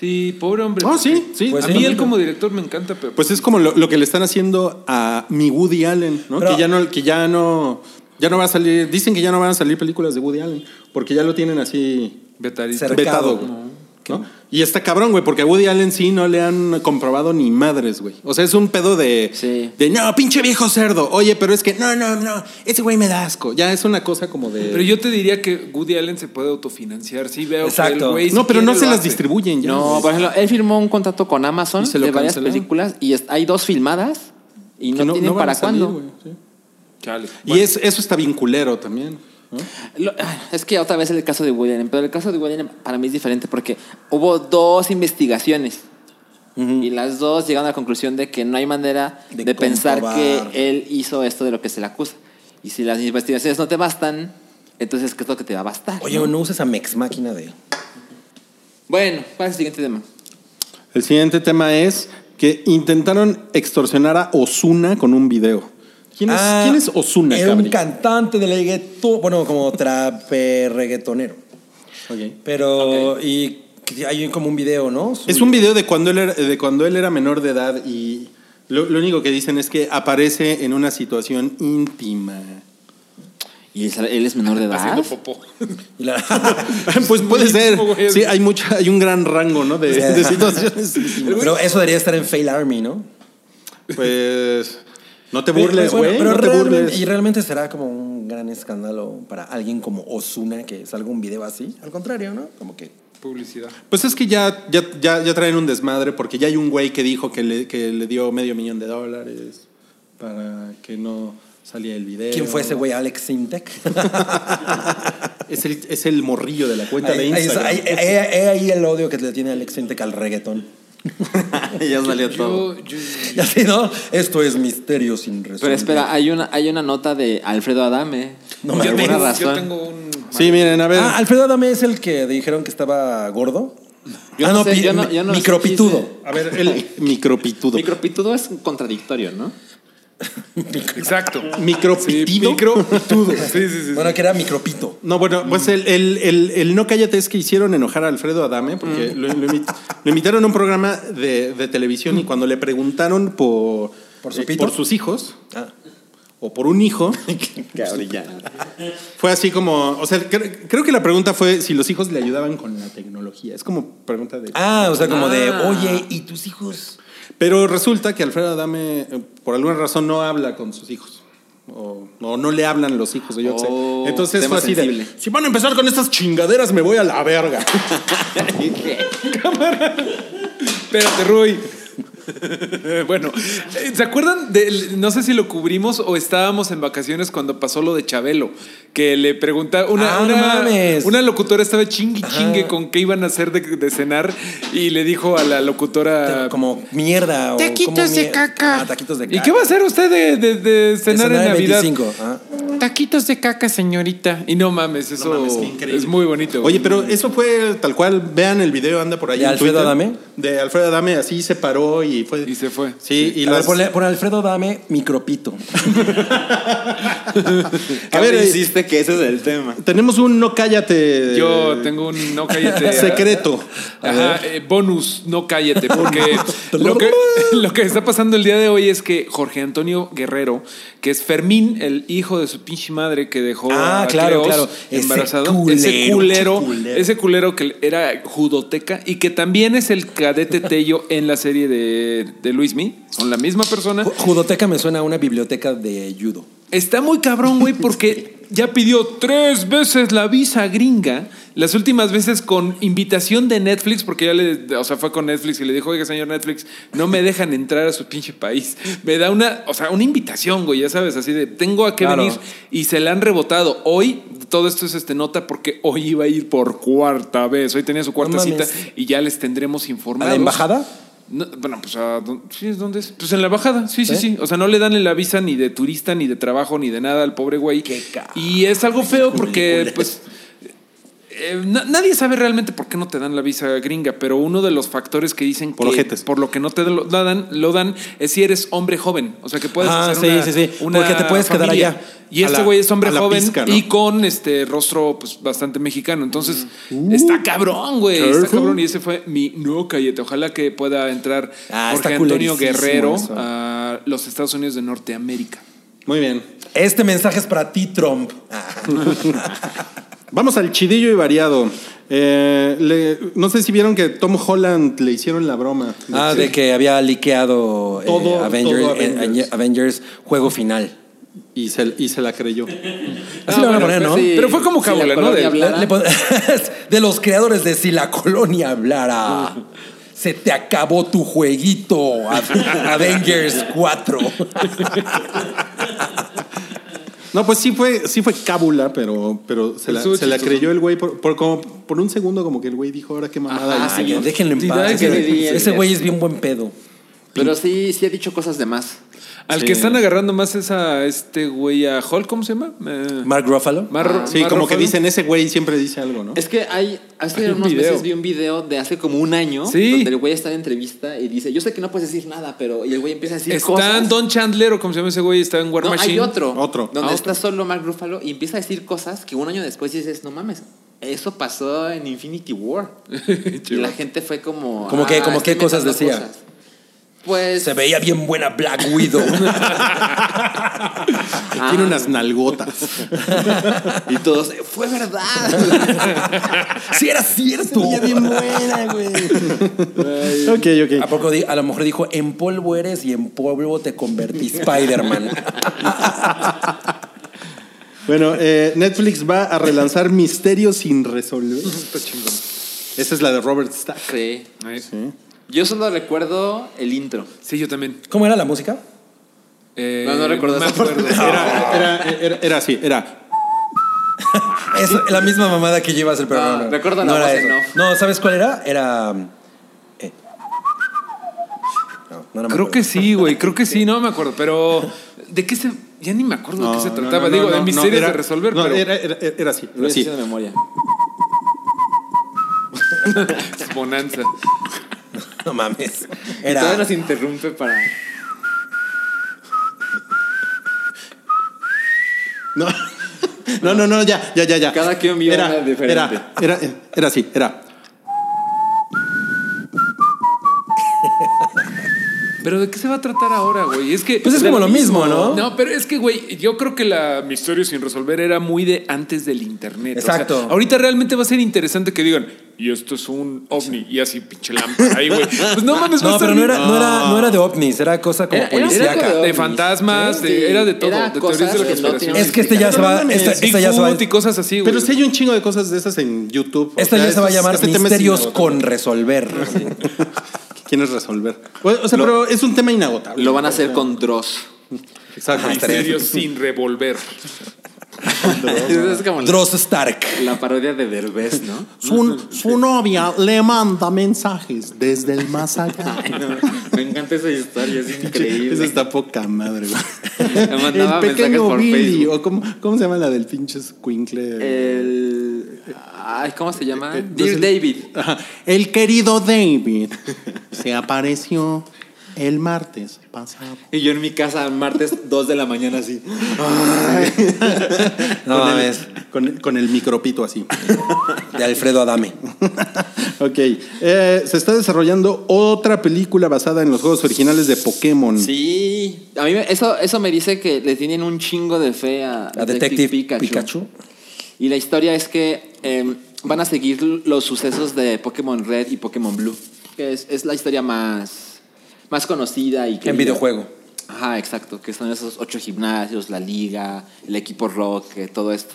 Sí, pobre hombre.
Ah, sí, sí.
Pues
a
sí.
mí él como director me encanta, pero
Pues es como lo, lo que le están haciendo a mi Woody Allen, ¿no?
Pero-
que ya no, que ya no, ya no va a salir, dicen que ya no van a salir películas de Woody Allen, porque ya lo tienen así
Betarito.
Cercado.
vetado, güey, ¿no? Y está cabrón, güey, porque a Woody Allen sí no le han comprobado ni madres, güey. O sea, es un pedo de,
Sí.
de no, pinche viejo cerdo. Oye, pero es que no, no, no, ese güey me da asco. Ya es una cosa como de.
Pero yo te diría que Woody Allen se puede autofinanciar. Sí, veo que
Exacto.
el güey. si
no, pero no
quiere,
se
lo
las
hace.
distribuyen ya.
No,
güey.
por ejemplo, él firmó un contrato con Amazon
Y se lo
de varias
cancelaron.
películas y es- hay dos filmadas y
Que
no, tienen
van a
para
salir,
cuándo.
güey, sí.
Chale.
Y es, eso está bien culero también. ¿no?
Lo- ah, es que otra vez el caso de Woody Allen, pero el caso de Woody Allen para mí es diferente porque hubo dos investigaciones y las dos llegaron a la conclusión de que no hay manera
De
de, pensar que
comprobar.
él hizo esto de lo que se le acusa. Y si las investigaciones no te bastan, entonces ¿qué es lo que te va a bastar?
Oye,
no?
no uses a Mex Máquina de.
Bueno, para el siguiente tema.
El siguiente tema es que intentaron extorsionar a Osuna con un video. ¿Quién es,
Ah,
¿quién es Osuna,
Era un
cabrón?
cantante de reggaetón, bueno, como trape reggaetonero. Pero, y que hay como un video, ¿no? Su-
Es un video de cuando él era, de cuando él era menor de edad y lo, lo único que dicen es que aparece en una situación
[LAUGHS]
íntima.
Y es- él es menor de edad.
Haciendo popó.
y la- [LAUGHS]
pues puede ser.
mismo, güey.
Sí, hay mucha, hay un gran rango, ¿no? De,
[LAUGHS] Sí.
de situaciones íntimas.
pero eso debería estar en Fail Army, ¿no? Pues,
Pues no te burles,
Bueno,
güey.
pero
no te
realmente-
burles.
Y realmente será como un gran escándalo para alguien como Osuna que salga un video así. Al contrario, ¿no? Como que.
Publicidad.
Pues es que ya, ya, ya, ya traen un desmadre porque ya hay un güey que dijo que le, que le dio medio millón de dólares para que no salía el video.
¿Quién fue ese güey? Alex
[LAUGHS]
Sintek.
Es el, es el morrillo de la cuenta de
Ahí- ahí está,
Instagram.
ahí- He he ahí el odio que le tiene Alex Sintek
[LAUGHS]
al reggaetón.
ya salió
Yo, yo-
[LAUGHS] Y así, ¿no? Esto es misterio sin resolver. Ah,
Pero espera, hay una, hay una nota de Alfredo Adame.
No,
por
yo
alguna
tengo-
yo
razón.
tengo un.
Sí, miren, a ver.
Ah, Alfredo Adame es el que dijeron que estaba gordo.
Yo
ah,
no
no,
sé,
pi-
yo no- yo no sé
micropitudo.
qué hice.
a ver, el micropitudo.
Micropitudo es contradictorio, ¿no?
Exacto.
Micropitido.
Micropitudo. Sí, sí, sí. sí.
Bueno, que era micropito.
No, bueno, pues el, el- el- el no cállate es que hicieron enojar a Alfredo Adame, porque
Mm.
lo, lo imi- lo invitaron a un programa de, de televisión y cuando le preguntaron por, eh,
¿Por su pito? Ah.
por sus hijos o por un
[LAUGHS]
hijo, fue así como, o sea, cre- creo que la pregunta fue si los hijos le ayudaban con la tecnología. Es como pregunta de...
Ah, o sea, como de, oye, ¿y tus hijos?
Pero resulta que Alfredo Adame, eh, por alguna razón, no habla con sus hijos. O, o no le hablan los hijos, o yo qué
Oh,
sé. Entonces
tema
fue así
sensible.
de, si van a empezar con estas chingaderas, me voy a la verga.
Espérate, Rui. [LAUGHS] bueno, eh, ¿se acuerdan del, no sé si lo cubrimos o estábamos en vacaciones cuando pasó lo de Chabelo, que le pregunta una,
Ah, no
una-
mames.
una locutora estaba chingui chingue con qué iban a hacer de, de cenar y le dijo a la locutora
Como mierda. O
Taquitos
como
de
mier-
caca.
Ah, taquitos de caca.
¿Y qué va a hacer usted de, de- de cenar en
Escenario
Navidad?
25, ah.
Taquitos de caca, señorita. Y no mames, eso
mames, qué increíble.
es muy bonito.
Oye, pero eso fue tal cual. Vean el video, anda por ahí.
¿De
en
Alfredo
Twitter.
Adame?
De Alfredo Adame, así se paró y fue.
Y se fue.
Sí, y
A ver,
las-
ponle- pon Alfredo Dame micropito.
A ver, eh,
insiste que ese es el tema.
tenemos un no cállate.
Yo tengo un no cállate.
eh, [LAUGHS] Secreto.
Ajá, eh, bonus,
[LAUGHS]
no cállate, porque lo, que, [LAUGHS] lo que está pasando el día de hoy es que Jorge Antonio Guerrero, que es Fermín, el hijo de su pinche madre que dejó
Ah,
a
claro,
Cleos
claro. Ese
embarazado,
culero,
ese culero,
ese culero.
ese culero que era judoteca y que también es el
[LAUGHS]
cadete Tello en la serie de, de Luismi, son la misma persona.
Ju- Judoteca me suena a una biblioteca de judo.
Está muy cabrón,
[LAUGHS]
güey, porque ya pidió tres veces la visa gringa. Las últimas veces con invitación de Netflix, porque ya le, o sea, fue con Netflix y le dijo, oiga, señor Netflix, no me dejan entrar a su pinche país. Me da una, o sea, una invitación, güey, ya sabes, así de, tengo a qué
Claro.
venir. Y se la han rebotado. Hoy, todo esto es este nota porque hoy iba a ir por cuarta vez. Hoy tenía su cuarta
No
cita
mames.
y ya les tendremos
¿A
informados.
la embajada?
No, bueno, pues ¿a dónde, sí, ¿dónde es? Pues en la embajada, sí, sí, sí. O sea, no le dan la visa ni de turista, ni de trabajo, ni de nada al pobre güey. Y es algo feo porque, pues, eh, na- nadie sabe realmente por qué no te dan la visa gringa, pero uno de los factores que dicen
Por
que
ojetes.
por lo que no te lo lo dan, lo dan es si eres hombre joven. O sea, que puedes
Ah,
hacer
sí,
una-
sí, sí.
una
Porque te puedes quedar
familia.
allá.
Y
A
este
la-
güey es hombre
a la
joven
pizca, ¿no?
y con este rostro pues bastante mexicano. Entonces, está cabrón, güey. Está
Careful.
cabrón. Y ese fue mi no cállate. Ojalá que pueda entrar
Ah, está
Jorge Antonio
culerísimo
Guerrero
eso.
a los Estados Unidos de Norteamérica.
Muy bien.
Este mensaje es para ti, Trump.
Vamos al chidillo y variado. Eh, le- no sé si vieron que Tom Holland le hicieron la broma.
Ah, de que había liqueado eh,
Todo-
Avengers,
todo
eh,
Avengers.
Avengers juego final.
Y se, y se la creyó.
Así lo van a poner, ¿no?
pues sí.
Pero fue como
Si la
cábula, ¿no?
colonia
De-
hablara.
Le pon- [LAUGHS] de los creadores de Si la colonia hablara. Se te acabó tu jueguito, A- Avengers 4.
No, pues sí fue, sí fue cábula, pero, pero se la,
Estuvo
se la
chistoso.
creyó el güey por, por como, por un segundo, como que el güey dijo, ahora qué mamada.
Ajá,
hice".
ya.
Déjenlo en
Sí,
paz.
dale que le
di el-
Ese güey es bien buen pedo.
Pero sí, sí he dicho cosas de más.
Al que están agarrando más es a este güey, a Hall, ¿cómo se llama? Eh,
Mark
Ah,
Ruffalo.
Mar-
Sí,
Mar
como que
Ruffalo.
dicen, ese güey siempre dice algo, ¿no?
Es que hay,
Hay
hace
un
unos
video.
meses vi un video de hace como un año
Sí.
donde el güey está en entrevista y dice, yo sé que no puedes decir nada, pero y el güey empieza a decir
Está
cosas.
Don Chandler o como se llama ese güey, está en War
no,
Machine.
hay otro,
Otro.
donde
Ah,
está solo Mark Ruffalo y empieza a decir cosas que un año después dices, no mames, eso pasó en Infinity War. [LAUGHS] y la gente fue como... "Ah,
¿Cómo qué? ¿Cómo qué
estoy
cosas
inventando
decía?
Pues...
Se veía bien buena Black Widow.
ah,
Tiene unas nalgotas.
Y todos, fue verdad.
sí, era cierto.
ok,
[LAUGHS] ¿A
ok.
poco di- a lo mejor dijo, en polvo eres y en polvo te convertí, Spider-Man?
Bueno, eh, Netflix va a relanzar Misterios sin resolver. Esa es la de Robert Stack.
sí.
Ahí.
Yo solo recuerdo el intro.
Sí, yo también.
¿Cómo era la música?
Eh,
No, no recuerdo
me
esa parte.
acuerdo.
[COUGHS]
Era, era, era, era así, era.
Es la misma mamada que llevas el programa.
No, recuerdo la voz en off.
No, ¿sabes cuál era? Era. eh. No, no, no me
Creo
acuerdo.
que sí, güey, creo que sí, no me acuerdo, pero ¿de qué se ya ni me acuerdo de qué se trataba,
no, no,
digo,
no,
de
no,
misterios
era-
de resolver,
no,
pero
era, era, era así,
Lo
era
estoy
así.
haciendo de memoria.
es bonanza.
No mames.
[LAUGHS]
Todavía
Era.
nos interrumpe para.
No, no, no, ya, ya, ya, ya.
Cada quien vio una diferente.
Era, era, era así, era.
Pero ¿de qué se va a tratar ahora, güey? Es que.
Pues es
de
como lo mismo, ¿no?
No, pero es que, güey, yo creo que la misterio sin resolver era muy de antes del internet. O sea,
Exacto.
ahorita realmente va a ser interesante que digan, y esto es un ovni, y así pinche lámpara
[LAUGHS]
ahí, güey. Pues no mames, va a
No,
estar
pero no
bien-
era, no, era, no era de ovnis, era cosa como
Era- era
policíaca.
como
De ovnis.
fantasmas,
Sí,
de-
era de todo,
era
de
cosas
teorías de la
que no
conspiración.
tenían
Es que este ya se va.
No
Esta,
mames,
esta ya se va.
Bigfoot y cosas así, güey.
Pero sí hay un chingo de cosas de esas en YouTube.
Esta
O sea,
ya se va a
es-
llamar
ese tema es
Misterios
inagotable.
con resolver.
[LAUGHS] ¿Quieres resolver? O o sea, pero es un tema inagotable.
Lo van a hacer con Dross.
Exacto.
Misterio sin revolver.
es como
Dross Stark.
la parodia de Derbez, [LAUGHS] ¿no?
Su, su novia le manda mensajes desde el más allá. [LAUGHS]
Me encanta esa historia, es
Eso
increíble.
está poca madre, güey.
Me mandaba
el
mensajes
pequeño
por
Billy,
Facebook. Eh,
o cómo, cómo se llama la del pinche Squinkle.
El. Ay, ¿cómo se llama? Dear David.
El querido David se apareció el martes pasado.
Y yo en mi casa, martes 2 de la mañana, así.
No
con,
mames.
el, con, con el micropito así. [LAUGHS]
De Alfredo Adame.
ok. eh, se está desarrollando otra película basada en los juegos originales de Pokémon.
Sí. A mí me- eso, eso me dice que le tienen un chingo de fe a,
A Detective Pikachu.
Y la historia es que eh, van a seguir los sucesos de Pokémon Red y Pokémon Blue. Que es, es la historia más, más conocida y que.
En videojuego.
Ajá, exacto. Que son esos ocho gimnasios, la liga, el equipo rock, eh, todo esto.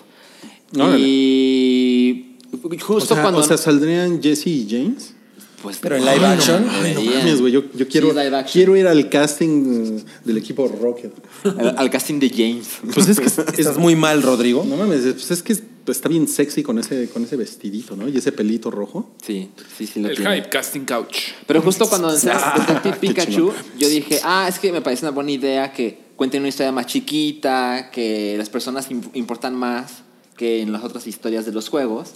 Órale.
Y justo
O sea,
cuando.
o sea, saldrían Jesse y James.
pues,
pero en live
ay,
action.
Ay, no
deberían.
mames, güey. Yo, yo quiero,
Sí, live action.
quiero ir al casting eh, del equipo Rocket.
Al, al casting de James.
Pues es que [LAUGHS] es- es-
Estás muy mal, Rodrigo.
No mames, pues es que está bien sexy con ese, con ese vestidito, ¿no? Y ese pelito rojo.
Sí, sí, sí lo
El
tiene.
hype casting couch.
Pero justo cuando lanzaron Detective
qué
Pikachu, yo dije, ah, es que me parece una buena idea que cuenten una historia más chiquita, que las personas im- importan más que en las otras historias de los juegos.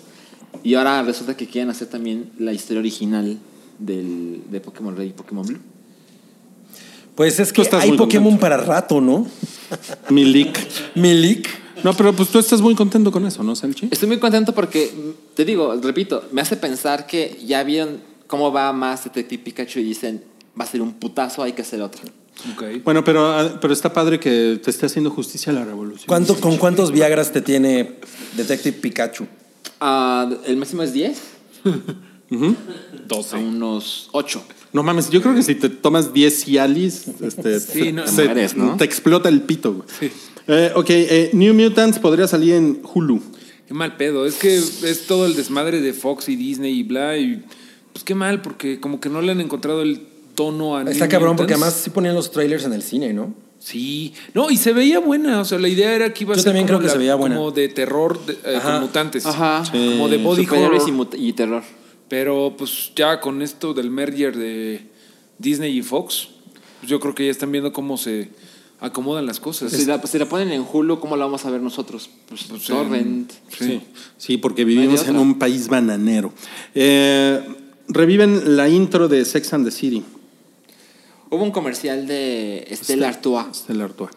Y ahora resulta que quieren hacer también la historia original del, de Pokémon Red y Pokémon Blue.
Pues es
Tú
que
estás
hay
muy
Pokémon
contento.
para rato, ¿no?
Milik.
Milik.
No, pero pues tú estás muy contento con eso, ¿no, Salchi?
Estoy muy contento porque, mm, te digo, repito, me hace pensar que ya vieron cómo va más Detective Pikachu y dicen, va a ser un putazo, hay que hacer otra.
Bueno, pero, ah, pero está padre que te esté haciendo justicia a la revolución.
¿Cuánto- ¿Con cuántos Viagras te tiene Detective Pikachu?
Ah, ¿El máximo es 10? 12. A unos 8.
No mames, yo creo que si te tomas 10 Cialis, este,
[LAUGHS] Sí, no,
te,
te mueres, ¿no?
te explota el pito. güey. Eh, ok, eh, New Mutants podría salir en Hulu.
Qué mal pedo. Es que es todo el desmadre de Fox y Disney y bla. Y pues qué mal, porque como que no le han encontrado el tono a
Está
New
cabrón porque además
Mutants.
sí ponían los trailers en el cine, ¿no?
Sí. No, y se veía buena. O sea, la idea era que iba a
Yo
ser
también
como,
creo que se veía buena.
como de terror de- eh,
Ajá.
con mutantes.
Ajá.
Como de body
Superhéroes y
horror.
mut- y, terror.
Pero pues ya con esto del merger de Disney y Fox, pues, yo creo que ya están viendo cómo se acomodan las cosas.
Pues, Si la, si la ponen en Hulu, ¿cómo la vamos a ver nosotros? Pues,
Pues,
Torrent.
Sí.
Sí, porque vivimos
otra.
en un país bananero. Eh, reviven la intro de Sex and the City.
Hubo un comercial de Estela Artois
Estela Artois.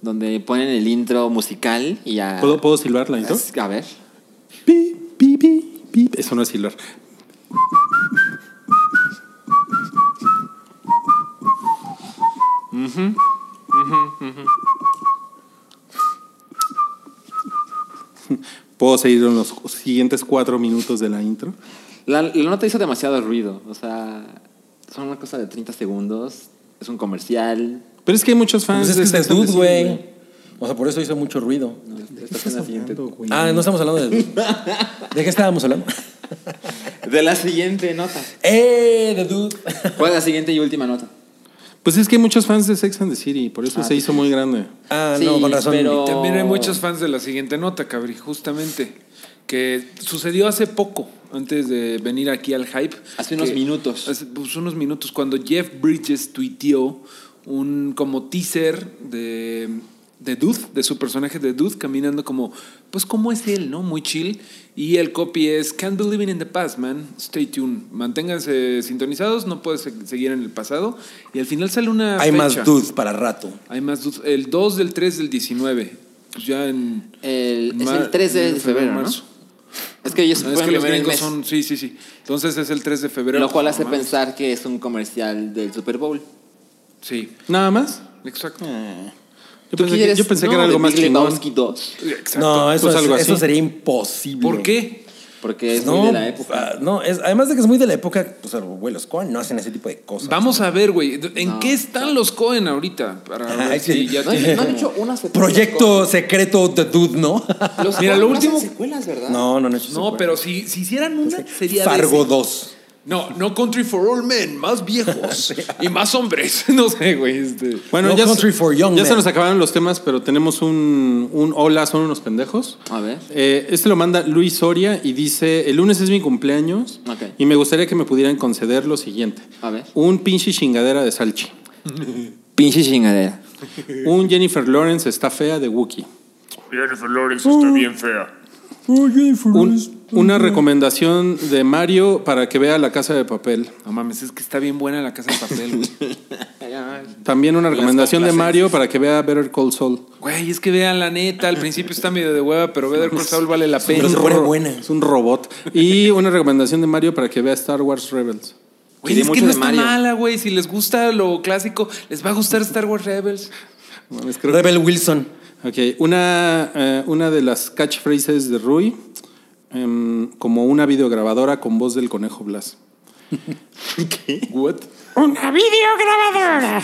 donde ponen el intro musical y ya.
¿Puedo, ¿Puedo silbar la intro?
A ver.
Pi, pi, pi, pi. Eso no es silbar. ¿Puedo seguir en los siguientes cuatro minutos de la intro?
La, la nota hizo demasiado ruido. O sea, son una cosa de 30 segundos. Es un comercial.
Pero es que hay muchos fans
Pues es que
de
este
Sex and the
dude,
City,
güey. O sea, por eso hizo mucho ruido.
Estás en la siguiente.
Ah, no estamos hablando de [LAUGHS] Dude. ¿De qué estábamos hablando?
De la siguiente nota.
[LAUGHS] ¡Eh! De Dude.
¿Cuál es la siguiente y última nota?
Pues es que hay muchos fans de Sex and the City, por eso se hizo muy grande.
[LAUGHS] Ah,
Sí,
no, con razón.
pero-
También hay muchos fans de la siguiente nota, Cabri, justamente, que sucedió hace poco, antes de venir aquí al hype.
Hace unos
que-
minutos.
Hace pues, unos minutos, cuando Jeff Bridges tuiteó un como teaser de, de Dude, de su personaje de Dude, caminando como, pues como es él, ¿no? Muy chill. Y el copy es, Can't be living in the past, man. Stay tuned. Manténganse sintonizados, no puedes se- seguir en el pasado. Y al final sale una
Hay más
fecha.
Dude para rato.
Hay más dudas. El 2 del 3 del 19. pues ya en.
El- es
mar-
el 3 de
en
febrero, ¿no? Es que ellos
No,
se
es que
pueden
los
ver el
gringos
mes,
son. Sí, sí, sí. Entonces es el 3 de febrero.
lo cual
No
hace
mames.
pensar que es un comercial del Super Bowl.
Sí,
¿Nada más?
exacto.
Ah.
Yo pensé, que, yo pensé que era algo más
que
chingón.
2,
Exacto.
No, eso,
Pues
es-
algo así.
eso sería imposible.
¿Por qué?
porque es
no,
muy de la época.
ah, no, es, además de que es muy de la época, pues los abuelos Cohen no hacen ese tipo de cosas.
Vamos a ver, güey. ¿En qué están los Cohen ahorita? Para ver
Ay,
si
sí.
ya
No,
tienen-
han- no han hecho una secuela.
Proyecto secreto de Dude, ¿no? [LAUGHS]
[LAUGHS] Los
Mira, lo
no hacen
último-
secuelas, ¿verdad?
no, no, no. eso se
No,
puede.
pero si, si hicieran una, sería. de
Fargo
ese.
2.
No, no Country for All Men, más
[LAUGHS]
viejos y más hombres. [LAUGHS] No sé, güey. Este.
Bueno,
No
ya, se-
Country for Young
ya se
Men.
nos acabaron los temas, pero tenemos un, un hola, son unos pendejos.
A ver.
Eh, este lo manda Luis Soria y dice, el lunes es mi cumpleaños
Ok.
y me gustaría que me pudieran conceder lo siguiente.
A ver.
Un pinche chingadera de salchi.
Pinche chingadera.
Un Jennifer Lawrence está fea de Wookiee. Oh.
Jennifer Lawrence está bien fea.
Un- una recomendación de Mario para que vea La Casa de Papel.
No mames, es que está bien buena la casa de papel, güey.
También una recomendación de Mario para que vea Better Call Saul.
Güey, es que vean la neta, al principio está medio de hueva, pero Better Call Saul vale la pena.
Pero se pone
ro-
buena.
Es un robot. [LAUGHS] Y una recomendación de Mario para que vea Star Wars Rebels.
Güey,
Quería
es que
mucho
no
de
está
Mario.
mala, güey. Si les gusta lo clásico, les va a gustar Star Wars Rebels.
Mames, creo-
Rebel Wilson.
Ok, una, eh, una de las catchphrases de Rui, em, como una videograbadora con voz del conejo [LAUGHS] Blas. ¿Qué? What?
Una videograbadora.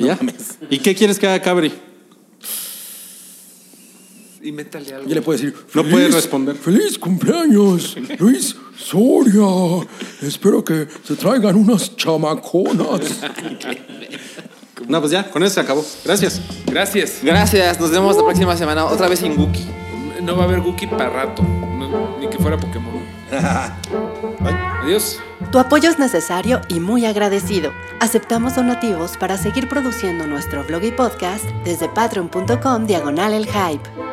¿Ya? ¿Y qué quieres que haga Cabri?
Y métale algo.
Yo le puedo decir,
No
"Feliz-
puede responder.
Feliz cumpleaños, Luis Soria. Espero que se traigan unas chamaconas.
No, pues ya, con eso se acabó. Gracias.
Gracias.
Gracias, nos vemos la próxima semana. Otra vez sin Wookiee.
No va a haber Wookiee para rato. No, ni que fuera Pokémon. Adiós.
Tu apoyo es necesario y muy agradecido. Aceptamos donativos para seguir produciendo nuestro blog y podcast desde patreon.com diagonal el hype.